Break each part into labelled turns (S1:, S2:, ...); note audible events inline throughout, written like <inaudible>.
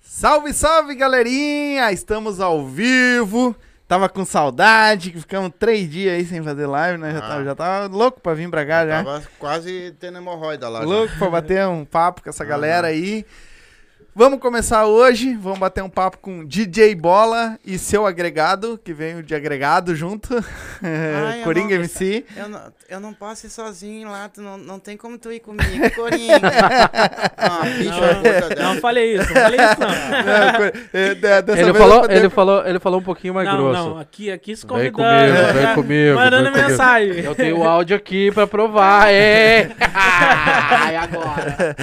S1: Salve, salve, galerinha! Estamos ao vivo. Tava com saudade, que ficamos três dias aí sem fazer live, né? Já,
S2: Ah.
S1: tava, já tava louco pra vir pra cá, já.
S2: Tava quase tendo hemorroida lá. já.
S1: né? Louco pra bater um papo com essa galera aí. Vamos começar hoje, vamos bater um papo com DJ Bola e seu agregado, que veio de agregado junto, <laughs>
S3: Ai, eu não-
S1: Coringa MC.
S3: Eu não, eu não posso ir sozinho lá, tu não, não tem como tu ir comigo, Coringa.
S2: <laughs> Ah, bicho, a puta
S4: Não,
S2: dela.
S4: não falei isso, não falei isso <laughs> não.
S1: É, co- é, de- dessa
S5: Ele
S1: vez eu
S5: falou,
S1: poder-
S5: ele, falou, ele falou um pouquinho mais
S4: não,
S5: grosso.
S4: não, aqui, aqui se
S5: Vem
S4: convidando. né?
S5: comigo, vem comigo.
S4: Mandando
S5: vem comigo.
S4: mensagem.
S5: Eu tenho o áudio aqui pra provar, é. Ai, agora.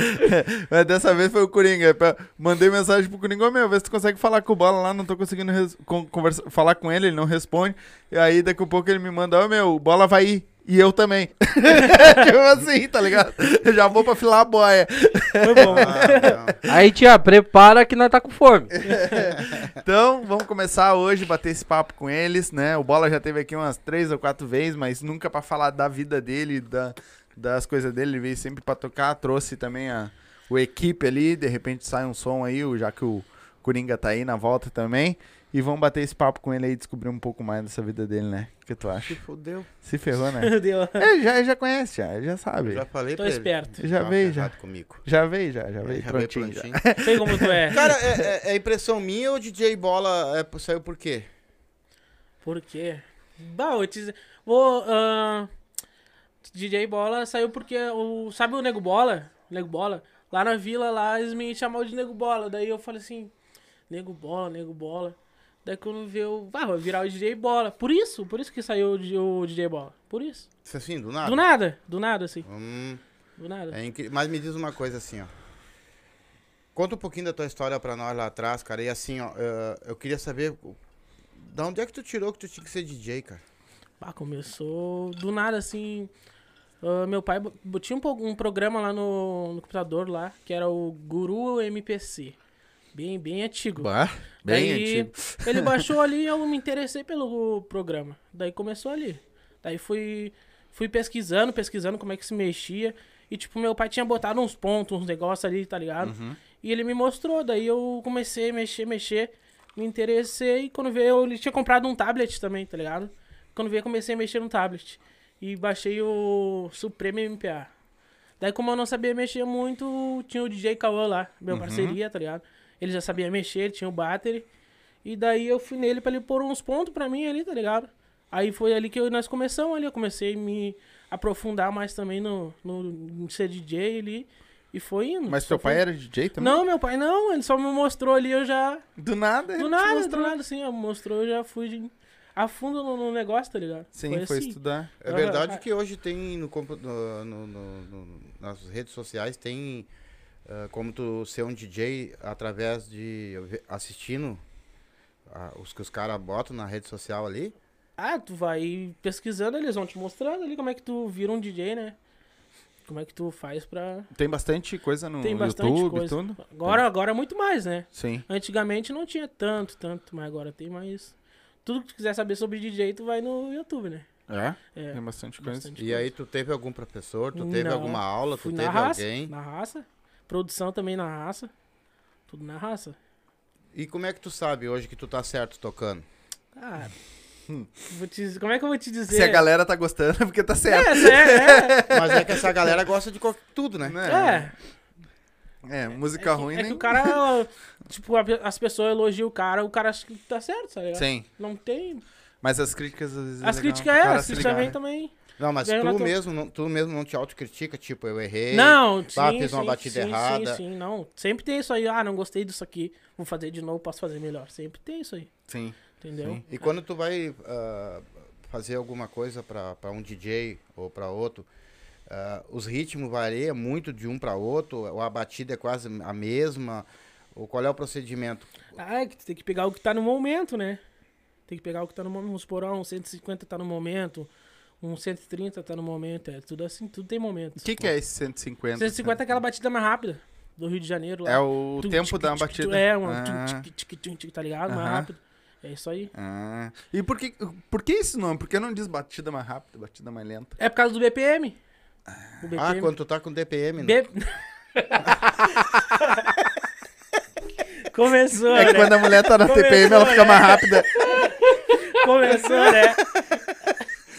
S1: Mas dessa vez foi o Coringa. É Pra- Mandei mensagem pro Coringa, "Ô, meu, vê se tu consegue falar com o Bola lá, não tô conseguindo res- con- conversa- falar com ele, ele não responde. E aí daqui a pouco ele me manda, ô meu, o Bola vai ir. E eu também. <laughs> tipo assim, tá ligado? Eu já vou pra filar a boia.
S4: Foi bom.
S2: Ah,
S5: Aí, tia, prepara que nós tá com fome.
S1: Então, vamos começar hoje, bater esse papo com eles, né? O Bola já teve aqui umas três ou quatro vezes, mas nunca pra falar da vida dele, da, das coisas dele. Ele veio sempre pra tocar, trouxe também a, o equipe ali, de repente sai um som aí, o- já que o Coringa tá aí na volta também. E vamos bater esse papo com ele aí, descobrir um pouco mais dessa vida dele, né? O que tu acha?
S2: não. Fudeu.
S1: Se ferrou, né?
S4: <laughs> Meu Deus.
S1: Ele já, ele já conhece, já, ele já sabe.
S2: Já
S1: Já,
S2: falei
S4: Tô
S2: pra ele.
S4: esperto.
S2: Tá
S1: veio, já.
S2: ferrado comigo.
S1: Já veio, já,
S4: É,
S1: já veio.
S2: Já veio
S1: prontinho, já.
S2: prontinho.
S4: Sei como tu é.
S2: Cara, é, é- é impressão minha ou DJ Bola é, saiu por quê?
S4: Por quê? Bah, eu te dizer- Vou. ahn, DJ Bola saiu porque. O... Sabe o Nego Bola? Nego Bola? Lá na vila, lá eles me chamavam de Nego Bola. Daí eu falei assim: Nego Bola, Nego Bola. Daí quando veio. Ah, vai virar o DJ Bola. Por isso, por isso que saiu o DJ o DJ Bola. Por isso.
S2: Isso assim, do
S5: Ah.
S2: nada?
S4: Do nada, do nada, assim.
S2: Hum,
S4: Do nada.
S2: é incri- Mas me diz uma coisa assim, ó. Conta um pouquinho da tua história pra nós lá atrás, cara. E assim, ó, eh, eu queria saber... Da onde é que tu tirou que tu tinha que ser DJ, cara?
S4: Ah, começou do nada, assim. Ah, meu pai bo- tinha um, po- um programa lá no, no computador lá, que era o Guru MPC. Bem, bem antigo.
S1: Bem
S4: Daí,
S1: antigo. <laughs>
S4: Ele baixou ali e eu me interessei pelo programa. Daí começou ali. Daí fui, fui pesquisando, pesquisando como é que se mexia. E, tipo, meu pai tinha botado uns pontos, uns negócios ali, tá ligado?
S1: Uhum.
S4: E ele me mostrou. Daí eu comecei a mexer, mexer. Me interessei. E quando veio, ele tinha comprado um tablet também, tá ligado? Quando veio, eu comecei a mexer no tablet. E baixei o Supreme MPA. Daí, como eu não sabia mexer muito, tinha o DJ Cauã lá,
S1: Uhum.
S4: meu parceria, tá ligado? Ele já sabia mexer, ele tinha o battery. E daí eu fui nele pra ele pôr uns pontos pra mim ali, tá ligado? Aí foi ali que eu- nós começamos ali, eu comecei a me aprofundar mais também no, no, em ser DJ ali. E foi indo.
S1: Mas
S4: Só
S1: teu pai
S4: foi-
S1: era DJ também?
S4: Não, meu pai não, ele só me mostrou ali, eu já.
S1: Do nada? ele
S4: Do
S1: te
S4: nada, do
S1: mostrou.
S4: nada, assim, eu mostrou, eu já fui de- a fundo no, no negócio, tá ligado?
S1: Sim, foi,
S4: assim.
S1: estudar.
S2: É
S4: Aham. ah.
S2: verdade que hoje tem no, compu- no- no- no- no- nas redes sociais tem ah, como tu ser um DJ através de assistindo ah, os que os caras botam na rede social ali.
S4: Ah, tu vai pesquisando, eles vão te mostrando ali como é que tu vira um DJ, né? Como é que tu faz pra.
S1: Tem bastante coisa no
S4: Tem bastante
S1: YouTube e
S4: coisa.
S1: tudo?
S4: Agora, agora é muito mais, né?
S1: Sim.
S4: Antigamente não tinha tanto, tanto, mas agora tem mais. Tudo que tu quiser saber sobre DJ, tu vai no YouTube, né?
S1: É?
S4: É.
S1: Tem bastante coisa.
S4: Bastante.
S2: E aí tu teve algum professor, tu teve
S4: Não.
S2: alguma aula, tu
S4: Fui
S2: teve
S4: na raça,
S2: alguém.
S4: na raça. Produção também na raça. Tudo na raça.
S2: E como é que tu sabe hoje que tu tá certo tocando?
S4: Cara, vou te dizer- como é que eu vou te dizer?
S1: Se a galera tá gostando, é porque tá
S4: É,
S1: certo.
S4: é,
S2: <laughs>
S4: é.
S2: Mas é que essa galera gosta de co- tudo, né?
S4: é.
S1: É, música
S4: que-
S1: ruim,
S4: é
S1: né?
S4: que
S1: <laughs>
S4: o cara, tipo, a pe- as pessoas elogiam o cara, o cara acha que tá certo, sabe?
S1: Sim.
S4: Não tem.
S1: Mas as críticas às vezes.
S4: As
S1: legal
S4: críticas
S1: pro
S4: é,
S1: cara
S4: as
S1: se
S4: críticas vem
S1: ligar, né?
S4: também.
S2: Não, mas
S4: Ganhou na
S2: tu
S4: tua-
S2: mesmo, não, tu mesmo não te autocritica, tipo, eu errei.
S4: Não, sim,
S2: pá, fez uma
S4: sim,
S2: batida
S4: sim,
S2: errada.
S4: Sim, sim, não. Sempre tem isso aí. Ah, não gostei disso aqui. Vou fazer de novo, posso fazer melhor. Sempre tem isso aí,
S1: Sim.
S4: entendeu?
S2: E quando tu vai ah, fazer alguma coisa para um DJ ou para outro, ah, os ritmos variam muito de um para outro, ou a batida é quase a mesma, ou qual é o procedimento?
S4: Ah, é que tu tem que pegar o que tá no momento, né? Tem que pegar o que tá no momento. Vamos supor, ah, um 150 tá no momento, um 130 tá no momento. É tudo assim, tudo tem momento.
S1: O que, que é esse 150?
S4: 150 é aquela batida mais rápida do Rio de Janeiro lá.
S1: É o
S4: Tum,
S1: tempo
S4: tic,
S1: da
S4: tic,
S1: batida.
S4: tum, É, mano.
S1: Ah,
S4: Tum, tic, tic, tum, tic, tá ligado? Mais
S1: Aham.
S4: rápido. É isso aí.
S1: ah. E por que, por que esse nome? Por que não diz batida mais rápida, batida mais lenta?
S4: É por causa do BPM.
S1: Ah,
S4: O BPM.
S2: Ah, quando tu tá com DPM, né?
S4: B... <laughs> Começou,
S1: É que
S4: né?
S1: quando a mulher tá na
S4: Começou,
S1: TPM, ela fica
S4: né?
S1: mais rápida.
S4: Começou,
S1: <laughs>
S4: né?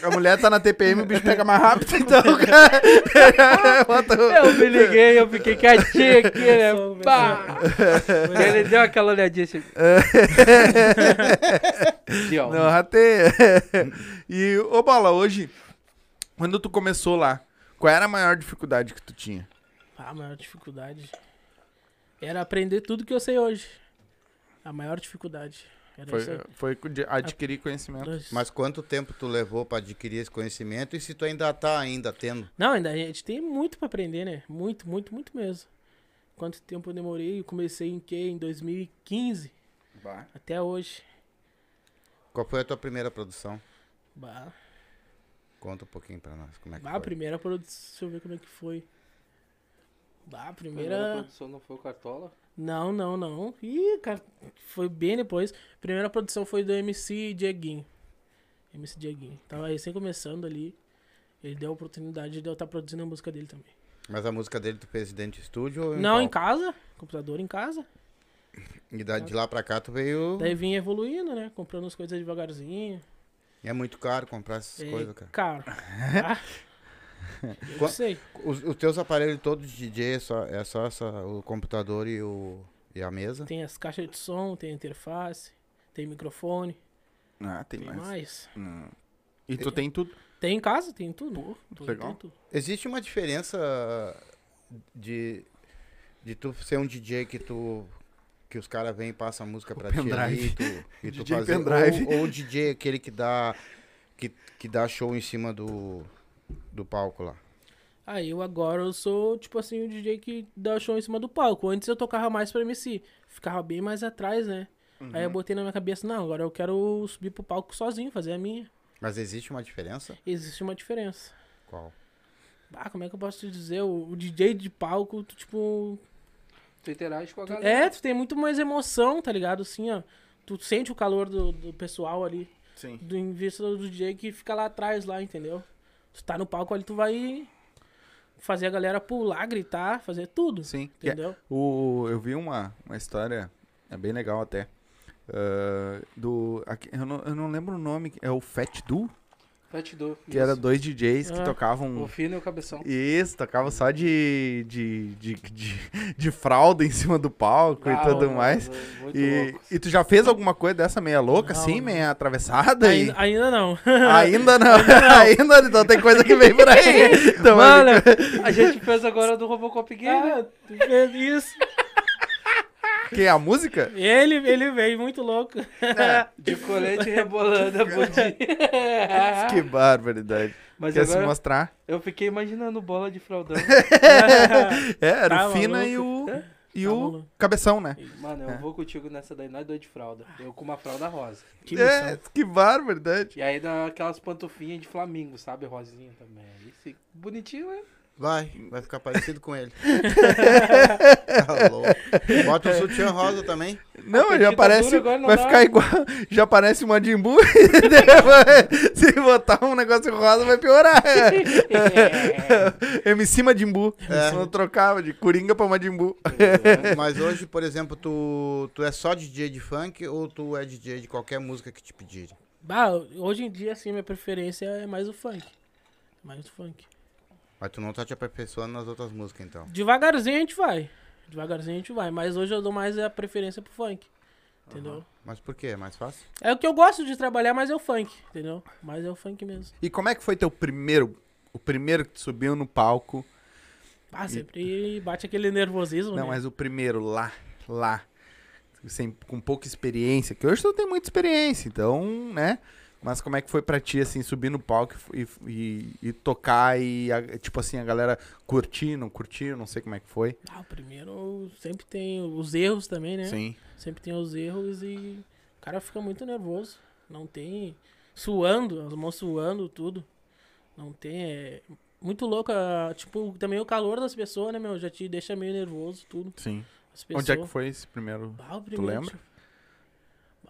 S1: A mulher tá na TPM, o bicho pega mais rápido, <laughs> então,
S4: <laughs>
S1: cara. Bota
S5: Eu me liguei, eu fiquei quietinho aqui, né?
S4: Começou,
S5: Pá! Ele deu aquela olhadinha assim. Assim, ó.
S1: o- Não, rateia. <laughs> E, ô Bola, hoje, quando tu começou lá, qual era a maior dificuldade que tu tinha?
S4: Ah, a maior dificuldade era aprender tudo que eu sei hoje. A maior dificuldade era
S1: Foi, é,
S4: isso aí.
S1: foi de- adquirir conhecimento.
S2: Mas quanto tempo tu levou pra adquirir esse conhecimento e se tu ainda tá ainda tendo?
S4: Não, ainda a gente tem muito pra aprender, né? Muito, muito, muito mesmo. Quanto tempo eu demorei? Eu comecei em que? Em 2015 até hoje.
S2: Qual foi a tua primeira produção?
S4: Bah,
S2: Conta um pouquinho pra nós como é que
S4: bah, a
S2: foi.
S4: primeira produção. Deixa eu ver como é que foi. Bah, a
S5: Primeira
S4: primeira.
S5: produção não foi o Cartola?
S4: Não, não, não. Ih, cara, foi bem depois. Primeira produção foi do MC Dieguinho. MC Dieguinho. Tava recém começando ali. Ele deu a oportunidade de eu estar produzindo a música dele também.
S2: Mas a música dele tu fez dentro de estúdio ou em
S4: Não, em
S2: palco?
S4: casa. Computador em casa.
S2: E da- de lá pra cá tu veio...
S4: Daí vinha evoluindo, né? Comprando as coisas devagarzinho.
S2: É muito caro comprar essas
S4: É,
S2: coisas, cara. <laughs>
S4: Caro. Ah, eu
S2: Qua-
S4: sei.
S2: Os, os teus aparelhos todos de DJ é só, é só essa- o computador e, o, e a mesa?
S4: Tem as caixas de som, tem a interface, tem microfone,
S1: Ah, tem
S4: tem
S1: mais.
S4: mais.
S1: Hum. E tu tem tudo?
S4: Tem em casa, tem tudo. tudo,
S1: legal.
S4: tem tudo.
S2: Existe uma diferença de, de tu ser um DJ que tu que os caras vêm e passam a música pra ti ali, e tu, e tu
S1: DJ
S2: fazer-
S1: pendrive.
S2: ou, ou o DJ aquele que dá que, que dá show em cima do do palco lá.
S4: Aí eu agora eu sou, tipo assim, o DJ que dá show em cima do palco. Antes eu tocava mais pra MC, ficava bem mais atrás, né? Aí
S2: Uhum.
S4: eu botei na minha cabeça, não, agora eu quero subir pro palco sozinho, fazer a minha.
S2: Mas existe uma diferença?
S4: Existe uma diferença.
S2: Qual?
S4: Ah, como é que eu posso te dizer? O, o DJ de palco, tu, tipo.
S5: Tu interage com a
S4: tu-
S5: galera.
S4: é, tu tem muito mais emoção, tá ligado? Assim, ó. Tu sente o calor do, do pessoal ali,
S1: Sim.
S4: do em vista do DJ que fica lá atrás, lá, entendeu? Tu tá no palco ali, tu vai fazer a galera pular, gritar, fazer tudo.
S1: Sim. Que-
S4: Entendeu?
S1: O, eu vi uma, uma história, é bem legal até. ah, do. aqui- eu, não, eu não lembro o nome, é o Fat Duo,
S5: Vai te dou.
S1: que era
S5: Isso.
S1: dois DJs que
S4: Ah,
S5: O
S1: tocavam.
S5: fino e o cabeção.
S1: Isso, tocavam só de, de, de, de, de fralda em cima do palco e
S5: Ah,
S1: tudo
S5: mano,
S1: mais.
S5: Muito
S1: E,
S5: louco.
S1: e tu já fez alguma coisa dessa meia louca,
S4: Não,
S1: assim,
S4: não.
S1: meia atravessada? e-
S4: Ainda, ainda não.
S1: Ainda não, ainda não, então tem coisa que vem por aí. Então,
S5: Mano, a gente fez agora do Robocop Game.
S4: <laughs> Ah, tu fez isso.
S1: que é a música? É.
S4: Ele, ele veio muito louco.
S1: <laughs>
S5: De colete rebolando a bundinha.
S1: Que barbaridade.
S5: Mas
S1: Quer se
S5: agora
S1: mostrar?
S5: <laughs> eu fiquei imaginando bola de
S1: <laughs>
S5: fraldão.
S1: É, era
S4: Tá
S1: o Fina e o. E
S4: Tá
S1: o
S4: maluco.
S1: cabeção, né?
S5: Mano, eu vou contigo nessa daí, nós dois de fralda. Eu com uma fralda rosa.
S4: Que
S1: é,
S4: missão.
S1: que barbaridade.
S5: E aí dá aquelas pantufinhas de Flamingo, sabe? Rosinha também. Aí fica
S1: <laughs>
S5: Bonitinho, né?
S2: Vai, vai ficar parecido com <laughs> ele. tá louco. Bota o sutiã rosa também.
S1: Não,
S5: A
S1: já
S5: petita
S1: parece.
S5: dura agora não
S1: vai
S5: dá.
S1: ficar igual. Já parece uma <laughs> Jimbu. Se botar um negócio rosa, vai piorar. É. MC Madimbu. É. Quando eu trocava de Coringa pra Madimbu.
S2: Mas hoje, por exemplo, tu, tu é só DJ de funk ou tu é DJ de qualquer música que te pedirem?
S4: Bah, hoje em dia, assim, minha preferência é mais o funk. Mais o funk.
S2: Mas tu não tá te aperfeiçoando nas outras músicas, então.
S4: Devagarzinho a gente vai. Devagarzinho a gente vai. Mas hoje eu dou mais a preferência pro funk. Entendeu?
S2: Mas por quê? É mais fácil?
S4: É o que eu gosto de trabalhar, mas é o funk. Entendeu? Mas é o funk mesmo.
S1: E como é que foi teu primeiro. O primeiro que tu subiu no palco?
S4: Ah, sempre bate aquele nervosismo,
S1: Não,
S4: né?
S1: mas o primeiro lá, lá, sem, com pouca experiência, que hoje tu tem muita experiência, então, né? Mas como é que foi pra ti, assim, subir no palco e, e- e tocar e, a- tipo assim, a galera curtir, não curtir, não sei como é que foi.
S4: Ah, o primeiro sempre tem os erros também, né?
S1: Sim.
S4: Sempre tem os erros e o cara fica muito nervoso. Não tem. Suando, as mãos suando, tudo. Não tem. É muito louco. ah, Tipo, também o calor das pessoas, né, meu? Já te deixa meio nervoso, tudo.
S1: Sim.
S4: As pessoas.
S1: Onde é que foi esse primeiro?
S4: Ah, o primeiro.
S1: lembra?
S4: tipo-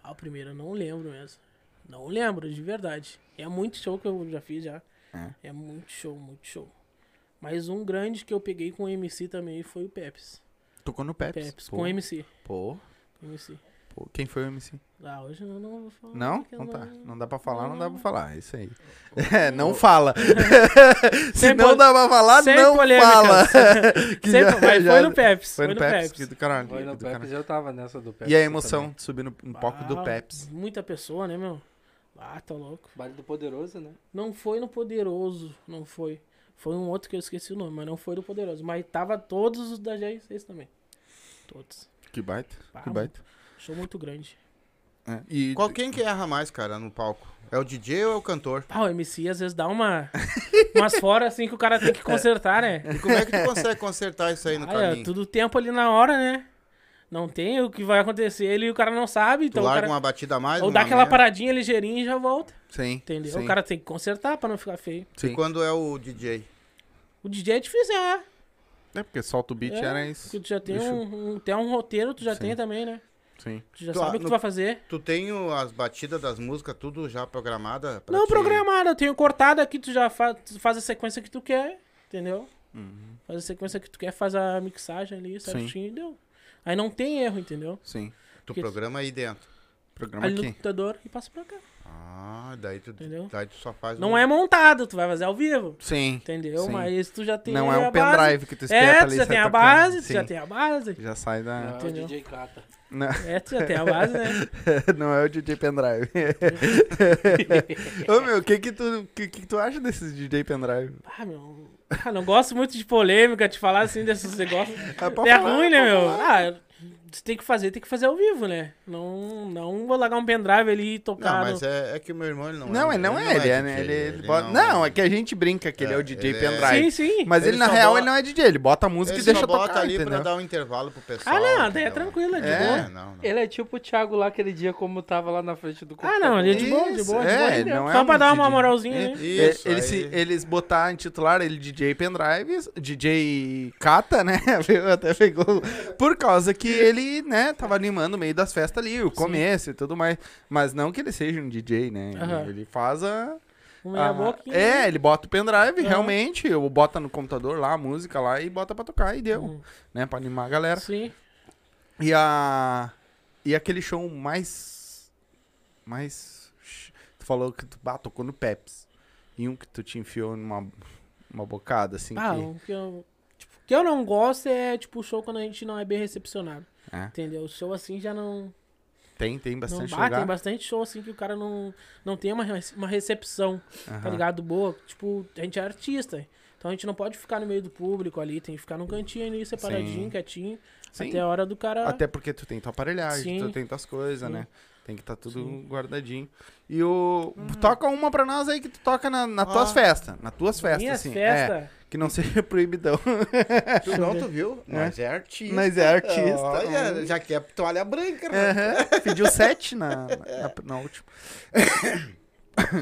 S4: Ah, o primeiro eu não lembro mesmo. Não lembro, de verdade. É muito show que eu já fiz já. É, muito show, muito show. Mas um grande que eu peguei com o MC também foi o Peps.
S1: Tocou no Peps.
S4: Peps, com o MC.
S1: Pô.
S4: MC.
S1: Pô, quem foi o MC?
S4: Ah, hoje eu não vou falar.
S1: Não?
S4: porque eu
S1: Não tá.
S4: não- assim?
S1: Não dá pra falar, não dá pra falar. É isso aí. É, não
S4: <laughs>
S1: fala. Se
S4: Sem
S1: não
S4: pol-
S1: dá pra falar,
S4: sem
S1: não
S4: polêmicas. <laughs>
S1: fala. <laughs> Que
S4: <laughs> Sempre-
S1: já-
S4: mas
S1: já-
S4: foi no Peps.
S1: Foi no Peps. que do caralho,
S5: Foi no
S1: que do caralho.
S5: Peps, eu tava nessa do Peps.
S1: E a
S5: também.
S1: emoção de subir no, no palco um do
S4: Ah,
S1: Peps.
S4: Muita pessoa, né, meu? Ah, tá louco.
S5: Baile do Poderoso, né?
S4: Não foi no Poderoso, não foi. Foi um outro que eu esqueci o nome, mas não foi no Poderoso. Mas tava todos os da G6 também. Todos.
S1: Que baita,
S4: Bah,
S1: que baita.
S4: Show muito grande.
S1: É, E
S2: Qual quem que erra mais, cara, no palco? É o DJ ou é o cantor?
S4: Ah, o MC às vezes dá uma. <laughs> umas fora assim que o cara tem
S2: <laughs>
S4: que consertar, né?
S2: E como é que
S4: <laughs>
S2: tu consegue consertar isso aí É. no
S4: Ah, é,
S2: caminho?
S4: tudo tempo ali na hora, né? Não tem o que vai acontecer, ele o cara não sabe,
S2: Tu
S4: então o
S2: larga
S4: cara.
S2: uma batida a mais?
S4: Ou
S2: uma
S4: dá aquela
S2: merda?
S4: paradinha ligeirinha e já volta.
S1: Sim,
S4: Entendeu?
S1: sim,
S4: O cara tem que consertar pra não ficar feio.
S1: sim.
S2: E quando é o DJ?
S4: O DJ é difícil, é.
S1: É porque solta o beat,
S4: É,
S1: era isso.
S4: Porque tu já tem
S1: Deixa eu-
S4: um, um- até um roteiro, tu já
S1: Sim.
S4: tem também, né?
S1: Sim.
S4: Tu já
S2: Tu-
S4: sabe o que
S2: no-
S4: tu vai fazer.
S2: Tu tem o- as batidas das músicas tudo já programada? pra
S4: não
S2: ti?
S4: programado, eu tenho cortado aqui, tu já fa- tu faz a sequência que tu quer, entendeu?
S1: Uhum.
S4: Faz a sequência que tu quer, faz a mixagem ali certinho e deu. Aí não tem erro, entendeu?
S1: Sim.
S2: Tu
S4: Porque-
S2: programa aí dentro.
S1: Programa
S4: Ali no
S1: aqui.
S4: computador e passa pra cá.
S2: Ah, daí tu,
S4: Entendeu?
S2: daí tu só faz
S4: Não
S2: um-
S4: é montado, tu vai fazer ao vivo,
S1: Sim.
S4: entendeu?
S1: Sim.
S4: Mas tu já tem
S1: Não é
S4: a
S1: um
S4: base.
S1: pendrive que tu espeta
S4: É,
S1: ali.
S4: tu
S1: e
S4: já
S1: sai
S4: tem a
S1: tocando.
S4: base, tu
S1: Sim.
S4: já tem a base.
S1: Já sai da.
S5: Não, é o
S4: Entendeu?
S5: DJ Cata.
S1: Não,
S4: É, tu já tem a base,
S1: <laughs>
S4: né?
S1: não é o DJ
S4: <laughs>
S1: Pendrive. Ô meu, o que que tu, que, que tu acha desses DJ Pendrive?
S4: Ah, meu. Ah, não gosto muito de polêmica, de falar assim desses negócios.
S1: Ah, pode
S4: É
S1: falar,
S4: ruim, né,
S1: pode
S4: meu?
S1: falar.
S4: Ah, se tem que fazer, tem que fazer ao vivo, né? Não, não vou largar um pendrive ali e
S2: Não,
S4: tocar.
S2: mas
S4: no-
S2: é, é que o meu irmão ele não,
S1: Não,
S2: é.
S1: ele não é, ele é, né? Ele,
S2: DJ,
S1: ele bota- Não, é que a gente brinca que ele é o
S2: É,
S1: DJ
S2: ele é-
S1: Pendrive.
S4: Sim, sim.
S1: Mas ele,
S2: Ele
S1: na
S2: só
S1: real,
S2: bota-
S1: ele não é DJ, ele bota a música
S2: Ele
S1: e deixa
S2: só bota
S1: tocar,
S2: ali
S1: entendeu?
S2: pra dar um intervalo pro pessoal.
S4: Ah, não, daí é
S2: entendeu?
S4: tranquila, de
S1: É.
S4: boa.
S2: É, não, não.
S5: Ele é tipo o Thiago lá aquele dia, como tava lá na frente do
S4: Ah,
S5: computador.
S4: não, ele é de boa, de
S1: Isso,
S4: boa. de
S1: é,
S4: boa, entendeu?
S1: não é
S4: Só pra
S1: um
S4: dar uma
S1: DJ.
S4: moralzinha, né?
S2: Isso,
S1: É, eles, se-
S2: aí.
S1: eles botar em titular ele DJ Pendrive, DJ Cata, né? <laughs> Eu Até pegou. Por causa que ele, né, tava animando o meio das festas ali, o começo e tudo mais. Mas não que ele seja um DJ, né?
S4: Aham.
S1: Ele faz a.
S4: Uma meia
S1: a-
S4: boquinha.
S1: é, ele bota o pendrive,
S4: Aham.
S1: realmente, ou bota no computador lá, a música lá, e bota pra tocar e deu,
S4: Uhum.
S1: né? Pra animar a galera.
S4: Sim.
S1: E a. E aquele show mais. Mais. Tu falou que tu ah, tocou no Peps. E um que tu te enfiou numa uma bocada, assim.
S4: Ah,
S1: que...
S4: o que eu, tipo, o que eu não gosto é, tipo, o show quando a gente não é bem recepcionado.
S1: É.
S4: Entendeu? O show assim já não.
S1: Tem, tem bastante
S4: não, bah,
S1: lugar.
S4: Tem bastante show assim que o cara não, não tem uma, rece- uma recepção, tá
S1: Aham.
S4: ligado? Boa. Tipo, a gente é artista. Então a gente não pode ficar no meio do público ali, tem que ficar num cantinho ali, separadinho,
S1: Sim.
S4: quietinho.
S1: Sim.
S4: Até a hora do cara.
S1: Até porque tu tem tua aparelhagem,
S4: Sim.
S1: tu tem tuas coisas,
S4: Sim.
S1: né? Tem que tá tudo
S4: Sim. Uhum.
S1: guardadinho. E o. Toca uma pra nós aí que tu toca na, nas tuas
S2: Ah.
S1: festas. Nas tuas festas,
S4: Minhas
S1: assim. É,
S4: festas.
S1: que não <laughs> seja proibidão.
S2: Tu não, tu viu? Nós é artista.
S1: Mas é artista.
S2: Olha, já que é toalha branca, né?
S1: Aham, Pediu sete na, na, na última.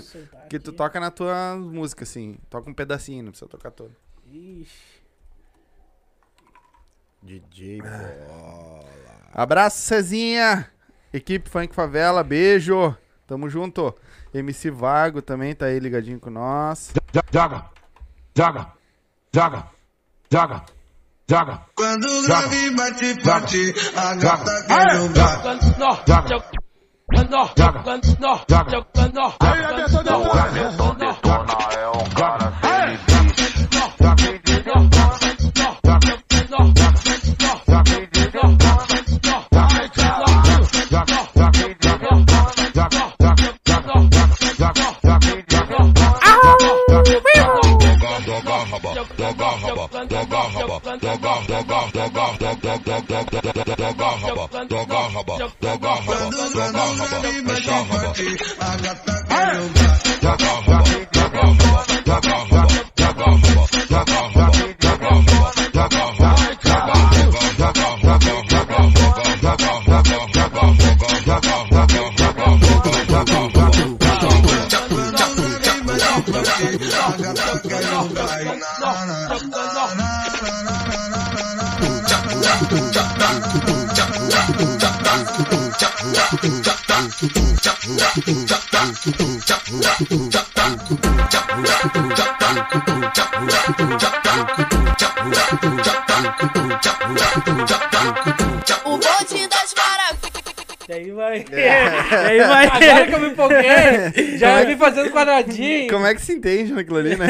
S4: Sentar
S1: É. Que tu tá
S4: aqui.
S1: toca na tua música, assim. Toca um pedacinho, não precisa tocar todo.
S4: Ixi.
S1: É,
S2: DJ Bola.
S1: Abraço, Cezinha! Equipe Funk Favela, beijo! Tamo junto! MC Vago também tá aí ligadinho com nós.
S6: Joga, joga, joga, joga, joga.
S7: Quando o grave bate forte, a gata quer jogar. Quando o grave bate forte, a gata quer jogar. A gata quer jogar. E na- na- na-
S8: O bonde das maravilhas.
S4: vai.
S1: É.
S4: <laughs> Aí
S1: <laughs>
S4: vai.
S5: Agora que eu me
S2: <laughs>
S5: empolguei, já
S2: é
S5: vi fazendo quadradinho.
S1: Como é que se entende naquilo ali, <laughs> né?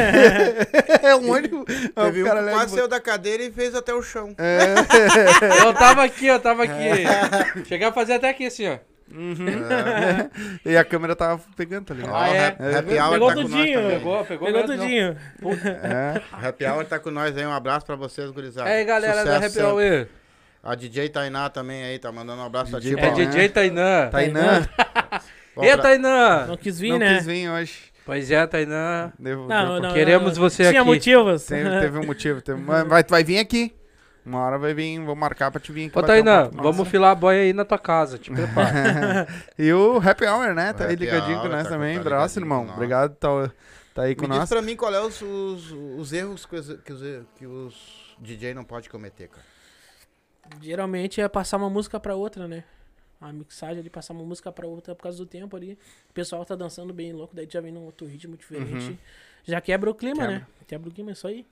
S1: é um monte de...
S2: Teve
S1: o cara é
S2: um que
S1: leva-
S2: quase saiu da cadeira e fez até o chão.
S1: É.
S2: é
S5: Eu tava aqui, eu tava aqui. Cheguei a fazer até aqui, assim, ó.
S1: E a câmera tava pegando, tá ligado?
S5: Ah, é.
S2: Happy Hour
S4: Pegou
S2: tá com nós
S4: tudinho.
S2: também.
S5: Pegou, pegou.
S4: Pegou
S5: mesmo, não.
S4: tudinho. Ah.
S1: É.
S2: Happy Hour tá com nós aí, um abraço pra vocês, gurizada.
S5: É, galera da Happy
S2: Sucesso sempre.
S5: Hour.
S2: A DJ Tainá também aí, tá mandando um abraço
S1: DJ
S2: pra ti.
S5: É
S1: Bom,
S2: Paulinho.
S5: DJ Tainã.
S1: Tainã,
S2: Tá Bom, tá.
S5: Ê,
S2: pra-
S5: Tainã.
S4: Não quis vir,
S1: não
S4: né?
S1: quis vir hoje.
S5: Pois é, Tainã.
S1: Devo,
S4: Não,
S1: devo-
S4: não,
S5: Queremos você
S4: Tinha
S5: aqui.
S4: motivos. <laughs>
S1: Teve, teve um motivo. Teve... Mas vai, tu vai vir aqui. Uma hora vai vir, vou marcar pra te
S2: é
S1: vir aqui.
S5: Ô,
S1: bater um
S5: Tainã,
S1: papo.
S5: vamos filar a boia aí na tua
S2: <laughs>
S5: casa, te prepara.
S1: E o Happy Hour, né? Tá aí
S2: Happy
S1: ligadinho com
S2: Hour,
S1: nós
S2: tá-
S1: também.
S2: tá
S1: Abraço,
S2: ligadinho
S1: irmão.
S2: com nós.
S1: Obrigado, tá, tá aí com
S2: Me diz
S1: nós.
S2: pra mim qual é os, os, os erros que os, que, os, que os DJ não pode cometer, cara.
S4: Geralmente é passar uma música pra outra, né? A mixagem ali, passar uma música pra outra por causa do tempo ali. O pessoal tá dançando bem louco, daí tu já vem num outro ritmo diferente.
S1: Uhum.
S4: Já quebra o clima, né? Quebra o clima, é isso aí.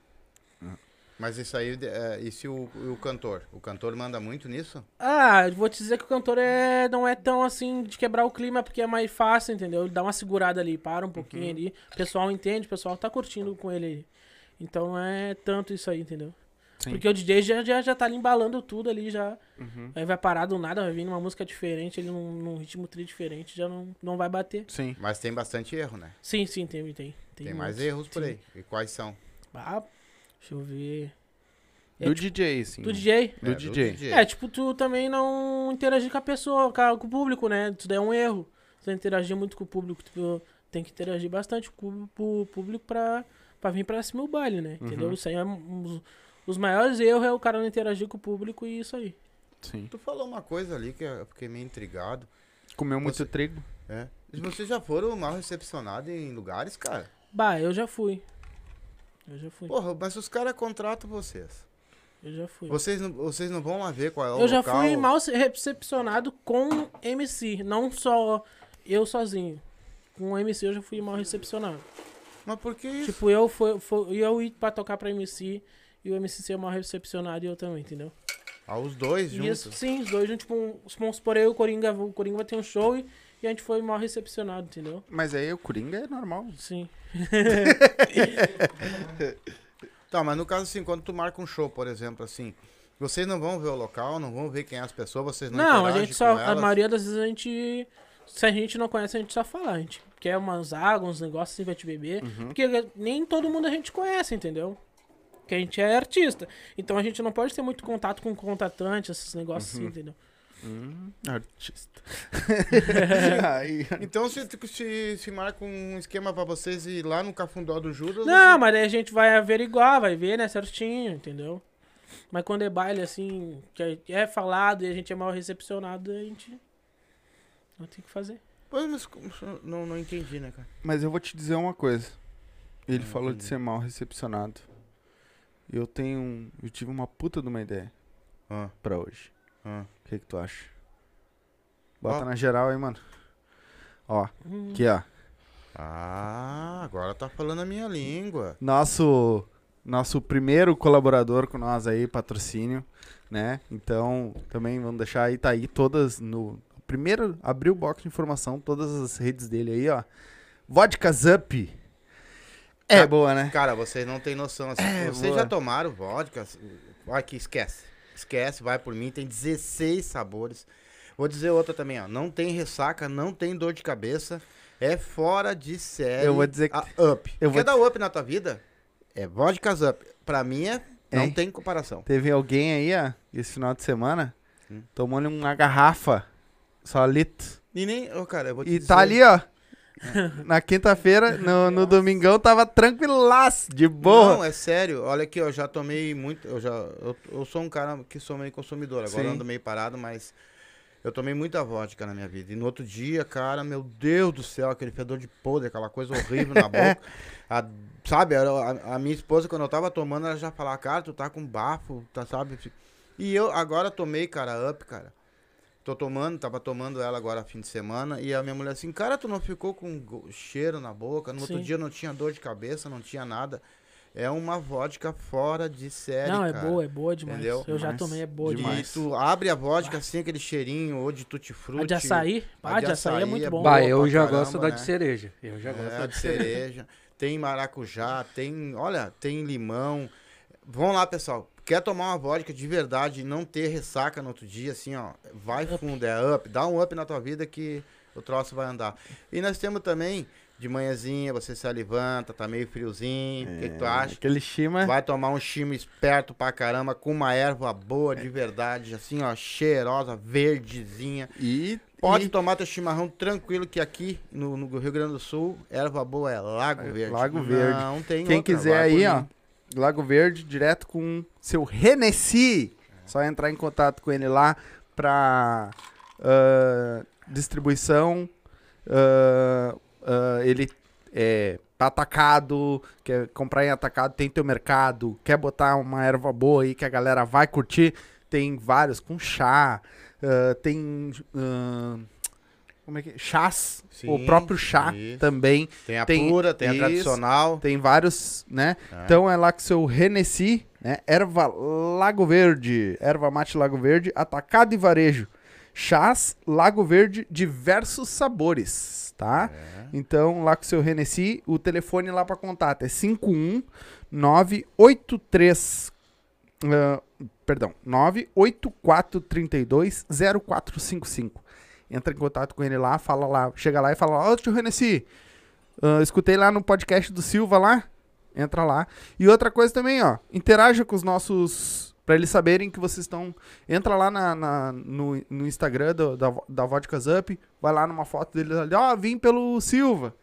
S2: Mas isso aí, é, e se o, o cantor? O cantor manda muito nisso?
S4: Ah, eu vou te dizer que o cantor é, não é tão assim de quebrar o clima, porque é mais fácil, entendeu? Ele dá uma segurada ali, para um
S2: Uhum.
S4: pouquinho ali. O pessoal entende, o pessoal tá curtindo com ele aí. Então não é tanto isso aí, entendeu? Porque o DJ já, já, já tá ali embalando tudo ali, já.
S2: Uhum.
S4: Aí vai parar do nada, vai vir uma música diferente, ele num, num ritmo tri diferente, já não, não vai bater.
S1: Sim.
S2: Mas tem bastante erro, né?
S4: Sim, sim, tem, tem.
S2: Tem, mais
S4: muitos.
S2: erros por aí. E quais são?
S4: Ah, deixa eu ver. É,
S1: Do
S4: tipo,
S1: DJ, sim.
S4: Do DJ?
S1: Do
S2: É,
S1: DJ.
S4: É, tipo, tu também não interagir com a pessoa, com a- com o público, né? Isso daí é um erro. Tu não interagir muito com o público, tu tem que interagir bastante com o pu- público pra, pra vir pra cima o baile, né? Entendeu? Isso aí é um dos- os maiores erros é o cara não interagir com o público e isso aí.
S1: Sim.
S2: Tu falou uma coisa ali que eu fiquei meio intrigado.
S1: Comeu muito
S2: Você-
S1: trigo.
S2: É. Vocês já foram mal recepcionados em lugares, cara?
S4: Bah, eu já fui. Eu já fui.
S2: Porra, mas os caras contratam vocês.
S4: Eu já fui.
S2: Vocês não, vocês não vão lá ver qual é o
S4: Eu
S2: local.
S4: já fui mal se- recepcionado com MC, não só eu sozinho. Com MC eu já fui mal recepcionado.
S2: Mas por que isso?
S4: Tipo, eu fui, fui- eu ir pra tocar pra MC e é o MC ser mal recepcionado e eu também, entendeu?
S2: Ah, os dois
S4: E
S2: juntos.
S4: isso, sim, os dois, tipo, um, vamos supor eu e o Coringa, o Coringa vai ter um show e, e a gente foi mal recepcionado, entendeu?
S1: Mas aí o Coringa é normal.
S4: Sim.
S2: Tá, mas no caso assim, quando tu marca um show, por exemplo, assim, vocês não vão ver o local, não vão ver quem é as pessoas, vocês não
S4: Não, a
S2: interagem
S4: gente só,
S2: com
S4: a
S2: elas.
S4: maioria das vezes a gente, se a gente não conhece, a gente só fala, a gente quer umas águas, uns negócios assim pra te beber,
S2: Uhum.
S4: porque nem todo mundo a gente conhece, entendeu? Porque a gente é artista, então a gente não pode ter muito contato com contratante, esses negócios
S2: Uhum.
S4: assim, entendeu?
S1: Artista. <laughs> Aí,
S2: Então se, se, se marca um esquema pra vocês ir lá no Cafundó do Judas...
S4: Não, mas daí a gente vai averiguar, vai ver, né, certinho, entendeu? Mas quando é baile, assim, que é falado e a gente é mal recepcionado, a gente não tem o que fazer.
S2: Pois, mas como- não, não entendi, né, cara?
S1: Mas eu vou te dizer uma coisa.
S2: Ah,
S1: Ele falou de ser mal recepcionado. Eu tenho. um- Eu tive uma puta de uma ideia
S2: Ah.
S1: pra hoje. O
S2: Ah.
S1: que, que tu acha? Bota
S2: Ó.
S1: na geral aí, mano. Ó, aqui, ó.
S2: Ah, agora tá falando a minha língua.
S1: Nosso. Nosso primeiro colaborador com nós aí, patrocínio, né? Então, também vamos deixar aí, tá aí todas no. Primeiro, abrir o box de informação, todas as redes dele aí, ó. Vodka Zup. É
S2: Tá.
S1: boa, né?
S2: Cara, vocês não têm noção. Assim, vocês
S1: boa.
S2: já tomaram vodka? Olha que esquece. Esquece, vai por mim. Tem 16 sabores. Vou dizer outra também, ó. Não tem ressaca, não tem dor de cabeça. É fora de série.
S1: Eu vou dizer que-
S2: a Up.
S1: eu
S2: Quer
S1: vou
S2: dar up na tua vida? É vodka Up. Pra mim, é... não
S1: Hein?
S2: tem comparação.
S1: Teve alguém aí, ó, esse final de semana, tomando uma garrafa solito.
S2: E nem... Ô, cara, eu vou te
S1: E
S2: dizer...
S1: tá ali, ó. Na quinta-feira, no, no domingão, tava tranquilaço, de boa.
S2: Não, é sério. Olha aqui, eu já tomei muito. Eu já. Eu, eu sou um cara que sou meio consumidor. Agora
S1: Sim.
S2: eu ando meio parado, mas. Eu tomei muita vodka na minha vida. E no outro dia, cara, meu Deus do céu, aquele fedor de podre, aquela coisa horrível na boca. A- sabe, era- a, a minha esposa, quando eu tava tomando, ela já falava, cara, tu tá com bafo, tá, sabe? E eu agora tomei, cara, up, cara. Tô tomando, tava tomando ela agora fim de semana. E a minha mulher assim, cara, tu não ficou com go- cheiro na boca? No outro
S4: Sim.
S2: dia eu não tinha dor de cabeça, não tinha nada. é uma vodka fora de série,
S4: Não, é
S2: cara.
S4: boa, é boa demais.
S2: Entendeu?
S4: Eu já
S1: Demais.
S4: tomei, é boa demais.
S1: Demais.
S2: E tu abre a vodka assim, aquele cheirinho, ou de
S4: A
S2: tutti-frutti.
S4: de açaí?
S2: A
S4: Ah,
S2: de
S4: de açaí é
S2: açaí é
S4: muito
S2: boa.
S4: bom.
S5: Bah, eu
S2: pra
S5: já
S2: caramba,
S5: gosto da
S2: né?
S5: de cereja. Eu já gosto.
S2: É, de cereja. Tem maracujá, tem, olha, tem limão. Vão lá, pessoal. Quer tomar uma vodka de verdade e não ter ressaca no outro dia, assim, ó. Vai fundo, é up. Dá um up na tua vida que o troço vai andar. E nós temos também, de manhãzinha, você se levanta, tá meio friozinho. O que, que tu acha?
S1: Aquele chima.
S2: Vai tomar um chime esperto pra caramba, com uma erva boa
S1: É.
S2: de verdade, assim, ó, cheirosa, verdezinha.
S1: E
S2: Pode tomar teu chimarrão tranquilo, que aqui no, no Rio Grande do Sul, erva boa é Lago Verde.
S1: Lago Verde.
S2: Não tem
S1: Quem
S2: outra,
S1: quiser
S2: vai por
S1: aí,
S2: mim.
S1: ó, Lago Verde, direto com seu Renessi.
S2: É.
S1: Só entrar em contato com ele lá pra ah, distribuição. Ah, ah, ele é atacado, quer comprar em atacado, tem teu mercado, quer botar uma erva boa aí que a galera vai curtir. Tem vários, com chá, ah, tem... ah, como é que é? Chás, o
S2: Sim,
S1: próprio chá
S2: isso.
S1: também.
S2: Tem a
S1: Tem-
S2: pura, tem
S1: isso.
S2: a tradicional.
S1: Tem vários, né? Então é lá que o seu Renessi, né? Erva Lago Verde, erva mate Lago Verde, atacado e varejo. Chás Lago Verde, diversos sabores, tá?
S2: É.
S1: Então lá com o seu Renessi, o telefone lá para contato é 51983 ah, perdão, 984320455. Entra em contato com ele lá, fala lá, chega lá e fala: Ó, tio Renessi, ah, escutei lá no podcast do Silva lá. Entra lá. E outra coisa também, ó. Interaja com os nossos. Pra eles saberem que vocês estão. Entra lá na, na- no, no Instagram do- da, da Vodkas Up. Vai lá numa foto deles ali. Ó, vim pelo Silva.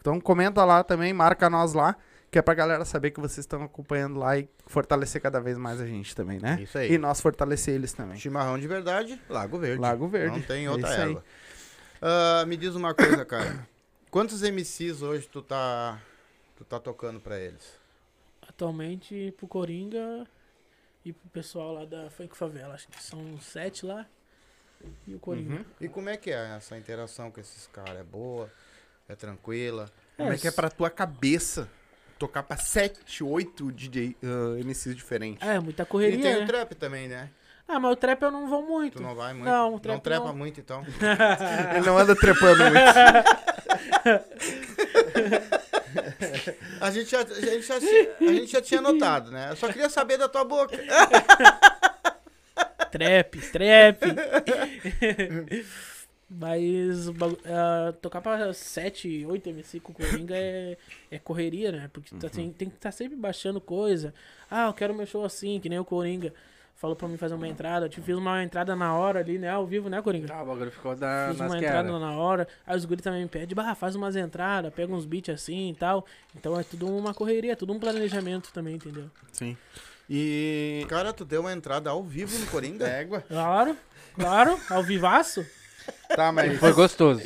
S1: Então comenta lá também, marca nós lá. Que é pra galera saber que vocês estão acompanhando lá e fortalecer cada vez mais a gente também, né?
S2: É, Isso aí.
S1: E nós fortalecer eles também.
S2: Chimarrão de verdade, Lago Verde.
S1: Lago Verde. É
S2: Não tem outra
S1: Isso aí.
S2: erva. Ah, me diz uma
S1: <coughs>
S2: coisa, cara. Quantos MCs hoje tu tá, tu tá tocando pra eles?
S4: Atualmente, pro Coringa e pro pessoal lá da Funk Favela. Acho que são sete lá. E o Coringa.
S2: E como é que é essa interação com esses caras? É boa? É tranquila?
S1: Como é que é pra tua cabeça tocar pra 7, 8 DJ, ah, MCs diferentes?
S4: É, muita
S2: E tem
S4: correria,
S2: o
S4: né?
S2: trap também, né?
S4: Ah, mas o trap eu não vou muito.
S2: Tu não vai muito?
S4: Não, o
S2: não
S4: trap
S2: trepa
S4: não.
S2: muito, então.
S1: Ele não anda trepando muito.
S2: A gente, já, a, gente já, tinha- a gente já tinha notado, né? Eu só queria saber da tua boca.
S4: Trap, trap. Mas o bagu- ah, tocar pra 7, 8 MC com o Coringa é, é correria, né? Porque tu tá sem- tem que estar sempre baixando coisa. Ah, eu quero meu show assim, que nem o Coringa. Falou pra mim fazer uma entrada. Eu te fiz uma entrada na hora ali, né? Ao vivo, né, Coringa?
S5: Ah, o bagulho ficou da,
S4: Fiz
S5: nas
S4: uma
S5: quedas.
S4: entrada na hora, aí os guri também me pedem, bah, faz umas entradas, pega uns beats assim e tal. Então é tudo uma correria, é tudo um planejamento também, entendeu?
S1: <laughs> Sim. E.
S2: Cara, tu deu uma entrada ao vivo no Coringa?
S1: Égua.
S4: Claro, claro, ao vivaço.
S1: Tá, mas.
S5: Foi <laughs> gostoso.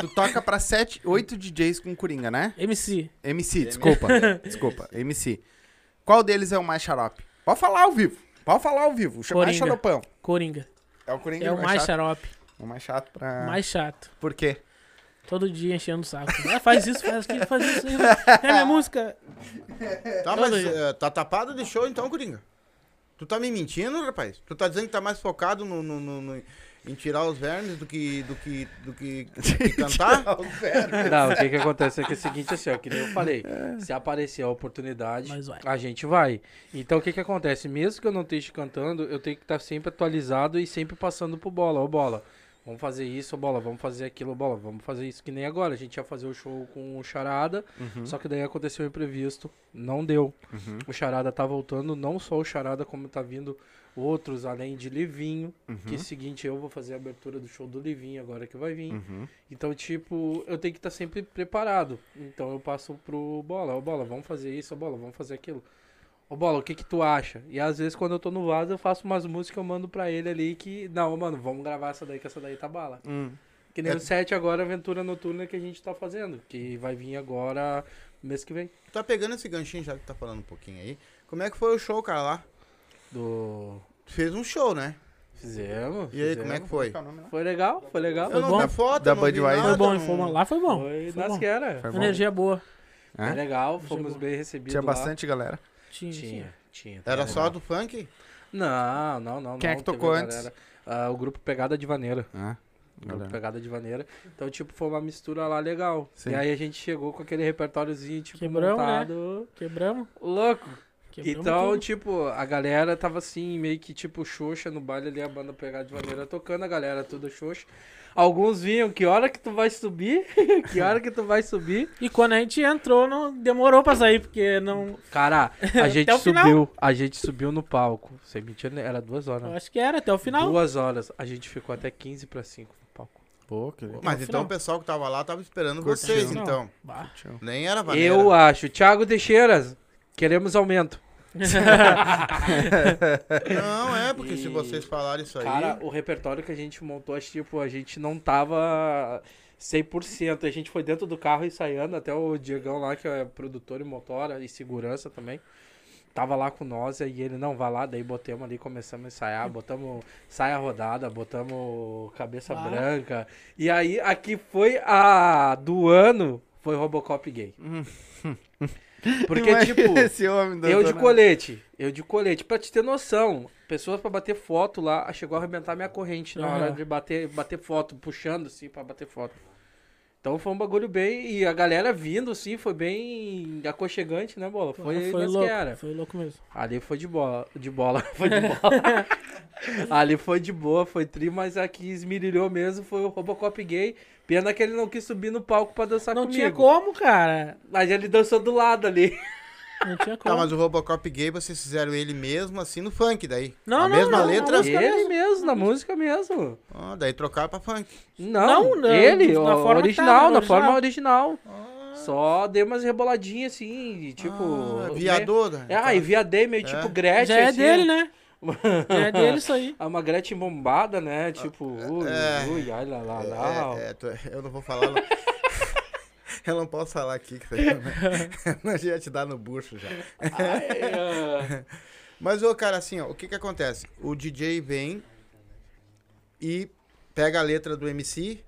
S1: Tu toca pra 7, 8 DJs com Coringa, né?
S4: MC,
S1: MC, desculpa. desculpa, MC. Qual deles é o mais xarope? Pode falar ao vivo. Pode falar ao vivo. O cha- mais
S4: Coringa.
S1: xaropão.
S4: Coringa.
S1: É o Coringa
S4: É o mais
S1: chato.
S4: xarope,
S1: É o mais chato pra.
S4: mais chato.
S1: Por quê?
S4: Todo dia enchendo o saco. Ah, faz isso, faz aquilo, faz isso. É <laughs> minha música.
S2: Tá, mas
S4: Todo
S2: eh, tá tapado de show então, Coringa? Tu tá me mentindo, rapaz? Tu tá dizendo que tá mais focado no, no- no- no- em tirar os vermes do que, do que, do que, do que cantar?
S5: Não, o que que acontece é que é o seguinte, assim, ó, que nem eu falei,
S2: É.
S5: se aparecer a oportunidade,
S4: Mas vai.
S5: a gente vai. Então, o que que acontece? Mesmo que eu não esteja cantando, eu tenho que estar sempre atualizado e sempre passando pro Bola. Ô, Bola, vamos fazer isso, ô, Bola, vamos fazer aquilo, ô, Bola, vamos fazer isso. Que nem agora, a gente ia fazer o show com o Charada, só que daí aconteceu o imprevisto, não deu. O Charada tá voltando, não só o Charada, como tá vindo outros, além de Livinho, que é o seguinte, eu vou fazer a abertura do show do Livinho agora que vai vir. Então, tipo, eu tenho que estar sempre preparado. Então eu passo pro Bola, ô Bola, vamos fazer isso, ô Bola, vamos fazer aquilo. Ô Bola, o que que tu acha? E às vezes quando eu tô no vaso, eu faço umas músicas que eu mando pra ele ali que, não, mano, vamos gravar essa daí que essa daí tá bala.
S2: Hum.
S5: Que
S2: É.
S5: nem o 7 agora, Aventura Noturna que a gente tá fazendo, que vai vir agora mês que vem.
S2: tá pegando esse ganchinho já que tá falando um pouquinho aí. Como é que foi o show, cara, lá?
S5: Do
S2: Tu fez um show, né?
S5: fizemos.
S2: E aí, como é que foi?
S5: Foi legal? Foi legal?
S2: eu não
S4: bom?
S2: vi a foto,
S1: Da
S2: não vi
S1: Budweiser.
S2: nada,
S4: Foi bom,
S2: não-
S4: foi bom. Lá foi bom.
S5: Foi
S4: um- Foi
S5: nas
S4: bom.
S5: que era.
S1: Foi bom?
S4: Energia boa.
S5: Foi legal,
S4: Chegou.
S5: fomos bem recebidos.
S1: Tinha
S5: lá.
S1: bastante galera.
S4: Tinha,
S5: Tinha,
S4: tinha.
S5: tinha. tá
S2: né? Era
S5: legal.
S2: só do funk?
S5: Não, não, não.
S1: Quem é
S5: não,
S1: que tocou
S5: teve a
S1: antes?
S5: galera- Ah, o grupo Pegada de Vaneira.
S2: Ah,
S5: O grupo Pegada de Vaneira. Então, tipo, foi uma mistura lá legal.
S1: Sim.
S5: E aí a gente chegou com aquele repertóriozinho, tipo,
S4: Quebramos, né?
S5: montado.
S4: Quebramos.
S5: Louco.
S4: Quebramos
S5: então,
S4: tudo.
S5: tipo, a galera tava assim, meio que tipo Xoxa no baile ali, a banda pegada de maneira tocando, a galera tudo Xoxa. Alguns vinham, que hora que tu vai subir? <laughs> que hora que tu vai subir?
S4: E quando a gente entrou, não demorou pra sair, porque não.
S5: Cara, a gente
S4: o final.
S5: subiu, a gente subiu no palco. Sem mentira, né? era duas horas.
S4: Eu
S5: né?
S4: acho que era até o final.
S5: Duas horas. A gente ficou até 15 pra 5 no palco.
S1: Pô, que legal.
S2: Mas
S4: No
S2: então
S4: final.
S2: o pessoal que tava lá tava esperando
S1: Curtiu.
S2: vocês,
S4: Não.
S2: então.
S5: <laughs>
S4: Bah.
S1: um.
S2: Nem era vaneira.
S5: Eu acho. Thiago Teixeiras, queremos aumento.
S2: Não, é, porque se
S5: E-
S2: vocês falarem isso Tá aí.
S5: Cara, o repertório que a gente montou, acho que, tipo, a gente não tava 100%. A gente foi dentro do carro ensaiando, até o Diegão lá, que é produtor e motora e segurança também. Tava lá com nós, e ele, não, vai lá, daí botamos ali, começamos a ensaiar, botamos saia rodada, botamos cabeça
S4: Ah.
S5: branca. E aí, aqui foi a do ano, foi Robocop gay. Porque,
S1: <laughs> Imagina
S5: tipo,
S1: esse homem né?
S5: eu de
S1: dançando.
S5: colete, eu de colete. Pra te ter noção, pessoas pra bater foto lá, chegou a arrebentar minha corrente na
S4: Aham.
S5: hora de bater, bater foto, puxando assim pra bater foto. Então foi um bagulho bem. E a galera vindo assim, foi bem aconchegante, né, bola? Foi,
S4: foi
S5: nessa
S4: louco.
S5: que era.
S4: Foi louco mesmo.
S5: Ali foi de bola. De bola. <laughs> Foi de bola.
S4: <laughs>
S5: Ali foi de boa, foi tri, mas a que esmirilhou mesmo foi o Robocop gay. Pena que ele não quis subir no palco pra dançar
S4: Não
S5: Tá comigo.
S4: tinha como, cara.
S5: Mas ele dançou do lado ali.
S4: Não tinha como.
S2: Tá, mas o Robocop gay vocês fizeram ele mesmo assim no funk, daí.
S4: Não,
S2: A
S4: não,
S2: mesma
S4: não,
S2: letra.
S4: música
S5: ele
S4: mesmo.
S5: mesmo, na música mesmo.
S2: Ah, daí trocaram pra funk.
S5: Não,
S4: Não, não,
S5: ele,
S4: na
S5: na
S4: forma que
S5: original,
S4: tava,
S5: na
S4: no
S5: forma original.
S1: Ah.
S5: Só dei umas reboladinhas assim, de tipo.
S2: Ah,
S5: né?
S2: viadora.
S1: então.
S5: É, ah, e viadei meio tipo Gretchen.
S4: Já é
S5: assim,
S4: dele,
S5: <laughs>
S4: né? Já é dele isso aí.
S5: É uma Gretchen bombada,
S1: Ah,
S5: né? Tipo, ui,
S2: é.
S5: ui, ai lá lá lá.
S2: É, é, tu- <laughs> eu não vou falar. não. eu não posso falar aqui, que <laughs> não ia te dar no bucho já. <laughs>
S5: Ai, ah,
S2: Mas, ô, cara, assim, ó, o que que acontece? O DJ vem e pega a letra do MC,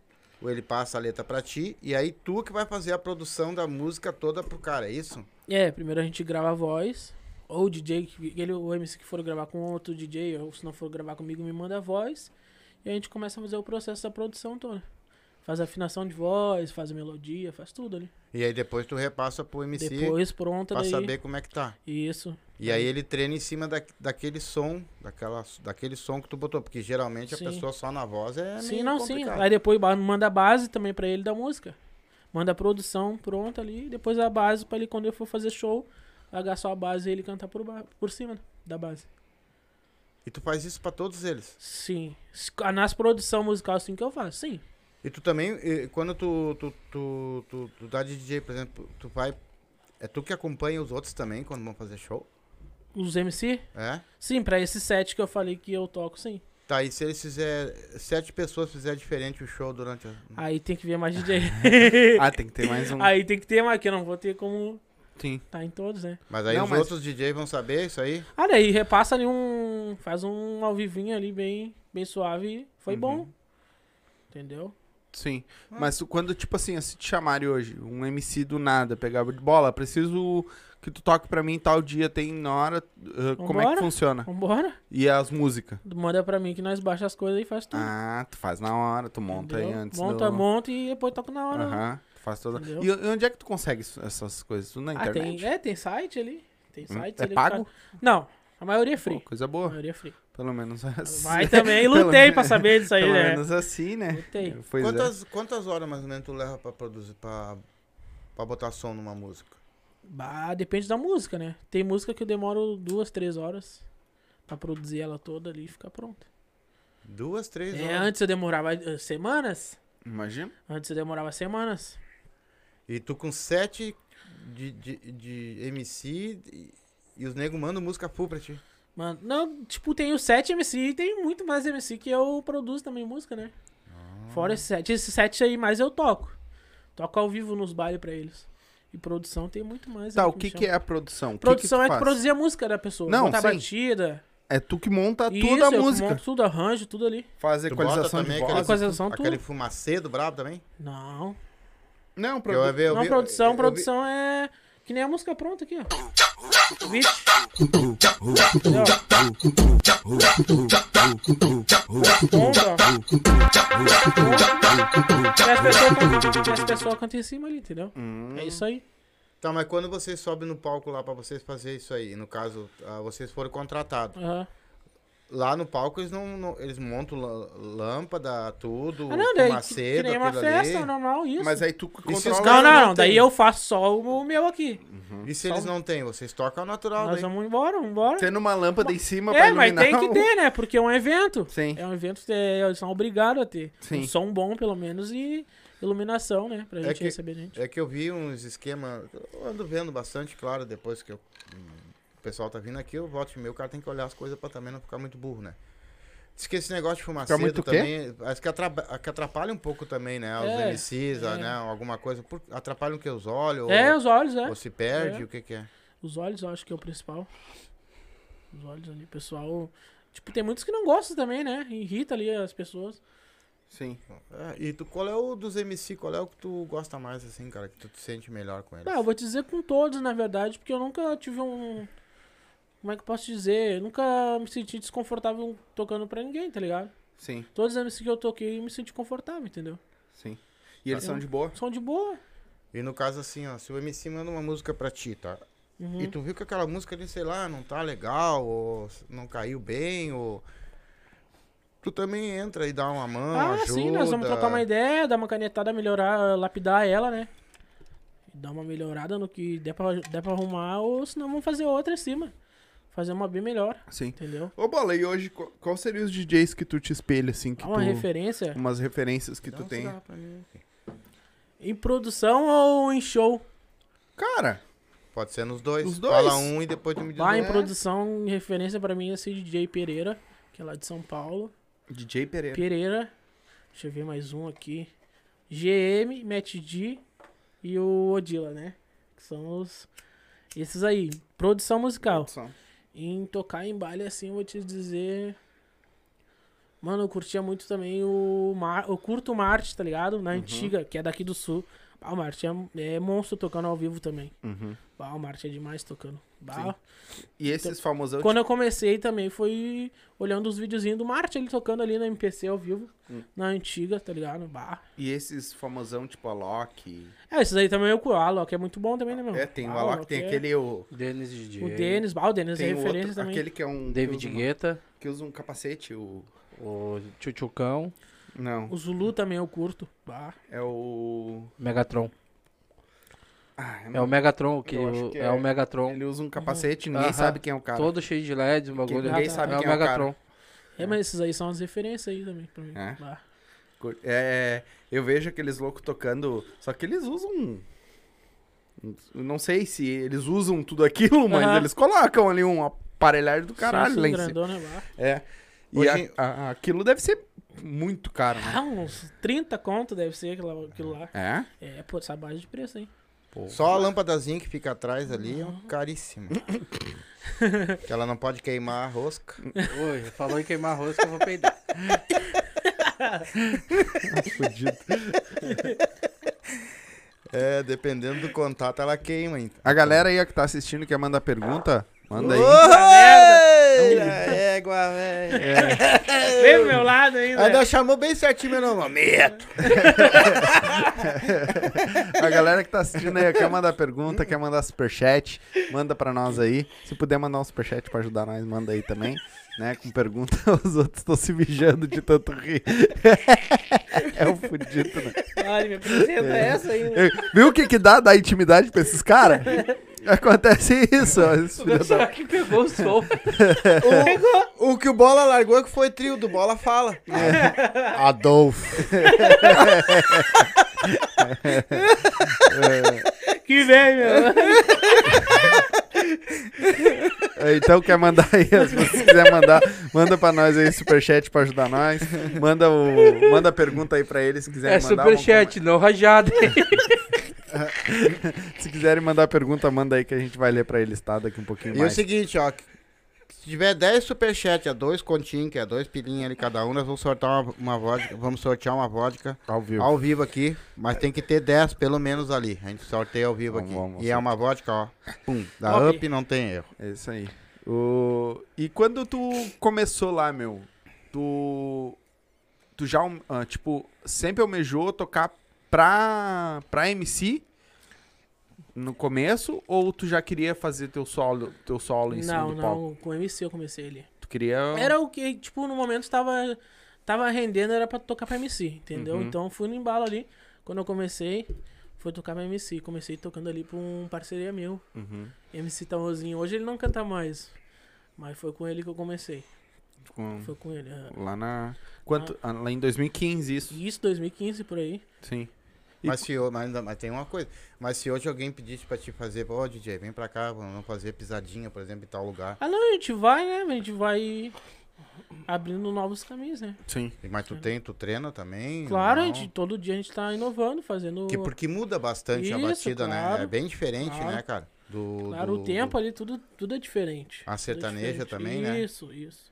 S2: ou ele passa a letra pra ti, e aí tu que vai fazer a produção da música toda pro cara, é isso?
S4: É, primeiro a gente grava a voz. Ou o DJ, que- ele, o MC que for gravar com outro DJ, ou se não for gravar comigo, me manda a voz. E a gente começa a fazer o processo da produção toda. Faz a afinação de voz, faz a melodia, faz tudo ali.
S2: E aí depois tu repassa pro MC
S4: Depois pronta
S2: pra
S4: daí.
S2: saber como é que tá.
S4: Isso.
S2: E aí ele treina em cima da, daquele som, daquela, daquele som que tu botou, porque geralmente
S4: Sim.
S2: a pessoa só na voz é
S4: sim,
S2: meio
S4: não,
S2: complicado.
S4: sim. Aí depois ba- manda a base também pra ele da música. Manda a produção pronta ali, depois a base pra ele, quando ele for fazer show, largar só a base e ele cantar por, ba- por cima da base.
S2: E tu faz isso pra todos eles.
S4: Sim. S- Nas produção musical assim que eu faço, sim.
S2: E tu também, eh, quando tu, tu, tu, tu, tu dá de DJ, por exemplo, tu vai. É tu que acompanha os outros também quando vão fazer show?
S4: Os MC?
S2: É?
S4: Sim, pra esse set que eu falei que eu toco, sim.
S2: Tá, e se eles fizer. Sete pessoas fizer diferente o show durante a.
S4: Aí tem que ver mais DJ.
S1: <laughs> Ah, tem que ter mais um.
S4: Aí tem que ter mais, que eu não vou ter como
S1: Sim.
S4: tá em todos, né?
S2: Mas aí
S1: Não,
S2: os
S1: mas-
S2: outros DJ vão saber isso aí?
S4: Ah, daí repassa ali um. Faz um ao vivinho ali bem, bem suave. Foi bom.
S1: Uhum.
S4: Entendeu?
S1: Sim.
S4: Ah.
S1: Mas tu- quando, tipo assim, se te chamarem hoje, um MC do nada, pegava de bola, preciso que tu toque pra mim tal dia, tem na hora, uh, como é que
S4: Vambora.
S1: funciona?
S4: Vambora.
S1: E as músicas?
S4: Manda pra mim que nós baixa as coisas e faz tudo.
S1: Ah, tu faz na hora, tu monta aí
S4: entendeu?
S1: antes
S4: monta,
S1: do...
S4: monta e depois toca na hora.
S1: Aham, tu faz toda...
S4: Entendeu?
S1: E, e onde é que tu consegue isso- essas coisas? Tudo na
S4: Ah,
S1: internet?
S4: tem, é, tem site ali. Tem site
S1: é
S4: ali. que
S1: pago?
S4: faz- Não, a maioria é
S1: Pô,
S4: free.
S1: coisa
S4: A
S1: boa,
S4: maioria
S1: <laughs>
S4: é free.
S1: pelo menos assim.
S4: Vai também,
S1: Pelo
S4: lutei
S1: <laughs> men-
S4: pra saber disso aí,
S1: Pelo
S4: né?
S1: menos assim, né?
S4: Lutei.
S1: Pois é.
S2: quantas, quantas horas mais ou menos tu leva pra produzir, pra, pra botar som numa música?
S4: Bah, depende da música, né? Tem música que eu demoro duas, três horas pra produzir ela toda ali e ficar pronta.
S2: Duas, três
S4: É,
S2: horas.
S4: antes eu demorava eh, semanas.
S1: Imagina.
S4: Antes eu demorava semanas.
S2: E tu com sete de, de, de MC e, e os nego mandam música full pra ti.
S4: Mano, não, tipo, tem os sete MC e tem muito mais MC que eu produzo também música, né?
S1: Ah.
S4: Fora esses sete. Esses sete aí mais eu toco. Toco ao vivo nos bailes pra eles. E produção tem muito mais.
S1: Tá,
S4: aí
S1: o
S4: me
S1: que que
S4: chama.
S1: é a produção? O que
S4: Produção
S1: que
S4: é
S1: tu
S4: tu
S1: faz?
S4: produzir a música da pessoa.
S1: Não,
S4: botar
S1: sim.
S4: batida.
S1: É tu que monta
S4: Isso,
S1: toda a
S4: eu
S1: música.
S4: monto tudo, arranjo, tudo ali.
S1: Faz
S2: Tu bota
S1: equalização de
S2: também
S1: voz.
S2: aqueles-
S4: Equalização, tudo.
S2: Aquele fumacê do brabo também?
S4: Não.
S2: Não,
S4: produ-
S2: eu, eu,
S4: não,
S2: vi-
S4: produção,
S2: eu vi-
S4: produção é. Que nem a música pronta aqui, ó. Vixe. Entendeu? Onda, ó. E as pessoas cantam- e as pessoas cantam em cima ali, entendeu?
S2: Hum.
S4: É isso aí.
S2: Tá, mas quando vocês sobem no palco lá pra vocês fazer isso aí, no caso, ah, vocês foram contratados.
S4: Aham.
S2: Lá no palco eles não, não- eles montam lã- lâmpada, tudo,
S4: Ah, não, daí que, que
S2: macedo,
S4: nem uma
S2: aquilo
S4: festa,
S2: ali.
S4: normal, isso.
S1: Mas aí tu
S2: E
S1: controla...
S2: se os
S4: Não,
S2: caras
S4: não,
S2: não
S4: não. Daí
S2: tem?
S4: eu faço só o meu aqui.
S2: E se eles não têm, vocês tocam ao natural,
S4: um- Nós
S2: daí.
S4: vamos embora, vamos embora.
S1: Tendo uma lâmpada em cima pra
S4: É, mas
S1: iluminar...
S4: tem que
S1: o-
S4: ter, né? Porque é um evento.
S1: Sim.
S4: É um evento que eles são obrigados a ter.
S1: Sim.
S4: Um som bom, pelo menos, e iluminação, né? Pra gente
S2: que-
S4: receber gente.
S2: É que eu vi uns esquemas, eu ando vendo bastante, claro, depois que eu- o pessoal tá vindo aqui, eu volto e meio, o cara tem que olhar as coisas pra também não ficar muito burro, né? Diz que esse negócio de fumar
S1: Ficar
S2: cedo
S1: muito o quê?
S2: também, acho que atrapa- que atrapalha um pouco também, né? Os
S4: É,
S2: MCs, ah,
S4: é.
S2: né? Alguma coisa, por- atrapalha o que os olhos,
S4: É,
S2: ou,
S4: os olhos, é.
S2: ou se perde,
S4: É.
S2: o que que é?
S4: Os olhos eu acho que é o principal. Os olhos ali, o pessoal. Tipo, tem muitos que não gostam também, né? Irrita ali as pessoas.
S1: Sim.
S2: É, e tu, qual é o dos MC, qual é o que tu gosta mais, assim, cara, que tu te sente melhor com ele?
S4: Ah, eu vou te dizer com todos, na verdade, porque eu nunca tive um. Como é que eu posso dizer? Eu nunca me senti desconfortável tocando pra ninguém, tá ligado?
S1: Sim,
S4: Todos os MC que eu toquei eu me senti confortável, entendeu?
S1: sim. E eles são de boa?
S4: São de boa.
S2: E no caso assim, ó, se o MC manda uma música pra ti, tá? E tu viu que aquela música ali, sei lá, não tá legal, ou s- não caiu bem, ou. Tu também entra e dá uma mão,
S4: ah,
S2: ajuda.
S4: sim, nós vamos trocar uma ideia, dar uma canetada, melhorar, lapidar ela, né? Dar uma melhorada no que der pra, der pra arrumar, ou senão vamos fazer outra em cima. Fazer uma bem melhor,
S1: Sim.
S4: entendeu?
S1: Ô, Bola, e hoje, qu- qual seria os DJs que tu te espelha, assim, que
S4: Há uma
S1: tu...
S4: referência.
S1: Umas referências que tu tem.
S4: Em produção ou em show?
S1: Cara,
S2: Pode ser nos dois.
S1: Os dois.
S2: Fala um e depois tu me diz.
S4: Lá em
S1: É.
S2: um.
S4: produção, em referência pra mim é esse DJ Pereira, que é lá de São Paulo.
S1: DJ Pereira.
S4: Pereira. Deixa eu ver mais um aqui. GM, Matt D e o Odila, né? Que são os. Esses aí. Produção musical.
S1: Produção.
S4: Em tocar em baile, assim, eu vou te dizer. Mano, eu curtia muito também o. Mar... Eu curto o Marte, tá ligado? Na antiga, que é daqui do sul. Bah, o Marte é, é monstro tocando ao vivo também. Bah, o Marte é demais tocando. Bah,
S1: E esses famosão...
S4: quando eu comecei também foi olhando os videozinhos do Marte, ele tocando ali na MPC ao vivo,
S1: Hum.
S4: na antiga, tá ligado? Bah.
S1: E esses famosão, tipo, a Loki...
S4: É, esses aí também eu curto. O Alok é muito bom também, né, meu?
S1: É, tem o
S4: Ah,
S1: Alok, tem
S4: é-
S1: aquele... O,
S5: Denis DJ.
S4: O Denis, bah, o Denis é
S1: tem o
S4: referência
S1: outro,
S4: também.
S1: aquele que é um...
S5: David
S1: que usa, uma-
S5: Guetta.
S1: que usa um capacete, o...
S5: O Tchutchucão.
S1: Não,
S4: O Zulu também eu curto. Bah.
S1: é o...
S5: Megatron.
S1: Ah, eu
S5: É
S1: não-
S5: o Megatron, que,
S1: Eu acho
S5: o-
S1: que
S5: é,
S1: é-
S5: o Megatron.
S1: Ele usa um capacete, ninguém
S5: Aham.
S1: sabe quem é o cara.
S5: Todo cheio de LEDs, o bagulho.
S1: ninguém
S5: é
S1: sabe
S5: o
S1: quem é o cara.
S5: Megatron.
S4: É, mas esses aí são as referências aí também pra mim.
S1: É?
S4: Bah.
S1: É, eu vejo aqueles loucos tocando, só que eles usam. um- eu Não sei se eles usam tudo aquilo, mas
S4: Aham.
S1: eles colocam ali um aparelhagem do caralho
S4: Sim,
S1: lá
S4: sim,
S1: em cima.
S4: grandona, bah.
S1: É. E
S2: Hoje-
S1: a- a- aquilo deve ser muito caro, né?
S4: Ah, uns 30 conto deve ser aquilo lá- aquilo lá.
S1: É?
S4: É, pô, essa base de preço, hein?
S2: Só a lâmpadazinha que fica atrás ali é
S4: Uhum.
S2: um
S4: <laughs>
S2: caríssimo. que ela não pode queimar a rosca.
S5: Oi, falou em queimar rosca, eu vou peidar.
S2: É, dependendo do contato, ela queima. Então.
S1: A galera aí que tá assistindo quer mandar pergunta, manda aí.
S2: Égua, velho.
S4: Vem pro meu lado né? ainda.
S1: Né?
S2: Ainda chamou bem certinho meu nome. Meto.
S1: A galera que tá assistindo aí quer mandar pergunta, quer mandar superchat, manda pra nós aí. Se puder mandar um superchat pra ajudar nós, manda aí também. Né, com pergunta, <laughs> os outros estão se mijando de tanto rir. <laughs> É um fudido, né?
S4: Olha, me apresenta
S1: É.
S4: essa aí. né?
S1: Eu- Viu o que, que dá da intimidade pra esses caras? Acontece isso. ó, esses filhos da-
S5: Será que pegou o som?
S2: O, o que o Bola largou que foi trio, do Bola fala. Adolfo.
S4: Que vem, meu.
S1: Então quer mandar aí, se você quiser mandar, manda pra nós aí superchat pra ajudar nós. Manda, o, manda a pergunta aí pra eles se
S5: É,
S1: quiserem
S5: é
S1: mandar. vamos-
S5: superchat, não rajada.
S1: Se quiserem mandar pergunta, manda aí que a gente vai ler pra eles, tá? Daqui um pouquinho
S2: E o
S1: mais.
S2: seguinte, ó. Se tiver 10 superchat, é dois continhos, que é dois pilinhas ali cada um, nós vamos sortear uma, uma vodka, vamos sortear uma vodka
S1: Ao vivo.
S2: ao vivo aqui, mas tem que ter 10 pelo menos ali. A gente sorteia ao vivo
S1: Vamos,
S2: aqui.
S1: vamos,
S2: e é uma vodka, ó, pum, da
S4: Top.
S2: up não tem erro.
S1: É isso aí. O... E quando tu começou lá, meu, tu. Tu já, alme- ah, tipo, sempre almejou tocar pra, pra MC no começo? Ou tu já queria fazer teu solo, teu solo em cima
S4: Não,
S1: do palco?
S4: não, com MC eu comecei ali.
S1: Tu queria.
S2: Então
S4: Era o que, tipo, no momento tava, tava rendendo, era pra tocar pra MC, entendeu?
S2: Uhum.
S4: Então fui no embalo ali. Quando eu comecei, foi tocar pra MC. Comecei tocando ali pra um parceria meu,
S1: Uhum.
S4: MC Tamorzinho. Hoje ele não canta mais, mas foi com ele que eu comecei.
S1: Com-
S4: Foi com ele. é.
S1: Lá na. Quanto... ah, Lá em 2015, isso.
S4: Isso, 2015 por aí.
S1: Sim. E-
S2: Mas se eu, mas, ainda- mas tem uma coisa. Mas se hoje alguém pedisse pra te fazer, ô DJ, vem pra cá, vamos fazer pisadinha, por exemplo, em tal lugar.
S4: Ah, não, a gente vai, né? A gente vai abrindo novos caminhos, né?
S1: Sim.
S2: E- Mas tu tem, tu treina também?
S4: Claro, a
S2: Não?
S4: gente, todo dia a gente tá inovando, fazendo.
S2: Que é porque muda bastante a
S4: Isso,
S2: batida, né?
S4: claro.
S2: É bem diferente,
S4: Claro.
S2: né, cara? Do,
S4: Claro,
S2: do-
S4: o tempo ali, tudo, tudo é diferente.
S2: A
S4: Tudo é
S2: sertaneja
S4: diferente.
S2: também, né?
S4: Isso, isso.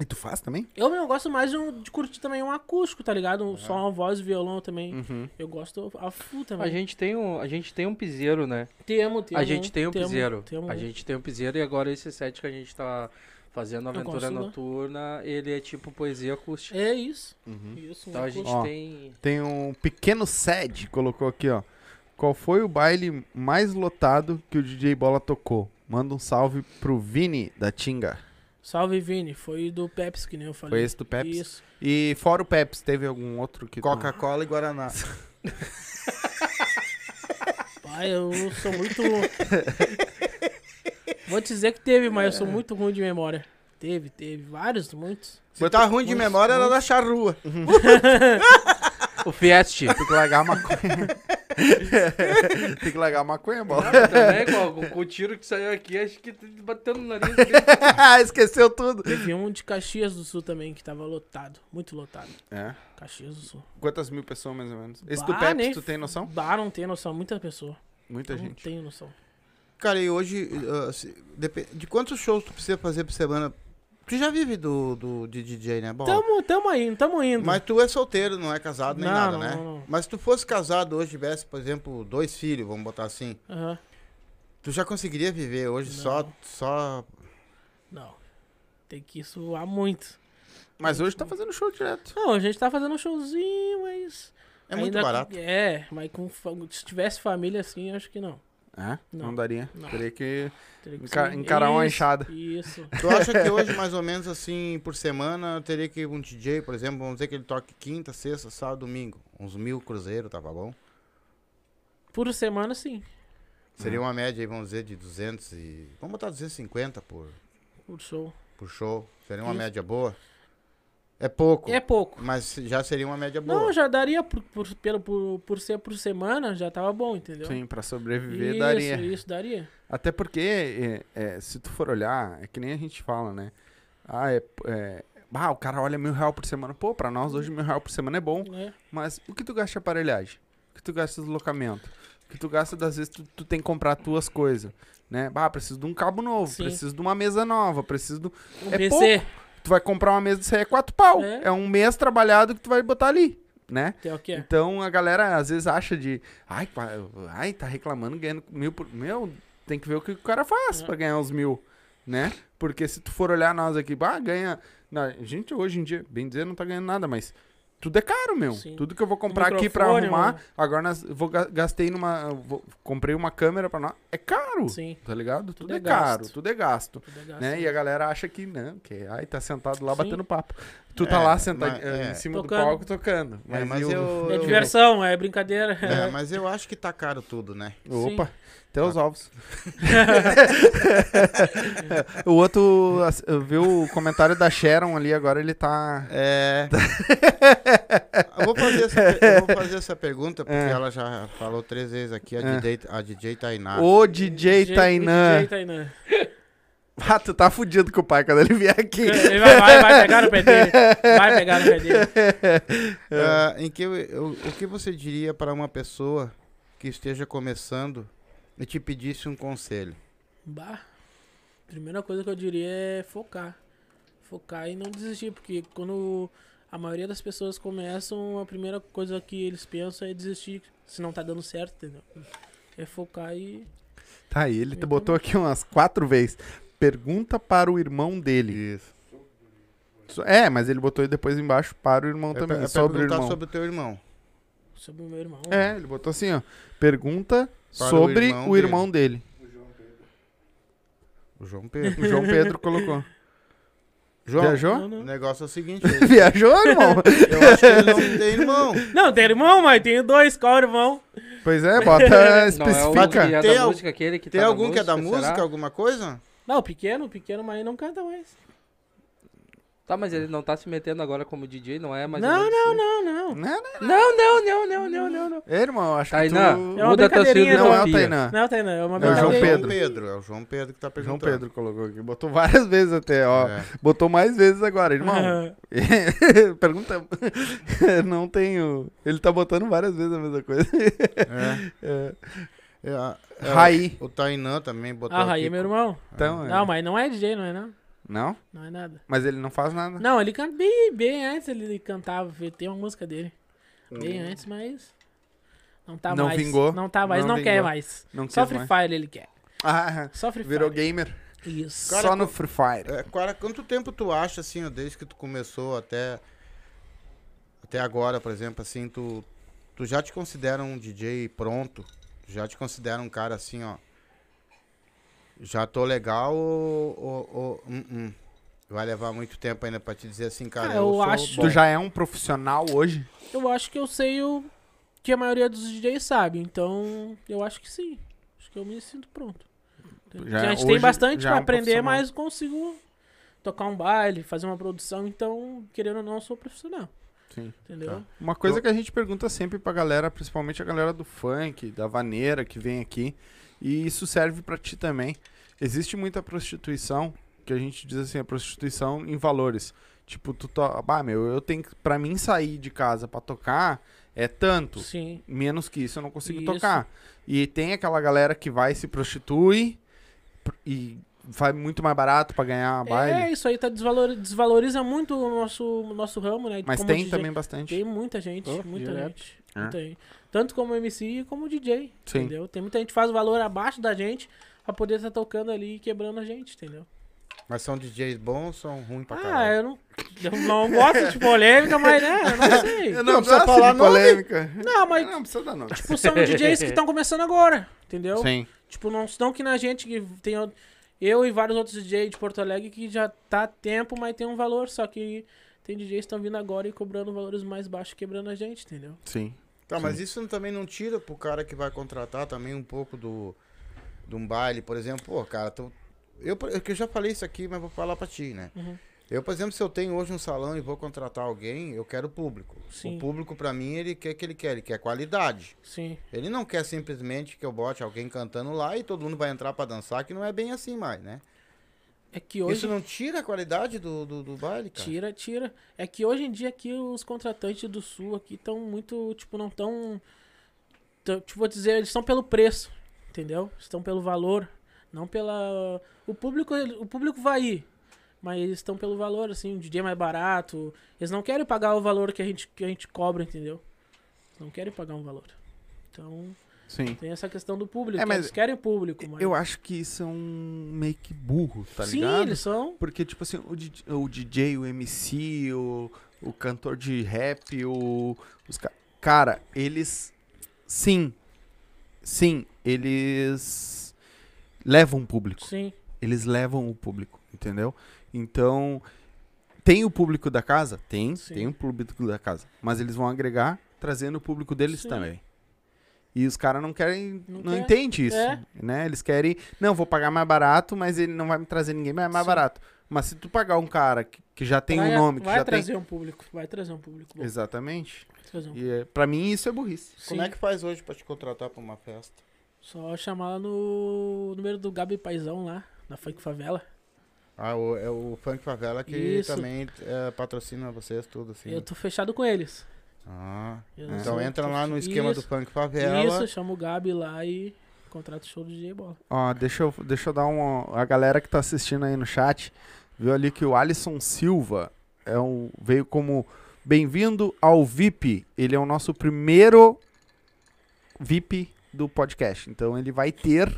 S1: E tu faz também?
S4: Eu, meu, gosto mais de, um- de curtir também um acústico, tá ligado? Um, Só uma voz e violão também. Eu gosto a full também.
S5: A gente tem um, a gente tem um piseiro, né?
S4: temo, temo,
S5: a gente tem um
S4: temo,
S5: piseiro.
S4: temo.
S5: A gente tem um piseiro e agora esse set que a gente tá fazendo, Aventura
S4: gosto, né?
S5: Noturna, ele é tipo poesia acústica.
S4: É isso. Isso, um
S5: Então a gente
S4: acústico.
S1: Ó.
S5: tem.
S1: Tem um pequeno sed, colocou aqui, ó. Qual foi o baile mais lotado que o DJ Bola tocou? Manda um salve pro Vini da Tinga.
S4: Salve, Vini. Foi do Pepsi, que nem eu falei.
S1: Foi esse do Pepsi?
S4: Isso.
S1: E fora o Pepsi, teve algum outro que tu-
S2: Coca-Cola e Guaraná.
S4: Pai, eu sou muito... <laughs> Vou te dizer que teve, mas eu sou muito ruim de memória. Teve, teve. Vários, muitos.
S2: Se tá ruim de memória, era da charrua.
S5: O Fieste
S1: Tem que largar a maconha. <laughs> Tem que largar a maconha, Bola.
S5: <laughs> também, com, com o tiro que saiu aqui, acho que bateu no nariz. dele.
S1: <laughs> Esqueceu tudo.
S4: Teve um de Caxias do Sul também, que tava lotado. Muito lotado.
S1: É.
S4: Caxias do Sul.
S1: Quantas mil pessoas, mais ou menos? Esse do
S4: Bah,
S1: Pepsi,
S4: Ah, nem
S1: tu tem noção?
S4: Bah, não tem noção. Muita pessoa.
S1: Muita
S4: não
S1: gente.
S4: tenho noção.
S2: Cara, e hoje, ah, se- depe- de quantos shows tu precisa fazer por semana? Tu já vive do, do, de DJ, né? Bom,
S4: Tamo, tamo indo, tamo indo.
S2: mas tu é solteiro, não é casado nem
S4: Não,
S2: nada,
S4: não,
S2: né?
S4: não, não.
S2: Mas se tu fosse casado hoje, tivesse, por exemplo, dois filhos, vamos botar assim,
S4: Aham.
S2: tu já conseguiria viver hoje só, só...
S4: Não. Tem que suar muito.
S1: Mas hoje tá fazendo show direto.
S4: Não, a gente tá fazendo um showzinho, mas.
S2: É muito
S4: ainda-
S2: barato.
S4: É, mas com fa- se tivesse família assim, eu acho que não.
S1: É? Não,
S4: Não.
S1: daria.
S4: Não.
S1: Teria que
S4: Teria que
S1: Enca-
S4: ser-
S1: encarar uma
S4: Isso,
S1: enxada.
S4: Isso.
S2: Tu acha que
S4: <laughs>
S2: hoje, mais ou menos assim, por semana, eu teria que um DJ, por exemplo, vamos dizer que ele toque quinta, sexta, sábado, domingo. Uns mil cruzeiro, tava bom?
S4: Por semana, sim. Uhum.
S2: Seria uma média aí, vamos dizer, de 200 e... Vamos botar 250 por,
S4: Por show.
S2: por show. Seria uma
S4: Isso.
S2: média boa? É pouco,
S4: É pouco.
S2: mas já seria uma média boa.
S4: Não, já daria por, por, pelo, por, por ser por semana, já tava bom, entendeu?
S1: Sim, pra sobreviver
S4: isso,
S1: daria.
S4: Isso, daria.
S1: Até porque, é, é, se tu for olhar, é que nem a gente fala, né? Ah, é, é- ah, o cara olha mil real por semana. Pô, pra nós hoje mil real por semana é bom.
S4: né?
S1: Mas o que tu gasta em aparelhagem? O que tu gasta em deslocamento? O que tu gasta, das vezes, tu, tu tem que comprar tuas coisas, né? Ah, preciso de um cabo novo,
S4: Sim.
S1: preciso de uma mesa nova, preciso do...
S4: Um
S1: É
S4: PC,
S1: Tu vai comprar uma mesa, isso aí é quatro pau. É.
S4: É.
S1: um mês trabalhado que tu vai botar ali, né?
S4: que é o que é.
S1: Então a galera às vezes acha de. Ai, pa- ai tá reclamando ganhando mil por. Meu, tem que ver o que o cara
S4: Uhum.
S1: faz pra ganhar uns mil, né? Porque se tu for olhar nós aqui, bah, ganha. Não, a gente hoje em dia, bem dizer, não tá ganhando nada, mas. Tudo é caro, meu.
S4: Sim. Um
S1: Tudo que eu vou comprar aqui pra
S4: microfone, um
S1: arrumar,
S4: mano.
S1: agora nós, vou, ga- gastei numa. vou- comprei uma câmera pra nós. É caro.
S4: Sim.
S1: Tá ligado? Tudo,
S4: é
S1: é caro,
S4: gasto.
S1: tudo é gasto.
S4: Tudo é gasto.
S1: Né? E a galera acha que não, que ai, tá sentado lá
S4: Sim.
S1: batendo papo. Tu tá lá sentado
S2: mas- é.
S1: em cima
S4: Tocando.
S1: do palco tocando.
S2: É, mas
S1: e o-
S2: eu-
S4: É
S2: eu-
S4: diversão, é brincadeira. <laughs>
S2: É, mas eu acho que tá caro tudo, né?
S1: Opa, até os ovos. <laughs> o outro ass- viu o comentário da Sharon ali, agora ele tá.
S2: É. eu, vou fazer
S4: <laughs>
S2: essa, eu vou fazer essa pergunta,
S4: É.
S2: porque ela já falou três vezes aqui, a, DJ, a tá DJ
S4: Ah.
S2: Tainá.
S1: O DJ
S4: DJ
S1: Tainan.
S4: DJ Tainan.
S1: Ah, tu tá fudido com o pai quando ele vier aqui.
S4: <laughs> Ele vai, vai, vai pegar no pé dele. Vai pegar no pé dele.
S2: Ah, em que, o, o que você diria para uma pessoa que esteja começando e te pedisse um conselho?
S4: Bah. Primeira coisa que eu diria é focar. Focar e não desistir, porque quando a maioria das pessoas começam, a primeira coisa que eles pensam é desistir, se não tá dando certo, entendeu? É focar e.
S1: Tá aí,
S4: Então.
S1: ele te botou aqui umas quatro vezes. Pergunta para o irmão dele.
S2: Isso.
S1: So- É, mas ele botou aí depois embaixo para o irmão
S2: É,
S1: também.
S2: per- é
S1: sobre o
S2: perguntar
S1: irmão.
S2: sobre o teu irmão.
S4: Sobre o meu irmão.
S1: É, ele botou assim, ó. Pergunta
S2: Para o
S1: sobre o irmão,
S2: irmão
S1: dele.
S2: O João Pedro.
S1: O João Pedro colocou.
S2: João,
S1: Viajou? <laughs>
S4: Não,
S2: o
S4: não.
S2: negócio é o seguinte,
S1: Viajou, irmão?
S2: eu acho que ele não tem irmão.
S4: Não, tem irmão, mas tem dois, qual irmão?
S1: pois é, bota
S5: Não, é o que
S1: especifica.
S5: é
S2: Tem
S5: da
S2: al-
S5: música aquele que
S2: Tem
S5: tá na
S2: algum que é da
S5: música, será?
S2: música, alguma coisa?
S4: Não, pequeno, pequeno, mas não canta mais.
S5: Tá, mas ele não tá se metendo agora como DJ, não é? Mas
S4: não,
S5: ele-
S4: não, não,
S1: Não, não.
S4: não,
S5: Não, não, não, não, não, não, não.
S1: É, irmão, acho que
S5: Tainá,
S1: tu...
S4: É uma
S5: muda tua
S4: brincadeirinha,
S1: Não é o
S5: filosofia.
S1: Tainá.
S4: Não, tem não, é uma
S1: É o João
S4: brincadeira.
S1: Pedro.
S2: É o João Pedro que tá
S1: João
S2: perguntando.
S1: Pedro colocou aqui. Botou várias vezes até, ó.
S2: É.
S1: Botou mais vezes agora, irmão.
S4: Aham.
S1: <laughs> Pergunta. <laughs> não tenho. Ele tá botando várias vezes a mesma coisa. <laughs>
S2: É.
S1: É.
S2: É, a- é o-
S1: Raí.
S2: O Tainan também botou
S4: Ah, Raí
S2: aqui.
S4: é meu irmão.
S1: Então, é.
S4: Não, mas não é DJ, não é não?
S1: Não?
S4: Não é nada.
S1: Mas ele não faz nada.
S4: Não, ele canta bem, bem antes, ele cantava, tem uma música dele. Bem antes, mas. Não tá
S1: Hum. Não
S4: mais.
S1: vingou.
S4: Não tá mais,
S1: Não
S4: não, quer
S1: vingou.
S4: mais.
S1: Não
S4: Só
S1: quis
S4: Free
S1: mais.
S4: Fire ele quer.
S1: Ah,
S4: Só Free
S1: virou
S4: Fire.
S1: gamer.
S4: Isso.
S1: Só no Free Fire.
S2: É, cara, quanto tempo tu acha, assim, ó, desde que tu começou até, até agora, por exemplo, assim, tu, tu já te considera um DJ pronto? Tu já te considera um cara assim, ó, já tô legal ou, ou- ou- hum, hum? vai levar muito tempo ainda pra te dizer assim, cara,
S4: Ah,
S2: eu,
S4: eu
S2: sou
S4: acho-
S2: bom.
S1: Tu já é um profissional hoje?
S4: Eu acho que eu sei o que a maioria dos DJs sabe, então eu acho que sim. Acho que eu me sinto pronto.
S1: Já-
S4: a gente
S1: hoje
S4: tem bastante
S1: já
S4: pra
S1: é um
S4: aprender,
S1: profissional.
S4: mas consigo tocar um baile, fazer uma produção, então, querendo ou não, eu sou profissional.
S1: Sim. Tá,
S4: Entendeu?
S1: Uma coisa que a gente pergunta sempre pra galera, principalmente a galera do funk, da vaneira que vem aqui, e isso serve pra ti também. Existe muita prostituição, que a gente diz assim, a prostituição em valores. Tipo, tu to... bah, meu, eu tenho que, pra mim sair de casa pra tocar é tanto,
S4: Sim.
S1: menos que isso eu não consigo
S4: Isso.
S1: tocar. E tem aquela galera que vai e se prostitui pr- e vai muito mais barato pra ganhar baile,
S4: É, isso aí tá desvalor... desvaloriza muito o nosso, o nosso ramo, né?
S1: mas
S4: Como
S1: tem
S4: DJ.
S1: também um bastante.
S4: Tem muita gente,
S5: Oh,
S4: muita
S5: direto.
S4: gente.
S1: É.
S4: muita gente. Tanto como MC como DJ.
S1: Sim.
S4: Entendeu? Tem muita gente que faz valor abaixo da gente pra poder estar tocando ali e quebrando a gente, entendeu?
S2: Mas são DJs bons ou são ruins pra
S4: Ah,
S2: caralho?
S4: eu não, eu não gosto de polêmica, mas né,
S1: <laughs>
S4: eu não sei.
S1: Eu
S4: Não,
S1: não,
S2: Não, precisa
S1: gosto
S2: falar
S1: de
S2: nome.
S1: polêmica. <laughs>
S4: mas
S1: Não precisa dar nome.
S4: tipo, são DJs que estão começando agora, entendeu?
S1: Sim.
S4: Tipo, não, não que na gente que tem o- eu e vários outros DJs de Porto Alegre que já tá há tempo, mas tem um valor, só que tem DJs que estão vindo agora e cobrando valores mais baixos, quebrando a gente, entendeu?
S1: Sim.
S2: Tá, mas isso também não tira pro cara que vai contratar também um pouco do de um baile, por exemplo, pô, cara, tu- eu, por- eu que eu já falei isso aqui, mas vou falar pra ti, né?
S4: Uhum.
S2: Eu, por exemplo, se eu tenho hoje um salão e vou contratar alguém, eu quero público.
S4: Sim.
S2: O público pra mim, ele quer o que ele quer, ele quer qualidade.
S4: Sim.
S2: Ele não quer simplesmente que eu bote alguém cantando lá e todo mundo vai entrar pra dançar, que não é bem assim mais, né?
S4: É que hoje
S2: Isso não tira a qualidade do, do, do baile,
S1: Tá.
S2: cara.
S4: Tira, tira. É que hoje em dia aqui os contratantes do sul aqui estão muito, tipo, não tão. tão- Tipo, vou dizer, eles estão pelo preço, entendeu? Estão pelo valor, não pela. O público, ele- o público vai ir. Mas eles estão pelo valor, assim, o DJ é mais barato. Eles não querem pagar o valor que a gente, que a gente cobra, entendeu? Eles não querem pagar um valor. Então,
S1: Sim.
S4: tem essa questão do público.
S1: É, mas-
S4: Eles querem público, mas.
S1: Eu acho que isso é um meio que burro, tá
S4: Sim,
S1: ligado?
S4: eles são.
S1: Porque, tipo assim, o DJ, o, DJ, o MC, o, o cantor de rap, o, os ca- Cara, eles. Sim. Sim, eles. Levam o público.
S4: Sim.
S1: Eles levam o público, entendeu? Então. Tem o público da casa? Tem,
S4: Sim.
S1: tem o público da casa. Mas eles vão agregar trazendo o público deles
S4: Sim.
S1: também. E os caras não querem. Não,
S4: Não
S1: entendem
S4: quer.
S1: entende isso.
S4: É.
S1: Né? Eles querem. Não, vou pagar mais barato, mas ele não vai me trazer ninguém mais, mais
S4: Sim.
S1: barato. Mas se tu pagar um cara que, que já tem
S4: vai,
S1: um nome, que
S4: vai
S1: já
S4: trazer um público. Vai trazer um público.
S1: tem.
S4: Bom,
S1: Exatamente.
S4: vai trazer um
S1: E é, pra mim isso é burrice.
S2: Como
S4: Sim.
S2: é que faz hoje pra te contratar pra uma festa?
S4: Só chamar lá no número do Gabi Paizão lá, na Funk Favela.
S2: Ah, o, é o Funk Favela que
S4: Isso.
S2: também é, patrocina vocês tudo, assim.
S4: Eu tô fechado com eles.
S2: Ah,
S4: Eu
S2: então
S4: sou-
S2: entra
S4: tô-
S2: lá no esquema do
S4: Isso,
S2: Funk Favela.
S4: Isso, chama o Gabi lá e Contrato show do DJ Bola.
S1: Ó, deixa eu, deixa eu dar uma. A galera que tá assistindo aí no chat viu ali que o Alisson Silva é um, veio como bem-vindo ao VIP. Ele é o nosso primeiro VIP do podcast. Então ele vai ter.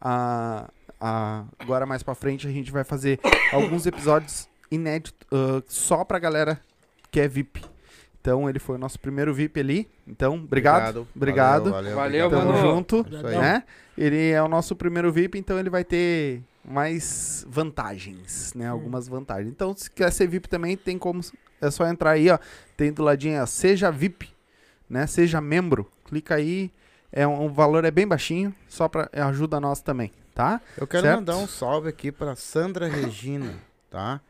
S1: A, a, agora mais pra frente a gente vai fazer alguns episódios inéditos ah, só pra galera que é VIP. Então ele foi o nosso primeiro VIP ali. Então, obrigado. Obrigado.
S2: Valeu,
S5: Valeu,
S1: Tamo
S5: Manu.
S1: junto.
S2: Isso aí.
S1: né? Ele é o nosso primeiro VIP, então ele vai ter mais vantagens, né? Algumas vantagens. Então, se quer ser VIP também, tem como. É só entrar aí, ó. Tem do ladinho, ó, seja VIP, né? Seja membro. Clica aí. É um, o valor é bem baixinho, só para ajuda nós também, tá?
S2: Eu quero
S1: Certo?
S2: mandar um salve aqui pra Sandra Regina, tá?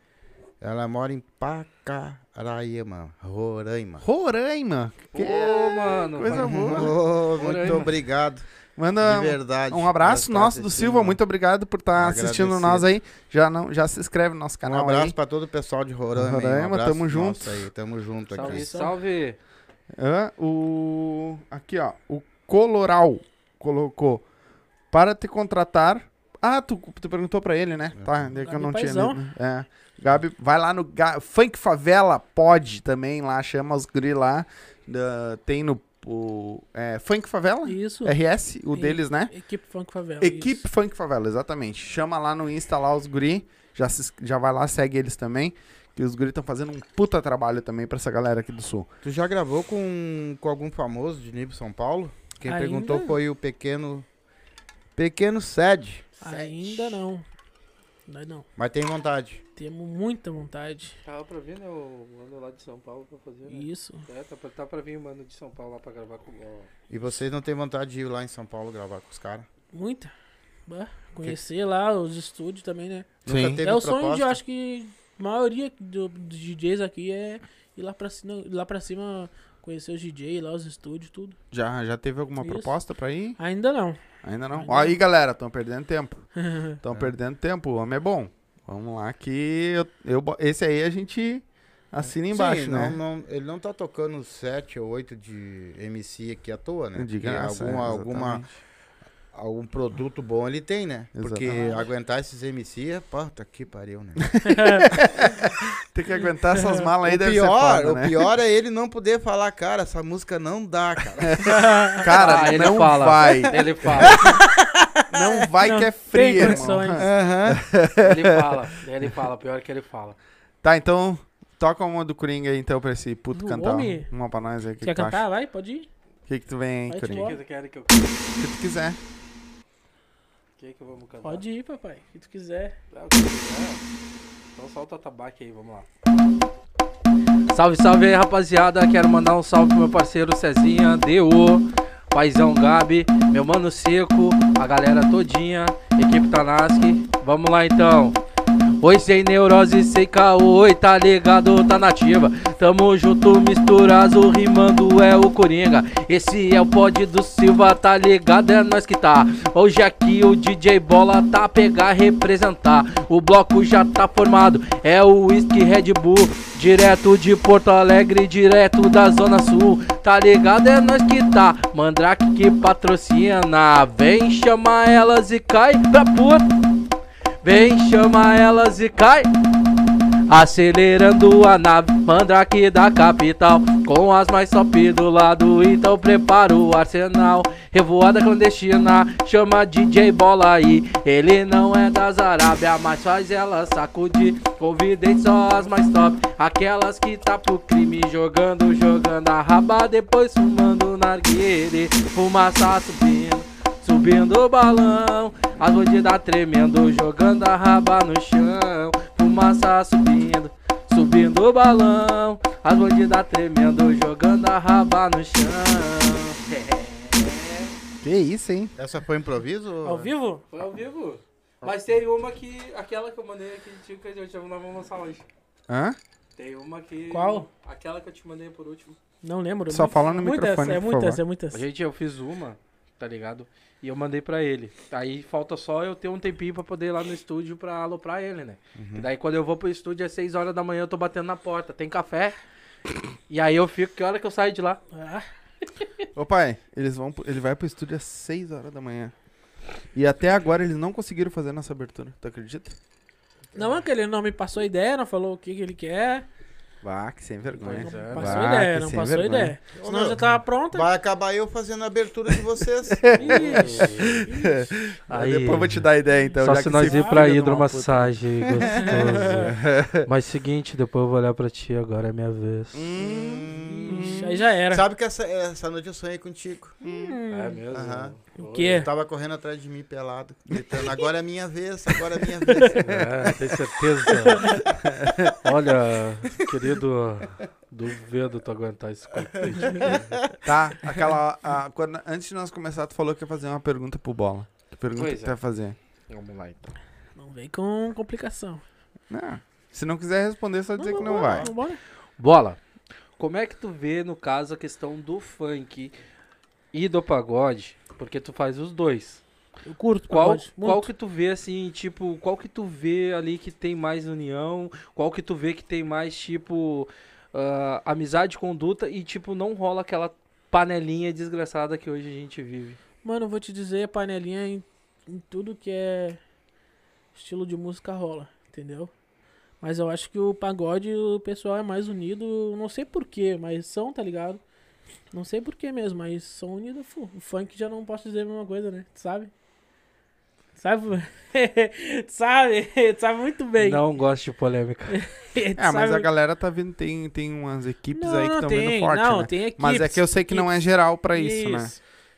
S2: Ela mora em Pacaraima, Roraima.
S1: Roraima. Que
S5: Ô, mano.
S1: coisa
S5: vai-
S1: boa.
S2: Ô, muito
S5: Roraima.
S2: obrigado, de
S1: Manda
S2: verdade.
S1: um abraço
S2: por estar
S1: nosso do
S2: assistindo.
S1: Silva, muito obrigado por estar
S2: Agradecido.
S1: assistindo nós aí. Já não, já se inscreve no nosso
S2: Um
S1: canal aí.
S2: abraço pra todo o pessoal de Roraima. hein?
S1: Roraima,
S2: um abraço
S1: tamo
S2: nosso
S1: junto.
S2: Aí, tamo junto
S5: Salve,
S2: aqui.
S5: salve.
S1: Hã? o aqui ó, o Coloral colocou para te contratar. Ah, tu, tu perguntou pra ele, né? Tá, é que eu
S4: Gabi
S1: não tinha.
S4: Paizão.
S1: lido. É. Gabi, vai lá no Ga- Funk Favela pode também lá, chama os guri lá. da- tem no o, é, Funk Favela?
S4: Isso. Então,
S1: RS, o
S4: E-
S1: deles, né?
S4: Equipe Funk Favela.
S1: É. Equipe Funk Favela, exatamente. Chama lá no Insta lá os guri. Já, se- já vai lá, segue eles também. Que os guri estão fazendo um puta trabalho também pra essa galera aqui do sul.
S2: Tu já gravou com, com algum famoso de nível São Paulo? Quem
S4: Ainda.
S2: perguntou foi o pequeno. Pequeno Sede.
S4: Isso. Ainda não. Ainda não.
S2: Mas tem vontade.
S4: Temos muita vontade.
S5: Tava pra vir, né? O mano lá de São Paulo pra fazer. Né?
S4: Isso.
S5: É, tá pra, tá pra vir o mano de São Paulo lá pra gravar com o.
S2: E vocês não têm vontade de ir lá em São Paulo gravar com os caras?
S4: Muita. Bah, Conhecer lá os estúdios também, né?
S2: Nunca teve
S4: é o
S2: proposta?
S4: sonho de, eu acho que, a maioria do- dos DJs aqui é ir lá pra cima, ir lá pra cima conhecer os DJs, lá os estúdios, tudo.
S1: Já, já teve alguma
S4: Isso.
S1: proposta pra ir?
S4: Ainda não.
S1: Ainda não.
S4: Ainda
S1: Aí, galera, estão perdendo tempo. Estão perdendo tempo. O homem é bom. Vamos lá que eu, eu bo- esse aí a gente assina embaixo,
S2: Sim,
S1: né?
S2: não- não- ele não tá tocando 7 ou 8 de MC aqui à toa, né?
S1: De
S2: Porque
S1: graça,
S2: alguma,
S1: é,
S2: alguma,
S1: exatamente.
S2: algum produto bom ele tem, né? Porque
S1: Exatamente.
S2: aguentar esses MC é puta que pariu, né?
S1: Tem que aguentar essas malas <laughs> aí,
S2: <laughs> o
S1: deve
S2: pior,
S1: ser foda,
S2: o
S1: né?
S2: pior é ele não poder falar, cara, essa música não
S1: <laughs>
S2: dá, cara.
S1: Cara,
S5: <laughs> Ah, ele
S1: não
S5: fala.
S1: vai.
S5: Ele fala,
S1: Não vai que é
S4: Tem
S1: fria, irmão. <laughs>
S4: condições.
S5: ele fala, ele fala, pior que ele fala.
S1: Tá, então toca uma do Coringa aí, então, pra esse puto
S4: Do
S1: cantar.
S4: homem?
S1: Uma pra nós aí, o que, que
S4: Quer
S1: tu
S4: cantar?
S1: acha?
S4: Vai, pode ir.
S1: O que que tu vem aí,
S4: Vai,
S1: Coringa?
S4: Ó.
S5: O que, tu quer que, eu,
S1: O que tu quiser.
S5: o que que vamos cantar?
S4: Pode ir, papai. O que tu quiser.
S5: Ah, o que tu quiser. Então solta o tabaco aí, vamos lá. Salve, salve aí, rapaziada. Quero mandar um salve pro meu parceiro Cezinha, D.O., Paizão Gabi, meu mano Seco, a galera todinha, equipe Tanask. Vamos lá então. Oi, sem neurose, sem caô, oi, tá ligado, tá nativa. Tamo junto, misturado, rimando é o Coringa. Esse é o pod do Silva, tá ligado, é nós que tá. Hoje aqui o DJ Bola tá a pegar, representar. O bloco já tá formado, é o Whisky Red Bull. Direto de Porto Alegre, direto da Zona Sul. Tá ligado, é nós que tá. Mandrake que patrocina. Vem chama elas e cai pra puta. Vem chama elas e cai. Acelerando a nave, mandrake da capital Com as mais top do lado, então prepara o arsenal Revoada clandestina, chama DJ Bola aí Ele não é das Arábia, mas faz ela sacudir Convidei só as mais top, aquelas que tá pro crime Jogando, jogando a raba, depois fumando narguile Fumaça subindo Subindo o balão, as bandidas tremendo, jogando a raba no chão. Fumaça subindo, subindo o balão, as bandidas tremendo, jogando a raba no chão.
S1: Que isso, hein?
S2: Essa foi improviso?
S1: Ah.
S4: Ao vivo?
S5: Foi ao vivo? Mas tem uma que, aquela que eu mandei aqui de que eu já vamos lançar hoje.
S1: Hã?
S5: Tem uma que.
S4: Qual?
S5: Aquela que eu te mandei por último.
S4: Não lembro.
S1: Só
S4: muito-
S1: fala no
S4: muitas,
S1: microfone,
S4: É
S1: por
S4: muitas,
S1: favor.
S4: é muitas.
S5: Gente, eu fiz uma, tá ligado? E eu mandei pra ele. Aí falta só eu ter um tempinho pra poder ir lá no estúdio pra aloprar ele, né?
S1: Uhum.
S5: E daí quando eu vou pro estúdio, às 6 horas da manhã, eu tô batendo na porta. Tem café? E aí eu fico, que hora que eu saio de lá?
S4: Ah,
S1: Ô pai, eles vão, pro- ele vai pro estúdio às 6 horas da manhã. E até agora eles não conseguiram fazer nossa abertura, tu acredita?
S4: Não, é que ele não me passou ideia, não falou o que, que ele quer.
S1: Vá, que sem vergonha.
S5: Pois é.
S4: Não passou
S1: Bah,
S4: ideia,
S1: que
S4: não
S1: sem
S4: passou
S1: vergonha.
S4: ideia. Senão já tá tava pronta.
S2: Vai acabar eu fazendo a abertura de
S4: <laughs>
S2: vocês.
S4: Ixi, ixi.
S1: Ah, Depois eu vou te dar ideia então.
S5: Só
S1: já
S5: se
S1: que
S5: nós
S1: você
S5: ir pra
S1: filho de uma puta.
S5: hidromassagem, gostoso.
S1: <laughs>
S5: Mas seguinte, depois eu vou olhar pra ti, agora é minha vez.
S1: Hum.
S4: Ixi, Aí já Hum. era.
S2: Sabe que essa, é, essa noite eu sonhei contigo.
S5: É mesmo?
S2: Aham.
S4: O quê?
S2: Tava correndo atrás de mim pelado, gritando: agora é minha vez, agora é minha
S4: <laughs>
S2: vez.
S5: É, tem certeza. Olha, querido, duvido tu aguentar esse cockpit.
S1: Tá, aquela. a- quando- antes de nós começar, tu falou que ia fazer uma pergunta pro Bola. Que pergunta
S5: Pois
S1: que
S5: é.
S1: tu vai fazer?
S5: Vamos lá, então.
S4: Não vem com complicação.
S1: Não. Se não quiser responder, só dizer que não vai.
S4: Vambora.
S5: Bola, como é que tu vê, no caso, a questão do funk e do pagode? Porque tu faz os dois.
S4: Eu curto
S5: Qual,
S4: pagode, muito.
S5: qual que tu vê, assim, tipo, qual que tu vê ali que tem mais união? Qual que tu vê que tem mais, tipo, ah, amizade, conduta e, tipo, não rola aquela panelinha desgraçada que hoje a gente vive?
S4: Mano, eu vou te dizer, panelinha em, em tudo que é estilo de música rola, entendeu? Mas eu acho que o pagode, o pessoal é mais unido, não sei porquê, mas são, tá ligado? Não sei porquê mesmo, mas são unidos. fu- O funk já não posso dizer a mesma coisa, né? Tu sabe? Sabe? <laughs> tu sabe? Tu sabe muito bem.
S5: Não gosto de polêmica.
S4: <laughs> Tu
S1: É, mas
S4: sabe-
S1: a galera tá vindo, tem, tem umas equipes
S4: Não,
S1: aí que
S4: não,
S1: estão
S4: tem,
S1: vindo forte,
S4: não,
S1: né?
S4: tem equipes.
S1: Mas é que eu sei que não é geral pra isso, né?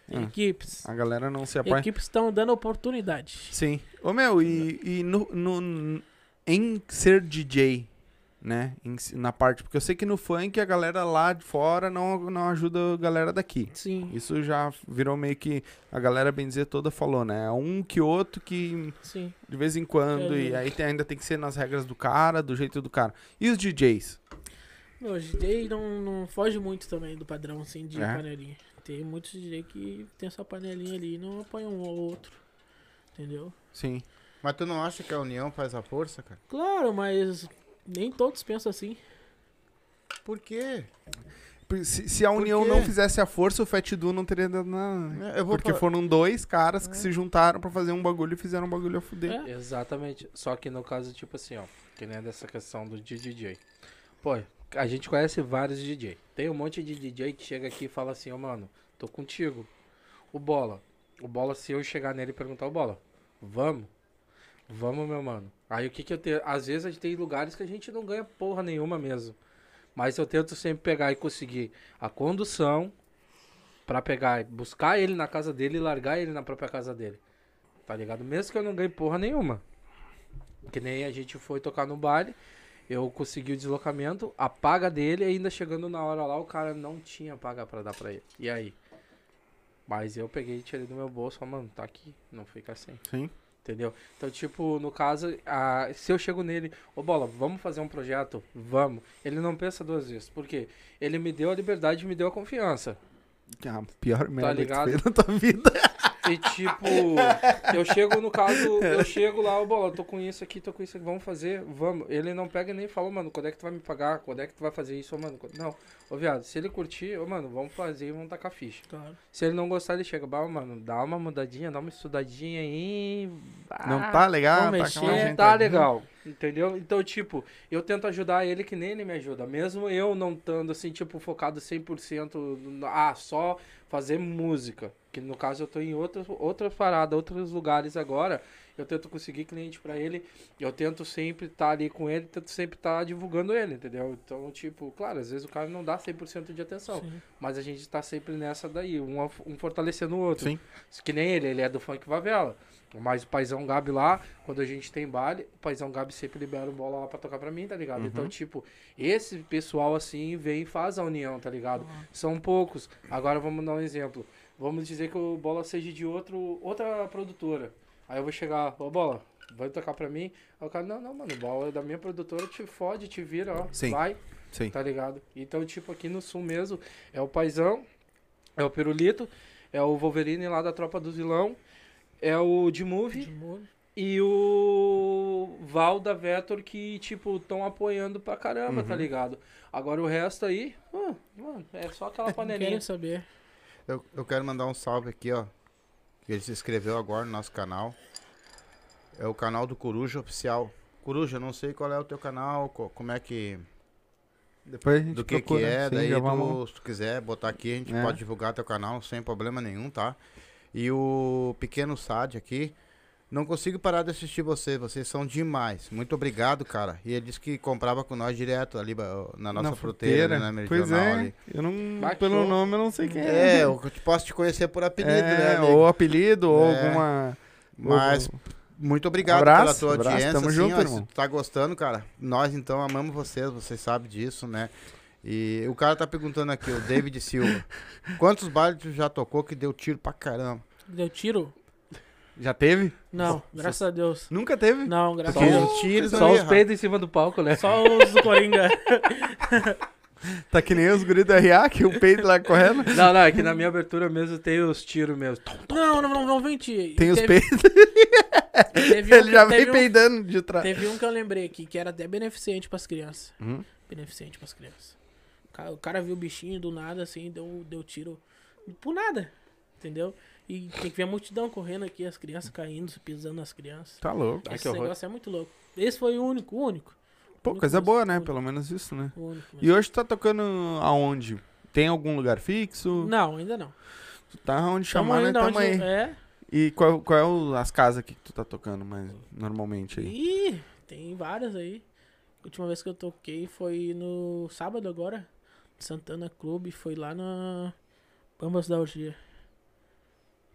S4: Tem
S1: Ah.
S4: equipes.
S1: A galera não se apoia.
S4: Equipes estão dando oportunidade.
S1: Sim. Ô meu, e, e no, no- em ser DJ, né? Em s- na parte. Porque eu sei que no funk a galera lá de fora não, não ajuda a galera daqui.
S4: Sim,
S1: Isso já virou meio que. A galera, bem dizer, toda falou, né? Um que outro que
S4: sim.
S1: de vez em quando. E
S4: É.
S1: aí tem- ainda tem que ser nas regras do cara, do jeito do cara. E os DJs?
S4: Meu, os DJ não, não foge muito também do padrão, assim, de
S1: É.
S4: panelinha. Tem muitos DJ que tem essa panelinha ali e não apoiam um ao outro. Entendeu?
S1: Sim.
S2: Mas tu não acha que a união faz a força, cara?
S4: Claro, mas nem todos pensam assim.
S2: Por quê?
S1: Por- Se, se a
S2: Por
S1: união
S2: quê?
S1: não fizesse a força, o Fat Du não teria dado nada.
S4: Né?
S2: Eu vou
S1: Porque
S2: falar-
S1: foram dois caras que se juntaram pra fazer um bagulho e fizeram um bagulho a fuder.
S4: É.
S5: Exatamente. Só que no caso, tipo assim, ó, que nem dessa questão do de DJ. Pô, a gente conhece vários DJ. Tem um monte de DJ que chega aqui e fala assim, ó, mano, tô contigo. O Bola. O Bola, se eu chegar nele e perguntar, o Bola, vamos? Vamos, meu mano. Aí o que que eu tenho? Às vezes a gente tem lugares que a gente não ganha porra nenhuma mesmo. Mas eu tento sempre pegar e conseguir a condução pra pegar, e buscar ele na casa dele e largar ele na própria casa dele. Tá ligado? Mesmo que eu não ganhe porra nenhuma. Que nem a gente foi tocar no baile, eu consegui o deslocamento, a paga dele, e ainda chegando na hora lá, o cara não tinha paga pra dar pra ele. E aí? Mas eu peguei e tirei do meu bolso, falei, mano, tá aqui, não fica sem.
S1: Sim.
S5: Entendeu? Então, tipo, no caso, a- se eu chego nele, ô Bola, vamos fazer um projeto? Vamos. Ele não pensa duas vezes. Por quê? Ele me deu a liberdade, me deu a confiança.
S1: Que é a
S2: Tá
S1: pior merda
S5: ligado?
S1: que tu fez na tua vida.
S5: E tipo, eu chego no caso, eu chego lá, ô bola, eu tô com isso aqui, tô com isso aqui, vamos fazer, vamos. Ele não pega e nem fala, "Ô, mano, quando é que tu vai me pagar? Quando é que tu vai fazer isso, Ô, mano? quando-" Não, ô viado, se ele curtir, ô mano, vamos fazer e vamos tacar ficha.
S4: Claro.
S5: Se ele não gostar, ele chega, bah, mano, dá uma mudadinha, dá uma estudadinha aí. bah,
S2: Ah,
S1: não tá legal,
S4: vamos
S1: tá
S4: mexer,
S1: com a gente
S5: não tá
S1: ali.
S5: legal, entendeu? Então, tipo, eu tento ajudar ele que nem ele me ajuda. Mesmo eu não estando, assim, tipo, focado 100% no, ah, só fazer música. Que no caso eu tô em outras outra parada, outros lugares agora. Eu tento conseguir cliente pra ele. Eu tento sempre estar ali com ele, tento sempre estar divulgando ele, entendeu? Então, tipo, claro, às vezes o cara não dá 100% de atenção.
S4: Sim.
S5: Mas a gente tá sempre nessa daí, um, af- um fortalecendo o outro.
S1: Sim.
S5: Que nem ele, ele é do funk Favela. Mas o paizão Gabi lá, quando a gente tem baile, o paizão Gabi sempre libera o bola lá pra tocar pra mim, tá ligado?
S1: Uhum.
S5: Então, tipo, esse pessoal assim vem e faz a união, tá ligado? São poucos. Agora vamos dar um exemplo. Vamos dizer que o bola seja de outro, outra produtora. Aí eu vou chegar, ô bola, vai tocar pra mim. Aí o cara, não, não, mano, o bola é da minha produtora, te fode, te vira, ó.
S1: Sim.
S5: Vai.
S1: Sim.
S5: Tá ligado? Então, tipo, aqui no sul mesmo, é o Paizão, é o Pirulito, é o Wolverine lá da Tropa do Vilão, é o
S4: De
S5: D-Movie
S4: molho.
S5: e o Val da Vetor que, tipo, estão apoiando pra caramba, tá ligado? Agora o resto aí, ah, mano, é só aquela
S4: <laughs> Não querem
S5: panelinha.
S4: saber.
S2: Eu, eu quero mandar um salve aqui, ó. que Ele se inscreveu agora no nosso canal. É o canal do Coruja Oficial. Coruja, não sei qual é o teu canal, co- como é que.
S1: Depois a gente
S2: do que,
S1: procura,
S2: que é,
S1: sim,
S2: daí
S1: já
S2: tu,
S1: vamos-
S2: se tu quiser botar aqui, a gente
S1: É.
S2: pode divulgar teu canal sem problema nenhum, tá? E o pequeno Sad aqui, não consigo parar de assistir vocês, vocês são demais. Muito obrigado, cara. E ele disse que comprava com nós direto ali ba- na nossa fruteira, ali na meridional
S1: Pois é,
S2: ali.
S1: eu não...
S5: Baixou.
S1: Pelo nome eu não sei quem é.
S2: É, eu te- posso te conhecer por apelido, né?
S1: É,
S2: amigo?
S1: ou apelido, ou
S2: É.
S1: alguma...
S2: Mas
S1: ou-
S2: muito obrigado
S1: Abraço,
S2: pela tua
S1: abraço,
S2: audiência.
S1: tamo
S2: assim,
S1: junto,
S2: ó,
S1: irmão.
S2: se tu tá gostando, cara, nós então amamos vocês, vocês sabem disso, né? E o cara tá perguntando aqui, o
S1: <laughs>
S2: David Silva. Quantos bailes tu já tocou que deu tiro pra caramba?
S4: Deu tiro?
S1: Já teve?
S4: Não, graças a Deus.
S1: Nunca teve?
S4: Não, graças
S5: Só
S4: a
S5: os-
S4: Deus.
S2: tiros
S5: Só os peidos em cima do palco, né?
S4: Só os
S5: <laughs>
S4: do Coringa.
S1: Tá que nem os guris do RA, que o peito lá
S2: <laughs>
S1: correndo.
S5: Não, não, é que na minha abertura mesmo tem os tiros meus.
S4: Não, não, não, não venti.
S1: Tem os
S4: Teve-
S1: peitos,
S4: teve
S1: <laughs>
S4: um
S1: ele
S4: que-
S1: já vem
S4: teve um-
S1: peidando de trás.
S4: Teve um que eu lembrei aqui, que era até beneficente pras crianças.
S1: Hum?
S4: Beneficente pras crianças. O cara, o cara viu o bichinho do nada, assim, deu, deu tiro por nada, entendeu? E tem que ver a multidão correndo aqui, as crianças caindo, pisando nas crianças.
S1: Tá louco.
S5: Ah, que
S4: Esse
S5: horror.
S4: negócio é muito louco. Esse foi o único, o único.
S1: Pô, coisa boa, né? Pelo menos isso, né?
S4: O único
S1: E
S4: mesmo.
S1: hoje tu tá tocando aonde? Tem algum lugar fixo?
S4: Não, ainda não.
S1: Tu tá onde
S4: Tamo
S1: chamar, né?
S4: ainda
S1: Tamo aí.
S4: É.
S1: E qual, qual é o- as casas aqui que tu tá tocando mais normalmente aí?
S4: Ih, tem várias aí. A última vez que eu toquei foi no sábado agora. Santana Clube, foi lá na Bambas da Orgia.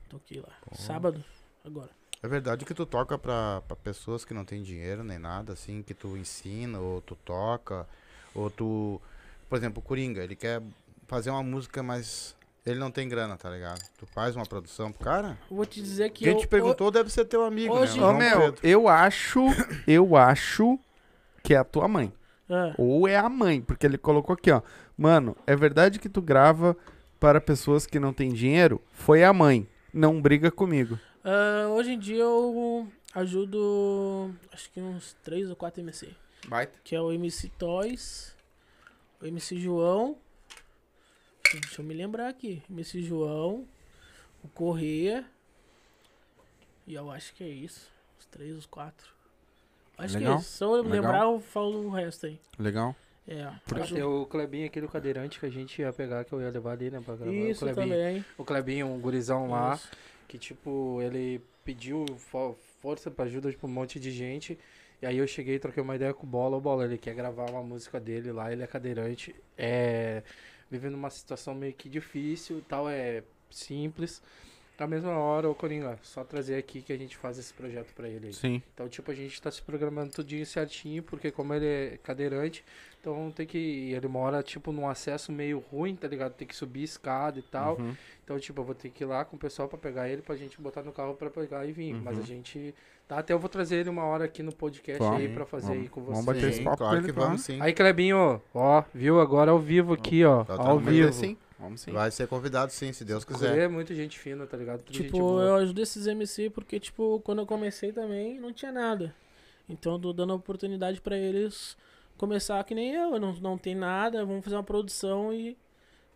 S4: Toquei lá. Sábado, agora.
S2: É verdade que tu toca pra, pra pessoas que não têm dinheiro nem nada, assim, que tu ensina, ou tu toca, ou tu. Por exemplo, o Coringa, ele quer fazer uma música, mas ele não tem grana, tá ligado? Tu faz uma produção pro cara.
S4: Eu Vou te dizer que.
S2: Quem
S4: eu-
S2: te perguntou deve ser teu amigo,
S4: hoje-
S2: né? O
S1: Ô,
S2: João
S1: meu,
S2: Pedro.
S1: eu acho, eu acho que é a tua mãe.
S4: o- Ah,
S1: Ou é a mãe, porque ele colocou aqui, ó. Mano, é verdade que tu grava para pessoas que não têm dinheiro? Foi a mãe. Não briga comigo.
S4: ah, hoje em dia eu ajudo. Acho que uns 3 ou 4 MC.
S1: Baita.
S4: Que é o MC Toys, o MC João. Deixa eu me lembrar aqui. MC João, o Correia. E eu acho que é isso. Os três, os quatro. Acho que
S1: Legal,
S4: é isso. Se eu
S1: legal.
S4: lembrar, eu falo o resto aí.
S1: Legal.
S4: É.
S5: Ah,
S4: acho-
S5: Tem o Clebinho, aquele cadeirante que a gente ia pegar, que eu ia levar ali, né? Pra gravar.
S4: é Isso
S5: o Clebinho.
S4: também.
S5: O Clebinho, um gurizão lá.
S4: Isso.
S5: que tipo, ele pediu fo- força pra ajuda tipo, um monte de gente. E aí eu cheguei, troquei uma ideia com o Bola, o Bola, ele quer gravar uma música dele lá, ele é cadeirante, é vivendo uma situação meio que difícil, tal é simples. Na mesma hora, ô Coringa, só trazer aqui que a gente faz esse projeto pra ele aí.
S1: Sim.
S5: Então, tipo, a gente tá se programando tudinho certinho, porque como ele é cadeirante, então tem que. e Ele mora, tipo, num acesso meio ruim, tá ligado? Tem que subir escada e tal.
S1: Uhum.
S5: Então, tipo, eu vou ter que ir lá com o pessoal pra pegar ele, pra gente botar no carro pra pegar e vir. Mas a gente. Tá, até eu vou trazer ele uma hora aqui no podcast
S1: Uhum. Vamos,
S5: aí pra fazer
S1: vamos.
S5: aí com
S1: Vamos
S5: vocês.
S1: bater esse
S2: Sim,
S1: papo com
S2: claro
S1: ele,
S2: que
S1: claro.
S2: vamos sim.
S5: Aí, Clebinho, ó, viu agora ao vivo aqui, ó.
S2: assim. Tá, tá,
S5: ao
S2: mas
S5: vivo.
S1: sim. Vamos sim.
S2: Vai ser convidado sim, se Deus
S5: O
S2: quiser.
S5: Clê é muito gente fina, tá ligado? Tudo gente
S4: Tipo,
S5: boa.
S4: eu ajudo esses MC porque, tipo, quando eu comecei também, não tinha nada. Então, eu tô dando a oportunidade pra eles começar que nem eu. Não, não tem nada, vamos fazer uma produção e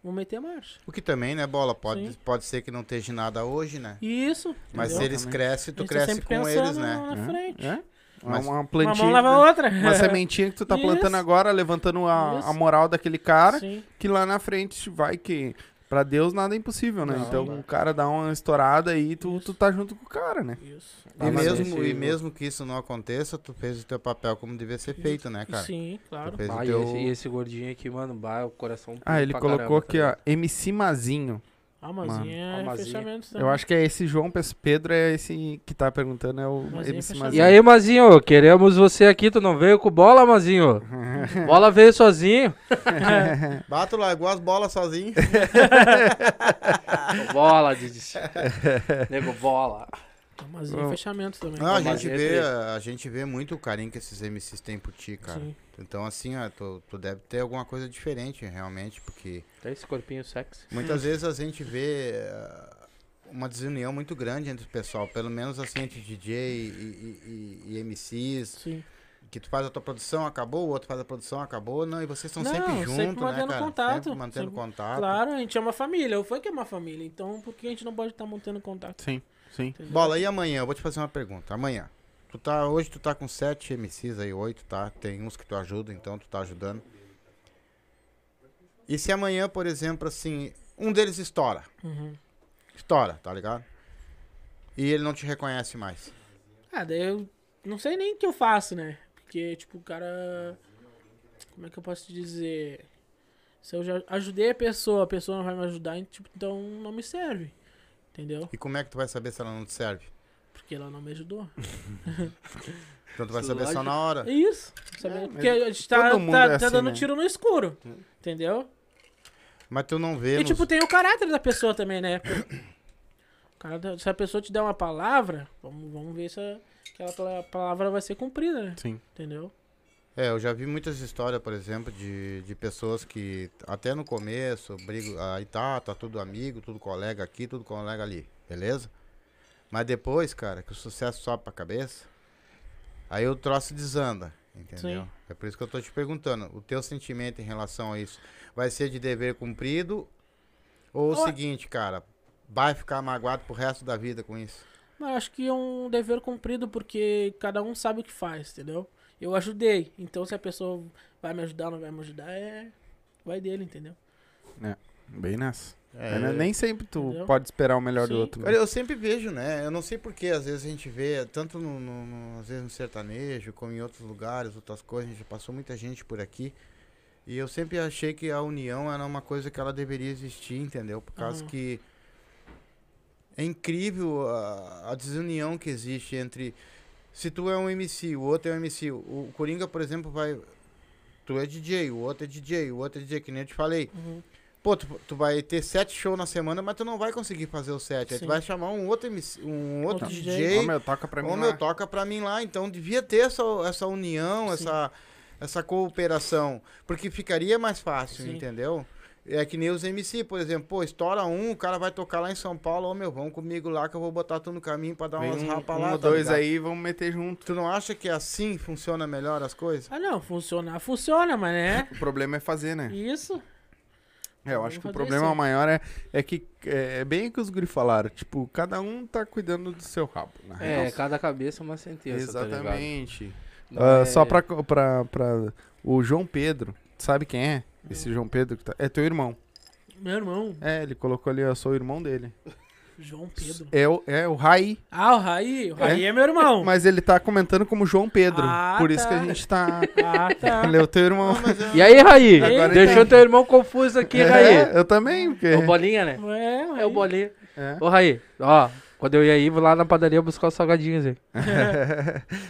S4: vamos meter a marcha.
S2: O que também, né, Bola? Pode,
S4: Sim.
S2: pode ser que não esteja nada hoje, né?
S4: E isso.
S2: Mas se
S4: entendeu?
S2: eles
S1: Também.
S2: crescem,
S4: A
S2: tu
S4: gente tá
S2: cresce
S4: sempre
S2: com
S4: pensando
S2: eles, né?
S4: Na, na
S1: É,
S4: frente.
S1: É?
S2: Mas-
S1: uma
S4: Uma
S1: plantinha.
S4: mão lava a
S2: né?
S4: outra.
S1: Uma
S4: <laughs>
S1: sementinha que tu tá
S4: Isso.
S1: plantando agora, levantando a, a
S4: Isso.
S1: moral daquele cara,
S4: Sim,
S1: que lá na frente vai que. Pra Deus nada é impossível, né?
S5: Não,
S1: então
S5: não.
S1: o cara dá uma estourada e tu, tu tá junto com o cara, né?
S4: isso.
S5: Tá,
S2: e,
S5: mas
S2: mesmo,
S5: esse-
S2: e mesmo que isso não aconteça, tu fez o teu papel como devia ser feito, né, cara?
S4: Sim, claro.
S2: Tu fez
S5: Bah,
S2: o
S5: e
S2: teu...
S5: esse, e esse gordinho aqui, mano, bah, o coração.
S1: Ah, ele
S5: pra
S1: colocou
S5: caramba, tá
S1: aqui, ó, MC Mazinho. Mano,
S4: Almazinha é
S5: Almazinha.
S4: fechamento também.
S1: Eu acho que é esse João Pes- Pedro, é esse que tá perguntando, é o
S4: Mazinho
S1: MC
S4: fechado.
S1: Mazinho.
S5: E aí, Mazinho, queremos você aqui. Tu não veio com bola,
S1: <laughs>
S5: Mazinho? bola veio sozinho.
S2: Bato, largou as bolas sozinho.
S5: bola,
S1: <laughs>
S5: Didi. Nego, bola.
S4: Almazinha é fechamento também.
S2: Não, a,
S5: Mas
S2: gente
S5: é
S2: vê,
S5: triste.
S2: a gente vê muito o carinho que esses MCs têm por ti, cara.
S4: Sim.
S2: Então, assim, ó, tu, tu deve ter alguma coisa diferente, realmente, porque
S5: Tá esse corpinho sexy.
S2: muitas vezes a gente vê ah, uma desunião muito grande entre o pessoal, pelo menos assim, entre DJ e, e- e- e MCs.
S4: Sim.
S2: que tu faz a tua produção, acabou, o outro faz a produção, acabou, não, e vocês estão
S4: Não,
S2: sempre
S4: sempre
S2: juntos, né,
S4: mantendo
S2: cara?
S4: contato,
S2: Sempre mantendo
S4: sempre-
S2: contato.
S4: Claro, a gente é uma família. O funk é uma família. Então, por que a gente não pode estar mantendo contato?
S1: Sim, sim.
S4: entendeu?
S2: Bola, e amanhã? Eu vou te fazer uma pergunta. Amanhã. Tu tá, hoje tu tá com sete MCs aí, oito, tá? Tem uns que tu ajuda, então tu tá ajudando. E se amanhã, por exemplo, assim, um deles estoura.
S4: Uhum.
S2: Estoura, tá ligado? E ele não te reconhece mais.
S4: Ah, daí eu não sei nem o que eu faço, né? Porque, tipo, o cara. Como é que eu posso te dizer? Se eu já ajudei a pessoa, a pessoa não vai me ajudar, e, tipo, então não me serve. Entendeu?
S2: E como é que tu vai saber se ela não te serve?
S4: Porque ela não me ajudou.
S2: Então tu vai saber só na hora.
S4: É isso. sabe? Porque a gente tá,
S1: todo mundo
S4: tá-
S1: é
S4: tá
S1: assim,
S4: dando
S1: né?
S4: tiro no escuro. Entendeu?
S2: Mas tu não vê.
S4: E,
S2: nos-
S4: tipo, tem o caráter da pessoa também, né? O cara, tá, se a pessoa te der uma palavra, vamos, vamos ver se a- aquela pala- palavra vai ser cumprida, né?
S1: Sim.
S4: Entendeu?
S2: É, eu já vi muitas histórias, por exemplo, de, de pessoas que até no começo, brigo, aí tá, tá tudo amigo, tudo colega aqui, tudo colega ali, beleza? Mas depois, cara, que o sucesso sobe pra cabeça, aí o troço desanda, entendeu?
S4: Sim.
S2: É por isso que eu tô te perguntando, o teu sentimento em relação a isso vai ser de dever cumprido ou o
S4: Ó.
S2: seguinte, cara, vai ficar magoado pro resto da vida com isso?
S4: Mas acho que é um dever cumprido, porque cada um sabe o que faz, entendeu? Eu ajudei, então se a pessoa vai me ajudar ou não vai me ajudar, é. Vai dele, entendeu?
S1: Bem nessa. Né? Nem sempre tu
S4: Entendeu?
S1: pode esperar o melhor do
S4: Sim.
S1: outro. né?
S2: Cara, eu sempre vejo, né? Eu não sei porquê, às vezes a gente vê, tanto no, no- no- às vezes no sertanejo, como em outros lugares, outras coisas, a gente passou muita gente por aqui. E eu sempre achei que a união era uma coisa que ela deveria existir, entendeu? Por causa
S4: Aham.
S2: que é incrível a, a desunião que existe entre. Se tu é um MC, o outro é um MC. O, o Coringa, por exemplo, vai. Tu é DJ, o outro é DJ, o outro é DJ, que nem eu te falei.
S4: Uhum.
S2: Pô, tu, tu vai ter sete shows na semana, mas tu não vai conseguir fazer os sete. Aí tu
S4: Sim.
S2: vai chamar um outro, MC, um outro,
S4: Outro
S2: DJ.
S1: Ô, meu, toca pra mim. é.
S2: Ô,
S1: lá.
S2: meu, toca pra mim lá. Então devia ter essa, essa união, essa, essa cooperação. Porque ficaria mais fácil,
S4: Sim.
S2: entendeu? É que nem os MC, por exemplo. Pô, estoura um, o cara vai tocar lá em São Paulo. Ô, meu, vão comigo lá que eu vou botar tu no caminho pra dar
S1: Vem
S2: umas
S1: um,
S2: rapas
S1: um
S2: lá.
S1: ou
S2: tá
S1: dois
S2: ligado?
S1: aí, vamos meter junto.
S2: Tu não acha que assim funciona melhor as coisas?
S4: Ah não, funcionar funciona, mas né?
S1: <laughs> O problema é fazer, né?
S4: Isso.
S1: É, eu
S4: Vamos
S1: acho que o
S4: fazer
S1: problema
S4: isso.
S1: maior é, é que é, é bem o que os guri falaram. Tipo, cada um tá cuidando do seu rabo. Na real.
S5: É, cada cabeça uma sentença,
S1: Exatamente.
S5: tá ligado?
S1: Ah,
S5: Não é-
S1: Só pra, pra, pra. O João Pedro, sabe quem é? Esse João Pedro que tá. É teu irmão.
S4: Meu irmão,
S1: É, ele colocou ali, eu sou o irmão dele.
S4: João Pedro.
S1: É o, é o Raí.
S4: Ah, o Raí, o Raí é, meu irmão.
S1: Mas ele tá comentando como João Pedro.
S4: Ah,
S1: por isso que a
S4: tá.
S1: gente tá.
S4: Ah, tá.
S1: <laughs> Ele é o teu irmão.
S5: E aí, Raí?
S1: Agora
S5: Deixou
S1: entendi.
S5: teu irmão confuso aqui, Raí.
S1: É, <laughs> eu também, porque.
S5: É o Bolinha, né?
S4: É,
S5: É o Bolinha.
S1: É.
S5: Ô, Raí, ó, quando eu ia aí, vou lá na padaria buscar os salgadinhos aí.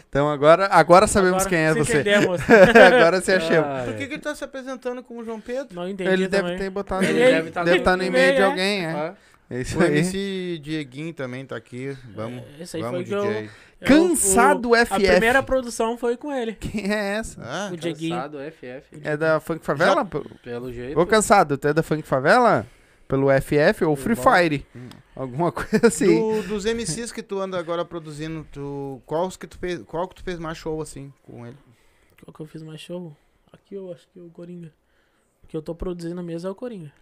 S1: Então agora, agora sabemos
S4: Agora
S1: quem é
S4: se
S1: você. <laughs>
S4: entendemos.
S1: agora
S5: <laughs>
S1: você achou.
S5: Ah,
S2: Por que, que ele tá se apresentando como
S1: <laughs>
S2: João Pedro?
S4: Não entendi
S1: Ele
S4: também.
S1: deve ter botado.
S4: Ele
S1: Deve
S5: deve tá
S1: estar
S5: no
S1: no
S4: e-mail,
S1: e-mail de
S4: é.
S1: alguém, é.
S5: Ah,
S1: É isso
S2: O
S1: aí.
S2: MC Dieguinho também tá aqui. Vamos,
S4: Esse aí
S2: vamos
S4: foi o que eu-
S2: DJ.
S4: eu-
S1: Cansado
S4: o-
S1: FF.
S4: A primeira produção foi com ele.
S1: Quem é essa?
S2: Ah,
S4: O Dieguinho.
S5: Cansado, FF,
S1: É da Funk Favela?
S5: pelo jeito.
S1: Ô, cansado, tu é da Funk Favela? Pelo FF ou Free Fire?
S4: Hum.
S1: Alguma <laughs> coisa assim.
S2: Do- dos MCs que tu anda agora produzindo, tu, quais que tu fez, qual que tu fez mais show assim com ele?
S4: Qual que eu fiz mais show? Aqui eu acho que é o Coringa. O que eu tô produzindo mesmo é o Coringa.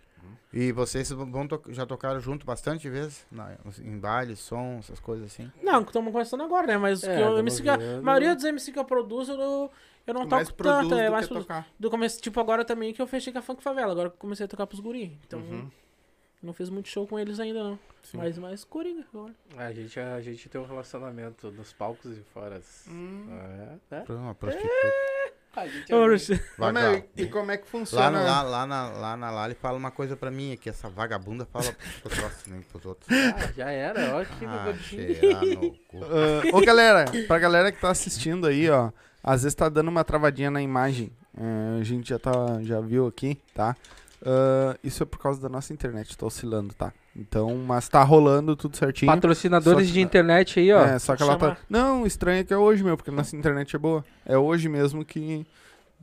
S2: E vocês vão to- já tocaram junto bastante vezes? Na- em baile, som, essas coisas assim.
S4: Não, que estamos conversando agora, né? Mas o
S5: É,
S4: que eu,
S5: tamo
S4: MC que eu- a
S5: vendo.
S4: maioria dos MC que eu produzo, eu, eu não toco tanto. É mais produ- do começo, tipo agora também que eu fechei com a Funk Favela. Agora que eu comecei a tocar pros guri. Então, não fiz muito show com eles ainda, não. Mas mais Coringa agora.
S5: A gente, a gente tem um relacionamento nos palcos e fora.
S1: Hum.
S5: É, né?
S2: Uma prostituta.
S5: A gente
S4: Ô,
S5: é
S4: Bruce,
S1: Ô, meu,
S2: Vagab-
S1: e como é que
S2: Lá,
S1: funciona?
S2: no- lá, lá na, lá na Lali fala uma coisa pra mim, é que essa vagabunda fala pro troço, nem pros outros.
S5: Ah, já era, ó, que
S2: Ah,
S5: bigodinho.
S2: cheirar no cu.
S1: Ah,
S4: <laughs>
S1: ô, galera, pra galera que tá assistindo aí, ó. Às vezes tá dando uma travadinha na imagem. Ah, a gente já, tá, já viu aqui, tá? Ah, isso é por causa da nossa internet, tá oscilando, tá? Então, mas tá rolando tudo certinho.
S5: Patrocinadores
S1: Só-
S5: de internet aí, ó.
S1: É, só que ela tá.
S4: chamar.
S1: Não, estranho é que é hoje, meu, porque nossa internet é boa. É hoje mesmo que.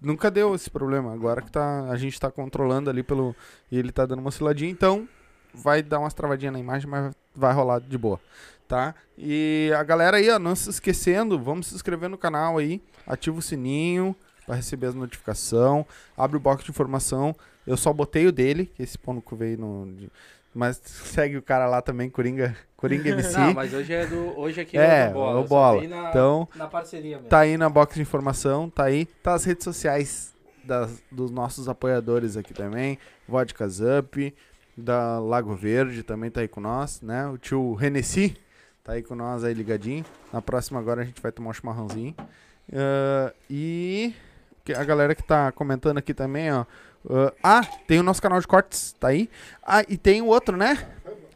S1: Nunca deu esse problema. Agora que tá, a gente tá controlando ali pelo. E ele tá dando uma osciladinha, então vai dar umas travadinhas na imagem, mas vai rolar de boa. tá? E a galera aí, ó, não se esquecendo, vamos se inscrever no canal aí, ativa o sininho pra receber as notificações, abre o box de informação. Eu só botei o dele, que esse pão no cu veio no. de- Mas segue o cara lá também, Coringa,
S5: <laughs>
S1: Coringa MC.
S5: Não, mas hoje é do. Hoje aqui
S1: É,
S5: do bola.
S1: o
S5: só
S1: Bola.
S5: tem Na,
S1: Então,
S5: na parceria mesmo.
S1: Tá aí na box de informação, tá aí. Tá as redes sociais das- dos nossos apoiadores aqui também. Vodka Zup, da Lago Verde também tá aí com nós, né? O tio Renessi tá aí com nós aí ligadinho. Na próxima agora a gente vai tomar um chimarrãozinho. Ah, e que- a galera que tá comentando aqui também, ó. ah, ah, tem o nosso canal de cortes, tá aí. Ah, e tem o outro, né?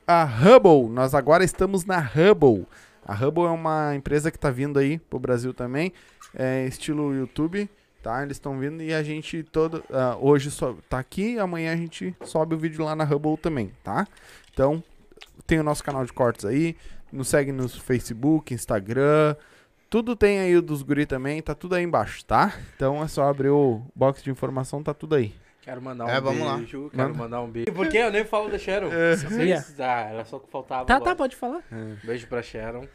S1: A Hubble. Nós agora estamos na Hubble. A Hubble é uma empresa que tá vindo aí pro Brasil também, é estilo YouTube, tá? Eles estão vindo e a gente todo ah, hoje só tá aqui, amanhã a gente sobe o vídeo lá na Hubble também, tá? Então, tem o nosso canal de cortes aí, nos segue no Facebook, Instagram, tudo tem aí o dos guri também, tá tudo aí embaixo, tá? Então é só abrir o box de informação, tá tudo aí.
S5: Quero mandar um
S2: É, vamos lá.
S5: beijo. Quero mandar um beijo. Por que eu nem falo da Sharon?
S1: É.
S5: Vocês- Ah, era só que faltava.
S4: Tá,
S5: agora.
S4: tá, pode falar.
S7: É.
S5: Beijo pra Sharon.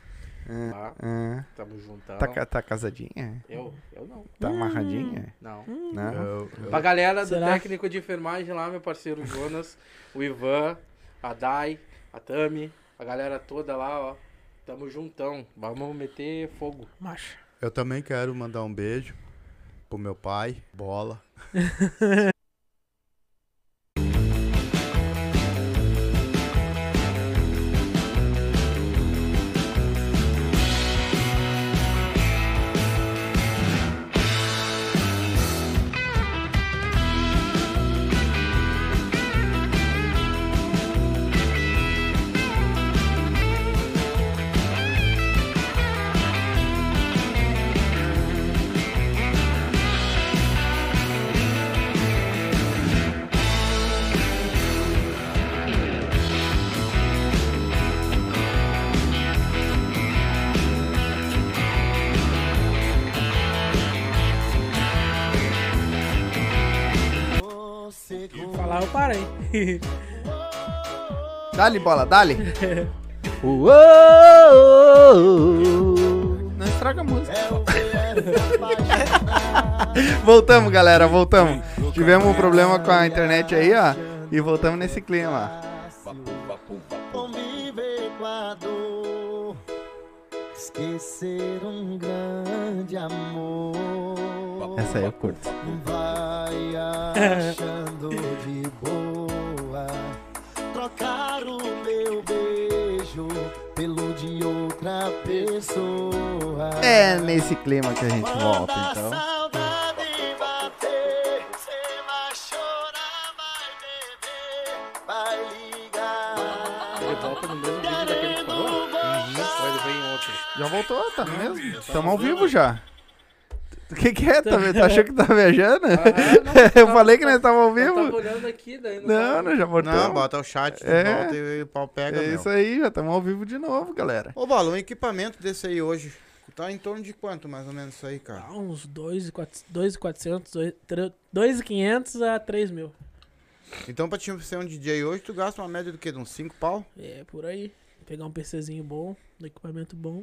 S5: Tá,
S1: Ah,
S5: tamo juntão.
S1: tá, ca- tá casadinha?
S5: Eu? Eu não.
S1: Tá amarradinha?
S5: Não.
S1: Não.
S5: Pra galera
S4: Será?
S5: do técnico de enfermagem lá, meu parceiro Jonas, o Ivan, a Dai, a Tami, a galera toda lá, ó. Tamo juntão. Vamos meter fogo.
S4: Macho.
S2: Eu também quero mandar um beijo pro meu pai, Bola.
S4: Falar eu parei. <laughs>
S7: Dá-lhe bola, dá-lhe. <laughs> Não estraga a música. <laughs> voltamos, galera, voltamos. Tivemos um problema com a internet aí, ó. E voltamos nesse clima.
S9: Conviver com a dor, esquecer um grande amor.
S7: Essa é aí eu curto.
S9: Vai achando de boa, trocar o meu beijo pelo de outra pessoa.
S7: É nesse clima que a gente volta,
S9: Manda a
S7: então.
S9: saudade bater, cê vai chorar, vai beber, vai ligar.
S5: Ele volta no mesmo vídeo daquele que falou? Ou ele vem em outro?
S7: Já voltou, tá mesmo? Estamos ao vivo já. O que, que é? Tá, tá achando que tá viajando?
S5: Ah,
S7: <laughs>
S4: Tá
S7: eu
S5: tá,
S7: falei que nós tava ao
S4: Então
S5: Eu tava
S7: vivo.
S5: tá, olhando aqui, daí não tá.
S7: Não,
S5: tava-
S7: nós já voltamos.
S2: Não, bota o chat, tu
S7: É.
S2: volta e o pau pega,
S7: É
S2: meu.
S7: isso aí, já estamos ao vivo de novo, galera.
S2: Ô, Bola, um equipamento desse aí hoje tá em torno de quanto, mais ou menos, isso aí, cara?
S4: Dá Tá uns 2,400, 2,500 a 3 mil.
S2: Então, pra te ser um DJ hoje, tu gasta uma média do quê? De uns 5 pau?
S4: É, por aí. Pegar um PCzinho bom, um equipamento bom.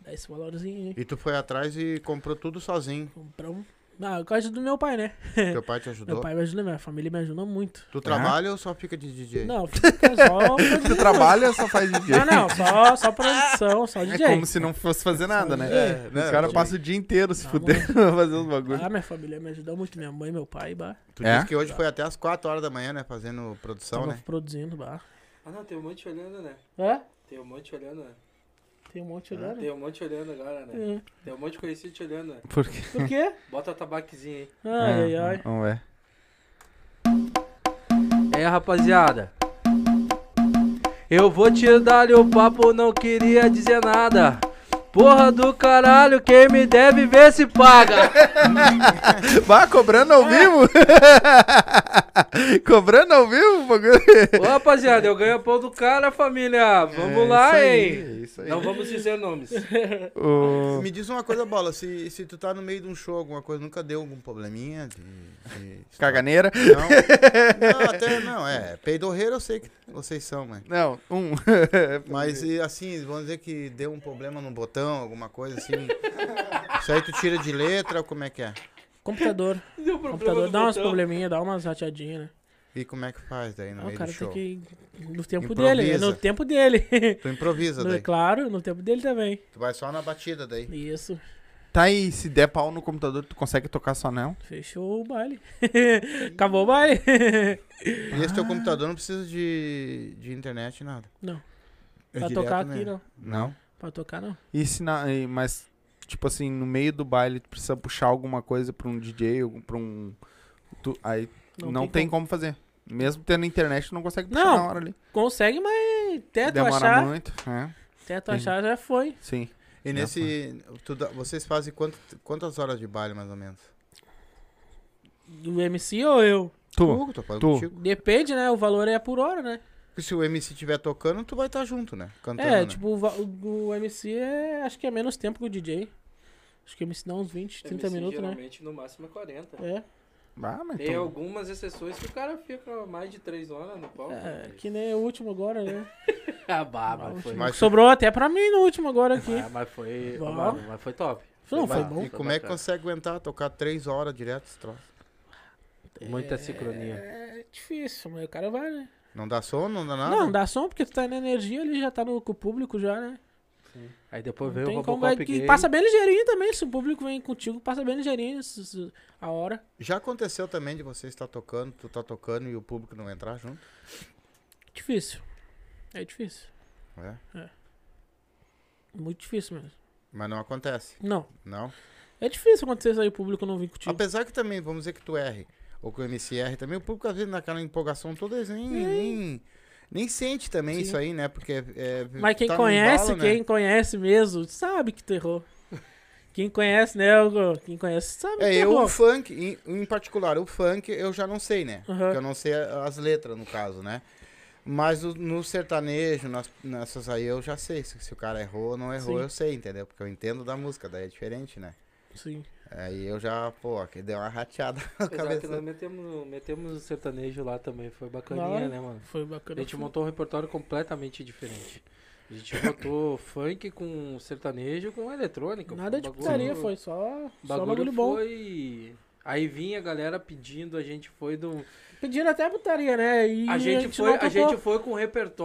S4: Dá esse valorzinho, hein?
S2: E tu foi atrás e comprou tudo
S7: <laughs>
S2: sozinho.
S4: Comprar um. Ah, eu gosto do meu pai, né?
S2: Teu pai te
S4: Meu
S2: ajudou.
S4: pai me ajuda, minha família me ajuda muito.
S2: Tu trabalha ou só fica de DJ?
S4: Não, fica só.
S2: <laughs>
S4: Ah,
S7: Tu trabalha ou só faz DJ?
S4: Não, não, só, só produção, só
S7: É
S4: DJ.
S7: como se não fosse fazer nada, né?
S4: É,
S7: Os caras passam o dia inteiro se
S4: Tá
S7: fudendo pra <laughs> fazer os bagulhos.
S4: Ah, minha família me ajudou muito, minha mãe, meu pai, bah.
S2: Tu
S7: É?
S2: disse que hoje foi até as 4 horas da manhã, né? Fazendo produção,
S4: Tava
S2: né?
S4: produzindo, bah.
S5: Ah, não, tem um monte olhando, né?
S4: É?
S5: Tem um monte olhando, né?
S4: Tem um monte
S2: Ah,
S4: olhando.
S5: Tem um monte olhando agora, né?
S4: É.
S5: Tem um monte de conhecido te olhando, né?
S7: Por quê?
S2: <laughs>
S4: Por quê?
S5: Bota a tabaquezinha aí.
S2: É,
S4: Ai, ai, ai.
S7: Vamos <laughs> ver.
S5: É, rapaziada. Eu vou te dar o papo, não queria dizer nada. Porra do caralho, quem me deve ver se paga.
S1: Vá cobrando
S4: Ah.
S1: ao
S7: <laughs>
S1: vivo? cobrando ao vivo? bagulho?
S5: Ô, rapaziada, eu ganho pão do cara, família.
S7: É
S5: Vamos lá, hein?
S1: É isso aí.
S5: Não vamos dizer nomes.
S1: O-
S2: Me diz uma coisa, Bola, se, se tu tá no meio de um show, alguma coisa, nunca deu algum probleminha de... de-
S1: Caganeira?
S2: Não, não, até não, é, peidorreiro eu sei que vocês são, mas...
S1: Não,
S7: <laughs>
S1: um.
S2: Mas e, assim, vamos dizer que deu um problema no botão, alguma coisa assim. Isso aí tu tira de letra, como é que é?
S4: Computador.
S5: <laughs> Deu problema
S4: computador
S5: no
S4: dá umas
S5: botão.
S4: probleminhas, dá umas rateadinhas, né?
S2: E como é que faz daí no
S4: Ah, o
S2: meio
S4: cara
S2: do show?
S4: tem que. No tempo
S2: Improvisa.
S4: dele, é no tempo dele. <laughs>
S2: Tu improvisa
S4: No-
S2: daí.
S4: é claro, no tempo dele também.
S2: Tu vai só na batida daí.
S4: Isso.
S1: Tá aí, se der pau no computador, tu consegue tocar só não?
S4: Fechou o baile. Acabou o baile.
S2: E esse teu computador não precisa de, de internet, nada.
S4: Ah. Não.
S2: É
S4: pra
S2: direto
S4: tocar aqui,
S2: mesmo.
S4: não.
S2: Não?
S4: Pra tocar, não.
S1: E se na, e- mas, tipo assim, no meio do baile, tu precisa puxar alguma coisa pra um DJ, algum- pra um. tu- aí não, tem, como. fazer. Mesmo tendo internet, tu não consegue puxar
S4: Não.
S1: na hora ali.
S4: Consegue, mas até tu
S1: Demora
S4: achar.
S1: muito. É,
S4: Até tu achar já foi.
S1: sim.
S2: E nesse. tu dá- vocês fazem quant- quantas horas de baile, mais ou menos?
S4: O MC ou eu?
S1: Tu,
S2: tô falando
S1: tu.
S2: contigo.
S4: Depende, né? O valor é por hora, né?
S2: Porque se o MC estiver tocando, tu vai estar junto, né? Cantando.
S4: é,
S2: né?
S4: tipo, o, va- o- o MC é. Acho que é menos tempo que o DJ. Acho que o MC dá uns 20, 30 minutos, né?
S5: geralmente, no máximo, é 40.
S4: É.
S1: Ah, mas
S5: Tem
S1: tu.
S5: algumas exceções que o cara fica mais de 3 horas no palco.
S4: É, que nem o último agora, né?
S5: Ah, bah, mas foi.
S2: Mas-
S4: Sobrou até pra mim no último agora aqui.
S5: Ah, mas foi.
S4: Bah.
S5: mano, mas foi top.
S4: Não, foi
S2: Mas-
S4: bom.
S2: E como é que
S5: bacana.
S2: consegue aguentar tocar três horas direto esse troço?
S5: Muita sincronia.
S4: É difícil, mas o cara vai, né?
S2: Não dá sono, não dá nada?
S4: Não, dá som porque tu tá na energia ali, já tá no, com o público já, né?
S5: Aí depois veio o
S4: Tem como é
S5: Robocop
S4: que
S5: Gay.
S4: passa bem ligeirinho também, se o público vem contigo, passa bem ligeirinho se- se- a hora.
S2: Já aconteceu também de você estar tocando, tu tá tocando e o público não entrar junto?
S4: Difícil. É difícil.
S2: É.
S4: Muito difícil mesmo.
S2: Mas não acontece,
S4: Não.
S2: não?
S4: É difícil acontecer isso aí, o público não vir contigo.
S2: Apesar que também, vamos dizer que tu erre, ou que o MC erre também, o público às vezes naquela empolgação toda, eles nem, nem, nem sente também isso aí, né? Porque é,
S4: Mas quem
S2: tá num
S4: conhece,
S2: embalo, né?
S4: quem conhece mesmo, sabe que tu errou.
S2: <laughs>
S4: Quem conhece, né, Hugo? Quem conhece sabe
S2: É,
S4: que
S2: eu
S4: errou.
S2: o funk, em, em particular, o funk eu já não sei, né?
S4: Aham.
S2: Porque eu não sei a- as letras, no caso, né? Mas o- no sertanejo, nas- nessas aí eu já sei. Se, se o cara errou ou não errou,
S4: Sim.
S2: eu sei, entendeu? Porque eu entendo da música, daí é diferente, né?
S4: Sim.
S2: Aí eu já, pô, aqui deu uma
S4: <laughs>
S2: rateada na
S5: Apesar que nós
S2: cabeça.
S5: metemos, metemos o sertanejo lá também. Foi bacaninha,
S4: Claro.
S5: né, mano?
S4: Foi
S5: A
S4: bacana.
S5: gente montou um repertório completamente diferente. A gente botou <laughs> funk com sertanejo com eletrônica. um
S4: Nada de
S5: bagulho-
S4: putaria, foi só, só bagulho bom.
S5: foi. Aí vinha a galera pedindo, a gente foi um do.
S4: Pediram até putaria, né? E
S5: A gente, foi,
S4: não
S5: a
S4: tocou.
S5: gente foi com um